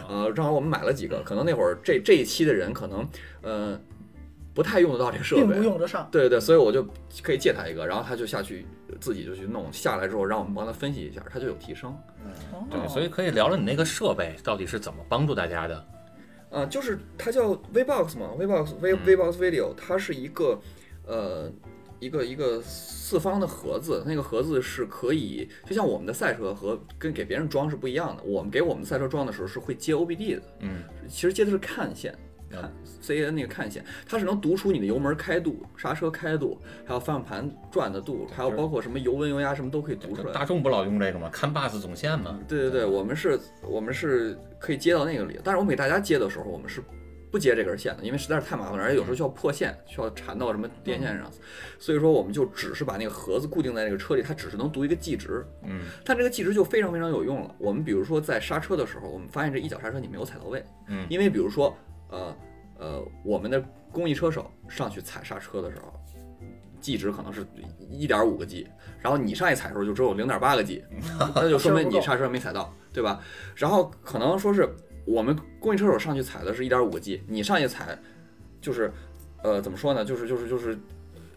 [SPEAKER 5] 呃，正好我们买了几个，可能那会儿这这一期的人可能呃不太用得到这个
[SPEAKER 1] 啊
[SPEAKER 5] 设备，啊
[SPEAKER 6] 并不用得上。
[SPEAKER 5] 对对对，所以我就可以借他一个，然后他就下去自己就去弄，下来之后让我们帮他分析一下，他就有提升。
[SPEAKER 6] 哦
[SPEAKER 1] 对，所以可以聊聊你那个设备到底是怎么帮助大家的。
[SPEAKER 5] 呃，就是它叫 VBox 嘛，VBox V
[SPEAKER 1] 嗯
[SPEAKER 5] VBox Video，它是一个呃一个一个四方的盒子，那个盒子是可以，就像我们的赛车和跟给别人装是不一样的，我们给我们的赛车装的时候是会接 OBD 的，
[SPEAKER 1] 嗯，
[SPEAKER 5] 其实接的是看线。看 C A N 那个看线，它是能读出你的油门开度、刹车开度，还有方向盘转的度，还有包括什么油温、油压什么都可以读出来。
[SPEAKER 1] 大众不老用这个吗？看 bus 总线嘛。
[SPEAKER 5] 对对对，我们是，我们是可以接到那个里，但是我们给大家接的时候，我们是不接这根线的，因为实在是太麻烦了，而且
[SPEAKER 1] 嗯
[SPEAKER 5] 有时候需要破线，需要缠到什么电线上，所以说我们就只是把那个盒子固定在那个车里，它只是能读一个计值，
[SPEAKER 1] 嗯，
[SPEAKER 5] 但这个计值就非常非常有用了。我们比如说在刹车的时候，我们发现这一脚刹车你没有踩到位，
[SPEAKER 1] 嗯
[SPEAKER 5] 因为比如说，呃呃，我们的公益车手上去踩刹车的时候。G 值可能是一点五个 G，然后你上一踩的时候就只有零点八个 G，那就说明你刹车没踩到，对吧？然后可能说是我们公益车手上去踩的是一点五个 G，你上去踩就是呃怎么说呢？就是就是就是。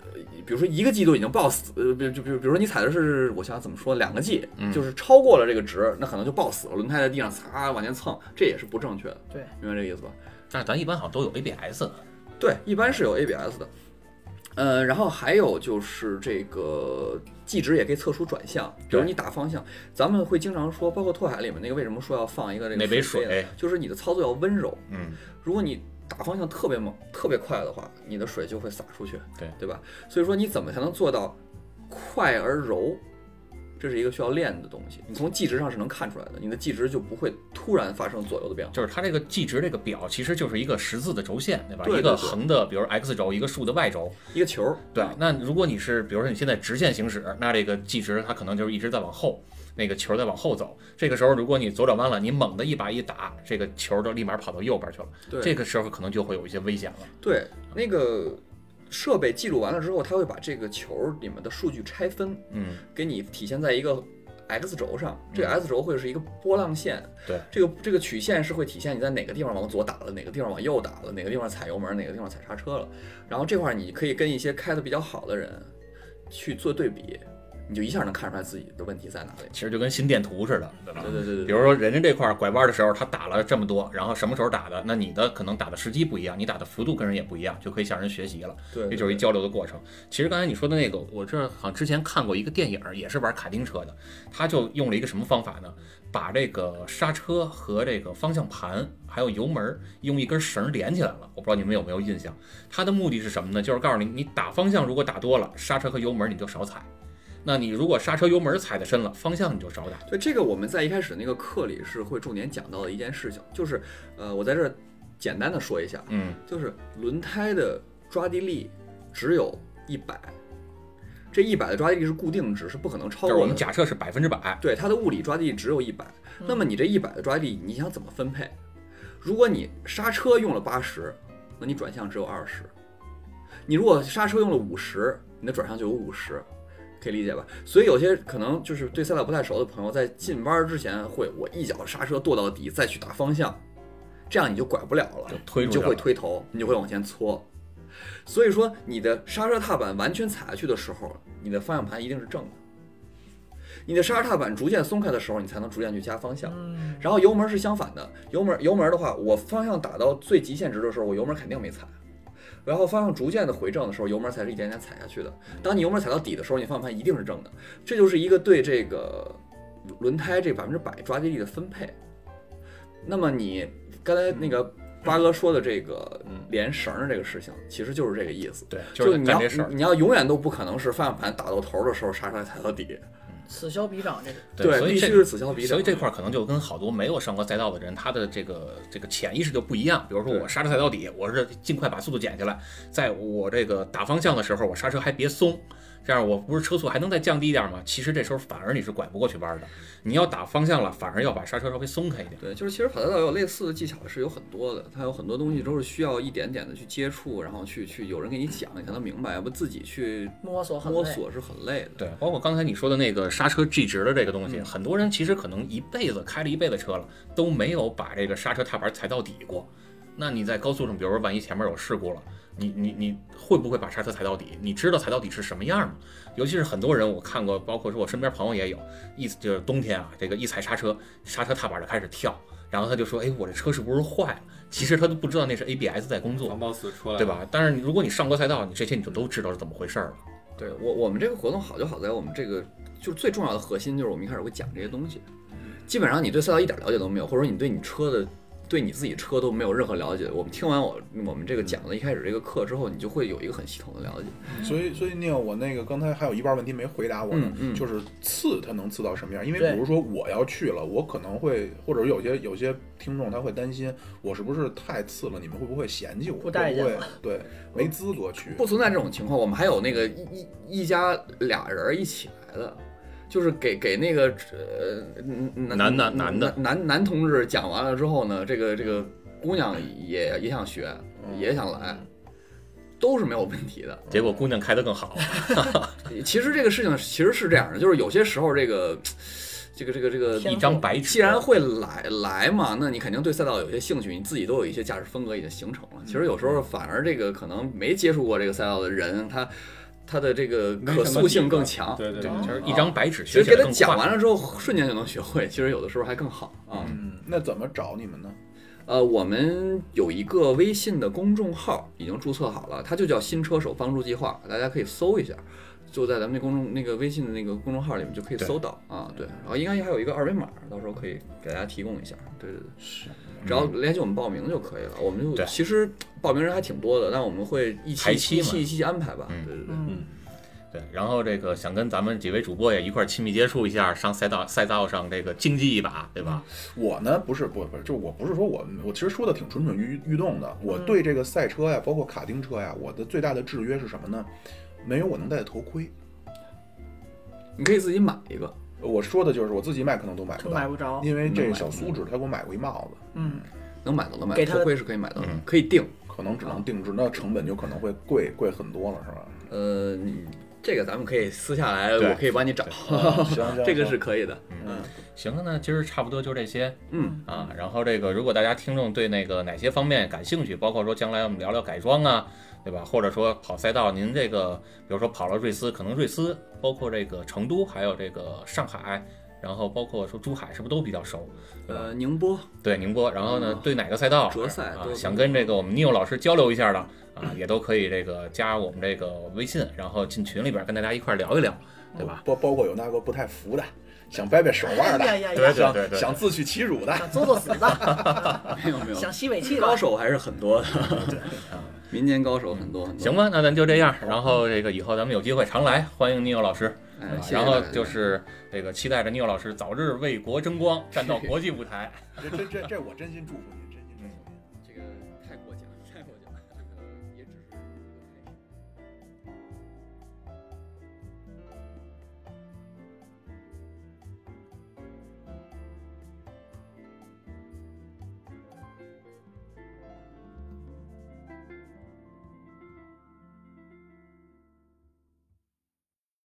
[SPEAKER 5] 呃比如说一个 G 都已经爆死，呃，比就比如比如说你踩的是，我想想怎么说，两个 G，、就是超过了这个值，那可能就爆死了，轮胎在地上擦往前蹭，这也是不正确的，
[SPEAKER 6] 对，
[SPEAKER 5] 明白这个意思吧？
[SPEAKER 1] 但是咱一般好像都有 ABS 的。
[SPEAKER 5] 对，一般是有 ABS 的。呃，然后还有就是这个计值也可以测出转向，比如
[SPEAKER 1] 对
[SPEAKER 5] 你打方向，咱们会经常说，包括拓海里面那个为什么说要放一个这个
[SPEAKER 1] 那杯
[SPEAKER 5] 水杯
[SPEAKER 1] 水
[SPEAKER 5] 呢，就是你的操作要温柔，
[SPEAKER 1] 嗯，
[SPEAKER 5] 如果你打方向特别猛、特别快的话，你的水就会洒出去，
[SPEAKER 1] 对
[SPEAKER 5] 对吧？所以说你怎么才能做到快而柔，这是一个需要练的东西。你从计值上是能看出来的，你的计值就不会突然发生左右的变化。
[SPEAKER 1] 就是它这个计值这个表其实就是一个十字的轴线，对吧？
[SPEAKER 5] 对对
[SPEAKER 1] 一个
[SPEAKER 5] 对
[SPEAKER 1] 横的，比如 x 轴，一个竖的 y 轴。
[SPEAKER 5] 一个球儿，
[SPEAKER 1] 对
[SPEAKER 5] 啊，
[SPEAKER 1] 那如果你是比如说你现在直线行驶，那这个计值它可能就是一直在往后，那个球在往后走。这个时候如果你左转弯了，你猛的一把一打，这个球就立马跑到右边去了。
[SPEAKER 5] 对
[SPEAKER 1] 这个时候可能就会有一些危险了。嗯
[SPEAKER 5] 对，那个设备记录完了之后，它会把这个球里面的数据拆分，
[SPEAKER 1] 嗯，
[SPEAKER 5] 给你体现在一个 x 轴上。这个 x 轴会是一个波浪线，
[SPEAKER 1] 对，
[SPEAKER 5] 这个这个曲线是会体现你在哪个地方往左打了，哪个地方往右打了，哪个地方踩油门，哪个地方踩刹车了。然后这块儿你可以跟一些开的比较好的人去做对比，你就一下能看出来自己的问题在哪里。
[SPEAKER 1] 其实就跟心电图似的，对吧？
[SPEAKER 5] 对对对对，
[SPEAKER 1] 比如说人家这块儿拐弯的时候，他打了这么多，然后什么时候打的？那你的可能打的时机不一样，你打的幅度跟人也不一样，就可以向人学习了。
[SPEAKER 5] 对，
[SPEAKER 1] 这就是一
[SPEAKER 5] 对
[SPEAKER 1] 交流的过程。其实刚才你说的那个，我这好像之前看过一个电影，也是玩卡丁车的，他就用了一个什么方法呢？把这个刹车和这个方向盘还有油门儿用一根绳儿连起来了。我不知道你们有没有印象？它的目的是什么呢？就是告诉你，你打方向如果打多了，刹车和油门你就少踩；那你如果刹车油门踩的深了，方向你就少打。
[SPEAKER 5] 对这个，我们在一开始那个课里是会重点讲到的一件事情，就是，呃，我在这儿简单的说一下，
[SPEAKER 1] 嗯，
[SPEAKER 5] 就是轮胎的抓地力只有一百，这一百的抓地力是固定值，是不可能超
[SPEAKER 1] 就是
[SPEAKER 5] 过
[SPEAKER 1] 我
[SPEAKER 5] 的
[SPEAKER 1] 们。假设是百分之百，
[SPEAKER 5] 对，它的物理抓地力只有一百，那么你这一百的抓地力，你想怎么分配？如果你刹车用了八十，那你转向只有二十；你如果刹车用了五十，你的转向就有五十，可以理解吧？所以有些可能就是对赛道不太熟的朋友，在进弯儿之前会我一脚刹车跺到底，再去打方向，这样你就拐不了了，
[SPEAKER 1] 就推
[SPEAKER 5] 你
[SPEAKER 1] 出
[SPEAKER 5] 就
[SPEAKER 1] 去
[SPEAKER 5] 会
[SPEAKER 1] 了
[SPEAKER 5] 推头，你就会往前搓。所以说，你的刹车踏板完全踩下去的时候，你的方向盘一定是正的。你的刹车踏板逐渐松开的时候，你才能逐渐去加方向。然后油门是相反的，油门油门的话，我方向打到最极限值的时候，我油门肯定没踩。然后方向逐渐的回正的时候，油门才是一点点踩下去的。当你油门踩到底的时候，你方向盘一定是正的。这就是一个对这个轮胎这百分之百抓地力的分配。那么你刚才那个八哥说的这个连绳儿这个事情，其实就是这个意思。
[SPEAKER 1] 对，就
[SPEAKER 5] 就是你
[SPEAKER 1] 干
[SPEAKER 5] 要嗯
[SPEAKER 1] 这事儿。
[SPEAKER 5] 你要永远都不可能是方向盘打到头的时候刹车踩到底，
[SPEAKER 6] 此消彼长这个。
[SPEAKER 1] 所以
[SPEAKER 5] 必须
[SPEAKER 1] 这
[SPEAKER 5] 是此消彼长。
[SPEAKER 1] 所以这块儿可能就跟好多没有上过赛道的人，他的这个这个潜意识就不一样。比如说
[SPEAKER 5] 对
[SPEAKER 1] 我刹车踩到底，我是尽快把速度减下来，在我这个打方向的时候，我刹车还别松，这样我不是车速还能再降低一点吗？其实这时候反而你是拐不过去弯儿的，你要打方向了，反而要把刹车稍微松开一点。
[SPEAKER 5] 对，就是其实跑赛道有类似的技巧是有很多的，它有很多东西都是需要一点点的去接触，然后去去有人给你讲，你才能明白，要不自己去
[SPEAKER 6] 摸索很累
[SPEAKER 5] 摸索是很累的。
[SPEAKER 1] 对，包括刚才你说的那个刹车 G 值的这个东西，很多人其实可能一辈子开了一辈子车了，都没有把这个刹车踏板踩到底过。那你在高速上，比如说万一前面有事故了，你你你会不会把刹车踩到底？你知道踩到底是什么样吗？尤其是很多人，我看过，包括说我身边朋友也有，一就是冬天啊，这个一踩刹车，刹车踏板就开始跳，然后他就说，哎，我这车是不是坏了？其实他都不知道那是 ABS 在工作
[SPEAKER 2] 防，抱死出来了
[SPEAKER 1] 对？吧？但是你如果你上过赛道，你这些你就都知道是怎么回事儿了。
[SPEAKER 5] 对我我们这个活动好就好在我们这个就是最重要的核心就是我们一开始会讲这些东西，基本上你对赛道一点了解都没有，或者说你对你车的。对你自己车都没有任何了解，我们听完我我们这个讲的一开始这个课之后，你就会有一个很系统的了解。
[SPEAKER 4] 所以，所以 Neil，我那个刚才还有一半问题没回答我呢，
[SPEAKER 5] 嗯嗯
[SPEAKER 4] 就是刺它能刺到什么样？因为
[SPEAKER 6] 对
[SPEAKER 4] 比如说我要去了，我可能会，或者有些有些听众他会担心，我是不是太刺了？你们会不会嫌弃我？
[SPEAKER 6] 不待见
[SPEAKER 4] 会不会对，没资格去。
[SPEAKER 5] 不存在这种情况。我们还有那个一一一家俩人儿一起来的，就是给给那个呃
[SPEAKER 1] 男的男的
[SPEAKER 5] 男男同志讲完了之后呢，这个这个姑娘也也想学，
[SPEAKER 1] 嗯
[SPEAKER 5] 也想来，都是没有问题的。
[SPEAKER 1] 结果姑娘开得更好。
[SPEAKER 5] 其实这个事情其实是这样的，就是有些时候这个这个这个这个
[SPEAKER 1] 一张白纸。
[SPEAKER 5] 既然会来来嘛，那你肯定对赛道有些兴趣，你自己都有一些价值风格已经形成了。其实有时候反而这个可能没接触过这个赛道的人，他他的这个可塑性更强。
[SPEAKER 2] 对对对，
[SPEAKER 6] 对
[SPEAKER 1] 就是一张白纸，
[SPEAKER 5] 其
[SPEAKER 1] 学
[SPEAKER 5] 实
[SPEAKER 1] 起来
[SPEAKER 5] 给
[SPEAKER 1] 更快
[SPEAKER 5] 他
[SPEAKER 4] 嗯
[SPEAKER 5] 讲完了之后，瞬间就能学会。其实有的时候还更好啊。
[SPEAKER 4] 嗯，那怎么找你们呢？
[SPEAKER 5] 呃，我们有一个微信的公众号已经注册好了，它就叫“新车手帮助计划”，大家可以搜一下，就在咱们那公众那个微信的那个公众号里面就可以搜到啊。对，然后应该还有一个二维码，到时候可以给大家提供一下。对对对，只要联系我们报名就可以了。我们就
[SPEAKER 1] 嗯对
[SPEAKER 5] 其实报名人还挺多的，但我们会一期
[SPEAKER 1] 排期
[SPEAKER 5] 一
[SPEAKER 1] 嘛
[SPEAKER 5] 期一期安排吧。
[SPEAKER 1] 嗯
[SPEAKER 5] 对对对。
[SPEAKER 6] 嗯，
[SPEAKER 1] 对，然后这个想跟咱们几位主播也一块儿亲密接触一下，上赛道赛道上这个竞技一把，对
[SPEAKER 5] 嗯
[SPEAKER 1] 吧？
[SPEAKER 4] 我呢不是不不是，就我不是说我我其实说的挺蠢蠢欲欲动的。我对这个赛车呀，包括卡丁车呀，我的最大的制约是什么呢？没有我能戴的头盔。
[SPEAKER 5] 你可以自己买一个，
[SPEAKER 4] 我说的就是我自己买可能都买不
[SPEAKER 6] 买
[SPEAKER 4] 到，
[SPEAKER 6] 不着，
[SPEAKER 4] 因为这个小苏纸他给我买过一帽子，
[SPEAKER 6] 嗯，
[SPEAKER 5] 能买到的买
[SPEAKER 6] 给
[SPEAKER 5] 到，
[SPEAKER 6] 他
[SPEAKER 5] 头盔是可以买到的
[SPEAKER 1] 嗯，
[SPEAKER 5] 可以定。
[SPEAKER 4] 可能只能定制，那成本就可能会贵贵很多了，是吧？
[SPEAKER 5] 呃，你这个咱们可以私下来，
[SPEAKER 1] 对
[SPEAKER 5] 我可以帮你找，
[SPEAKER 4] 行行
[SPEAKER 5] 这个是可以的。
[SPEAKER 1] 行了，那今儿差不多就这些
[SPEAKER 5] 嗯，
[SPEAKER 1] 啊。然后这个，如果大家听众对那个哪些方面感兴趣，包括说将来我们聊聊改装啊，对吧？或者说跑赛道，您这个比如说跑了瑞思，可能瑞思包括这个成都，还有这个上海，然后包括说珠海，是不是都比较熟？对吧
[SPEAKER 5] 呃，宁波
[SPEAKER 1] 对宁波，然后呢
[SPEAKER 5] 嗯，
[SPEAKER 1] 对哪个赛道
[SPEAKER 5] 卓赛
[SPEAKER 1] 啊
[SPEAKER 5] 都，
[SPEAKER 1] 想跟这个我们 Neil 老师交流一下的 啊，也都可以这个加我们这个微信，然后进群里边跟大家一块儿聊一聊，对吧？
[SPEAKER 4] 包包括有那个不太服的，想掰掰手腕的，
[SPEAKER 6] 哎 呀呀呀
[SPEAKER 1] 对对
[SPEAKER 4] 想
[SPEAKER 1] 对对
[SPEAKER 4] 想自取其辱的，
[SPEAKER 6] 想做做死的，
[SPEAKER 5] 没有没有，
[SPEAKER 6] 想吸尾气的
[SPEAKER 5] 高，手还是很多的， 民间高手很多很多。
[SPEAKER 1] 行吧，那咱就这样，然后这个以后咱们有机会常来，欢迎 Neil 老师。
[SPEAKER 5] 哎，
[SPEAKER 1] 对吧
[SPEAKER 5] 谢谢
[SPEAKER 1] 然后
[SPEAKER 5] 大家
[SPEAKER 1] 就是这个期待着 Neil 老师早日为国争光，站到国际舞台。
[SPEAKER 4] 这这这这我真心祝福您。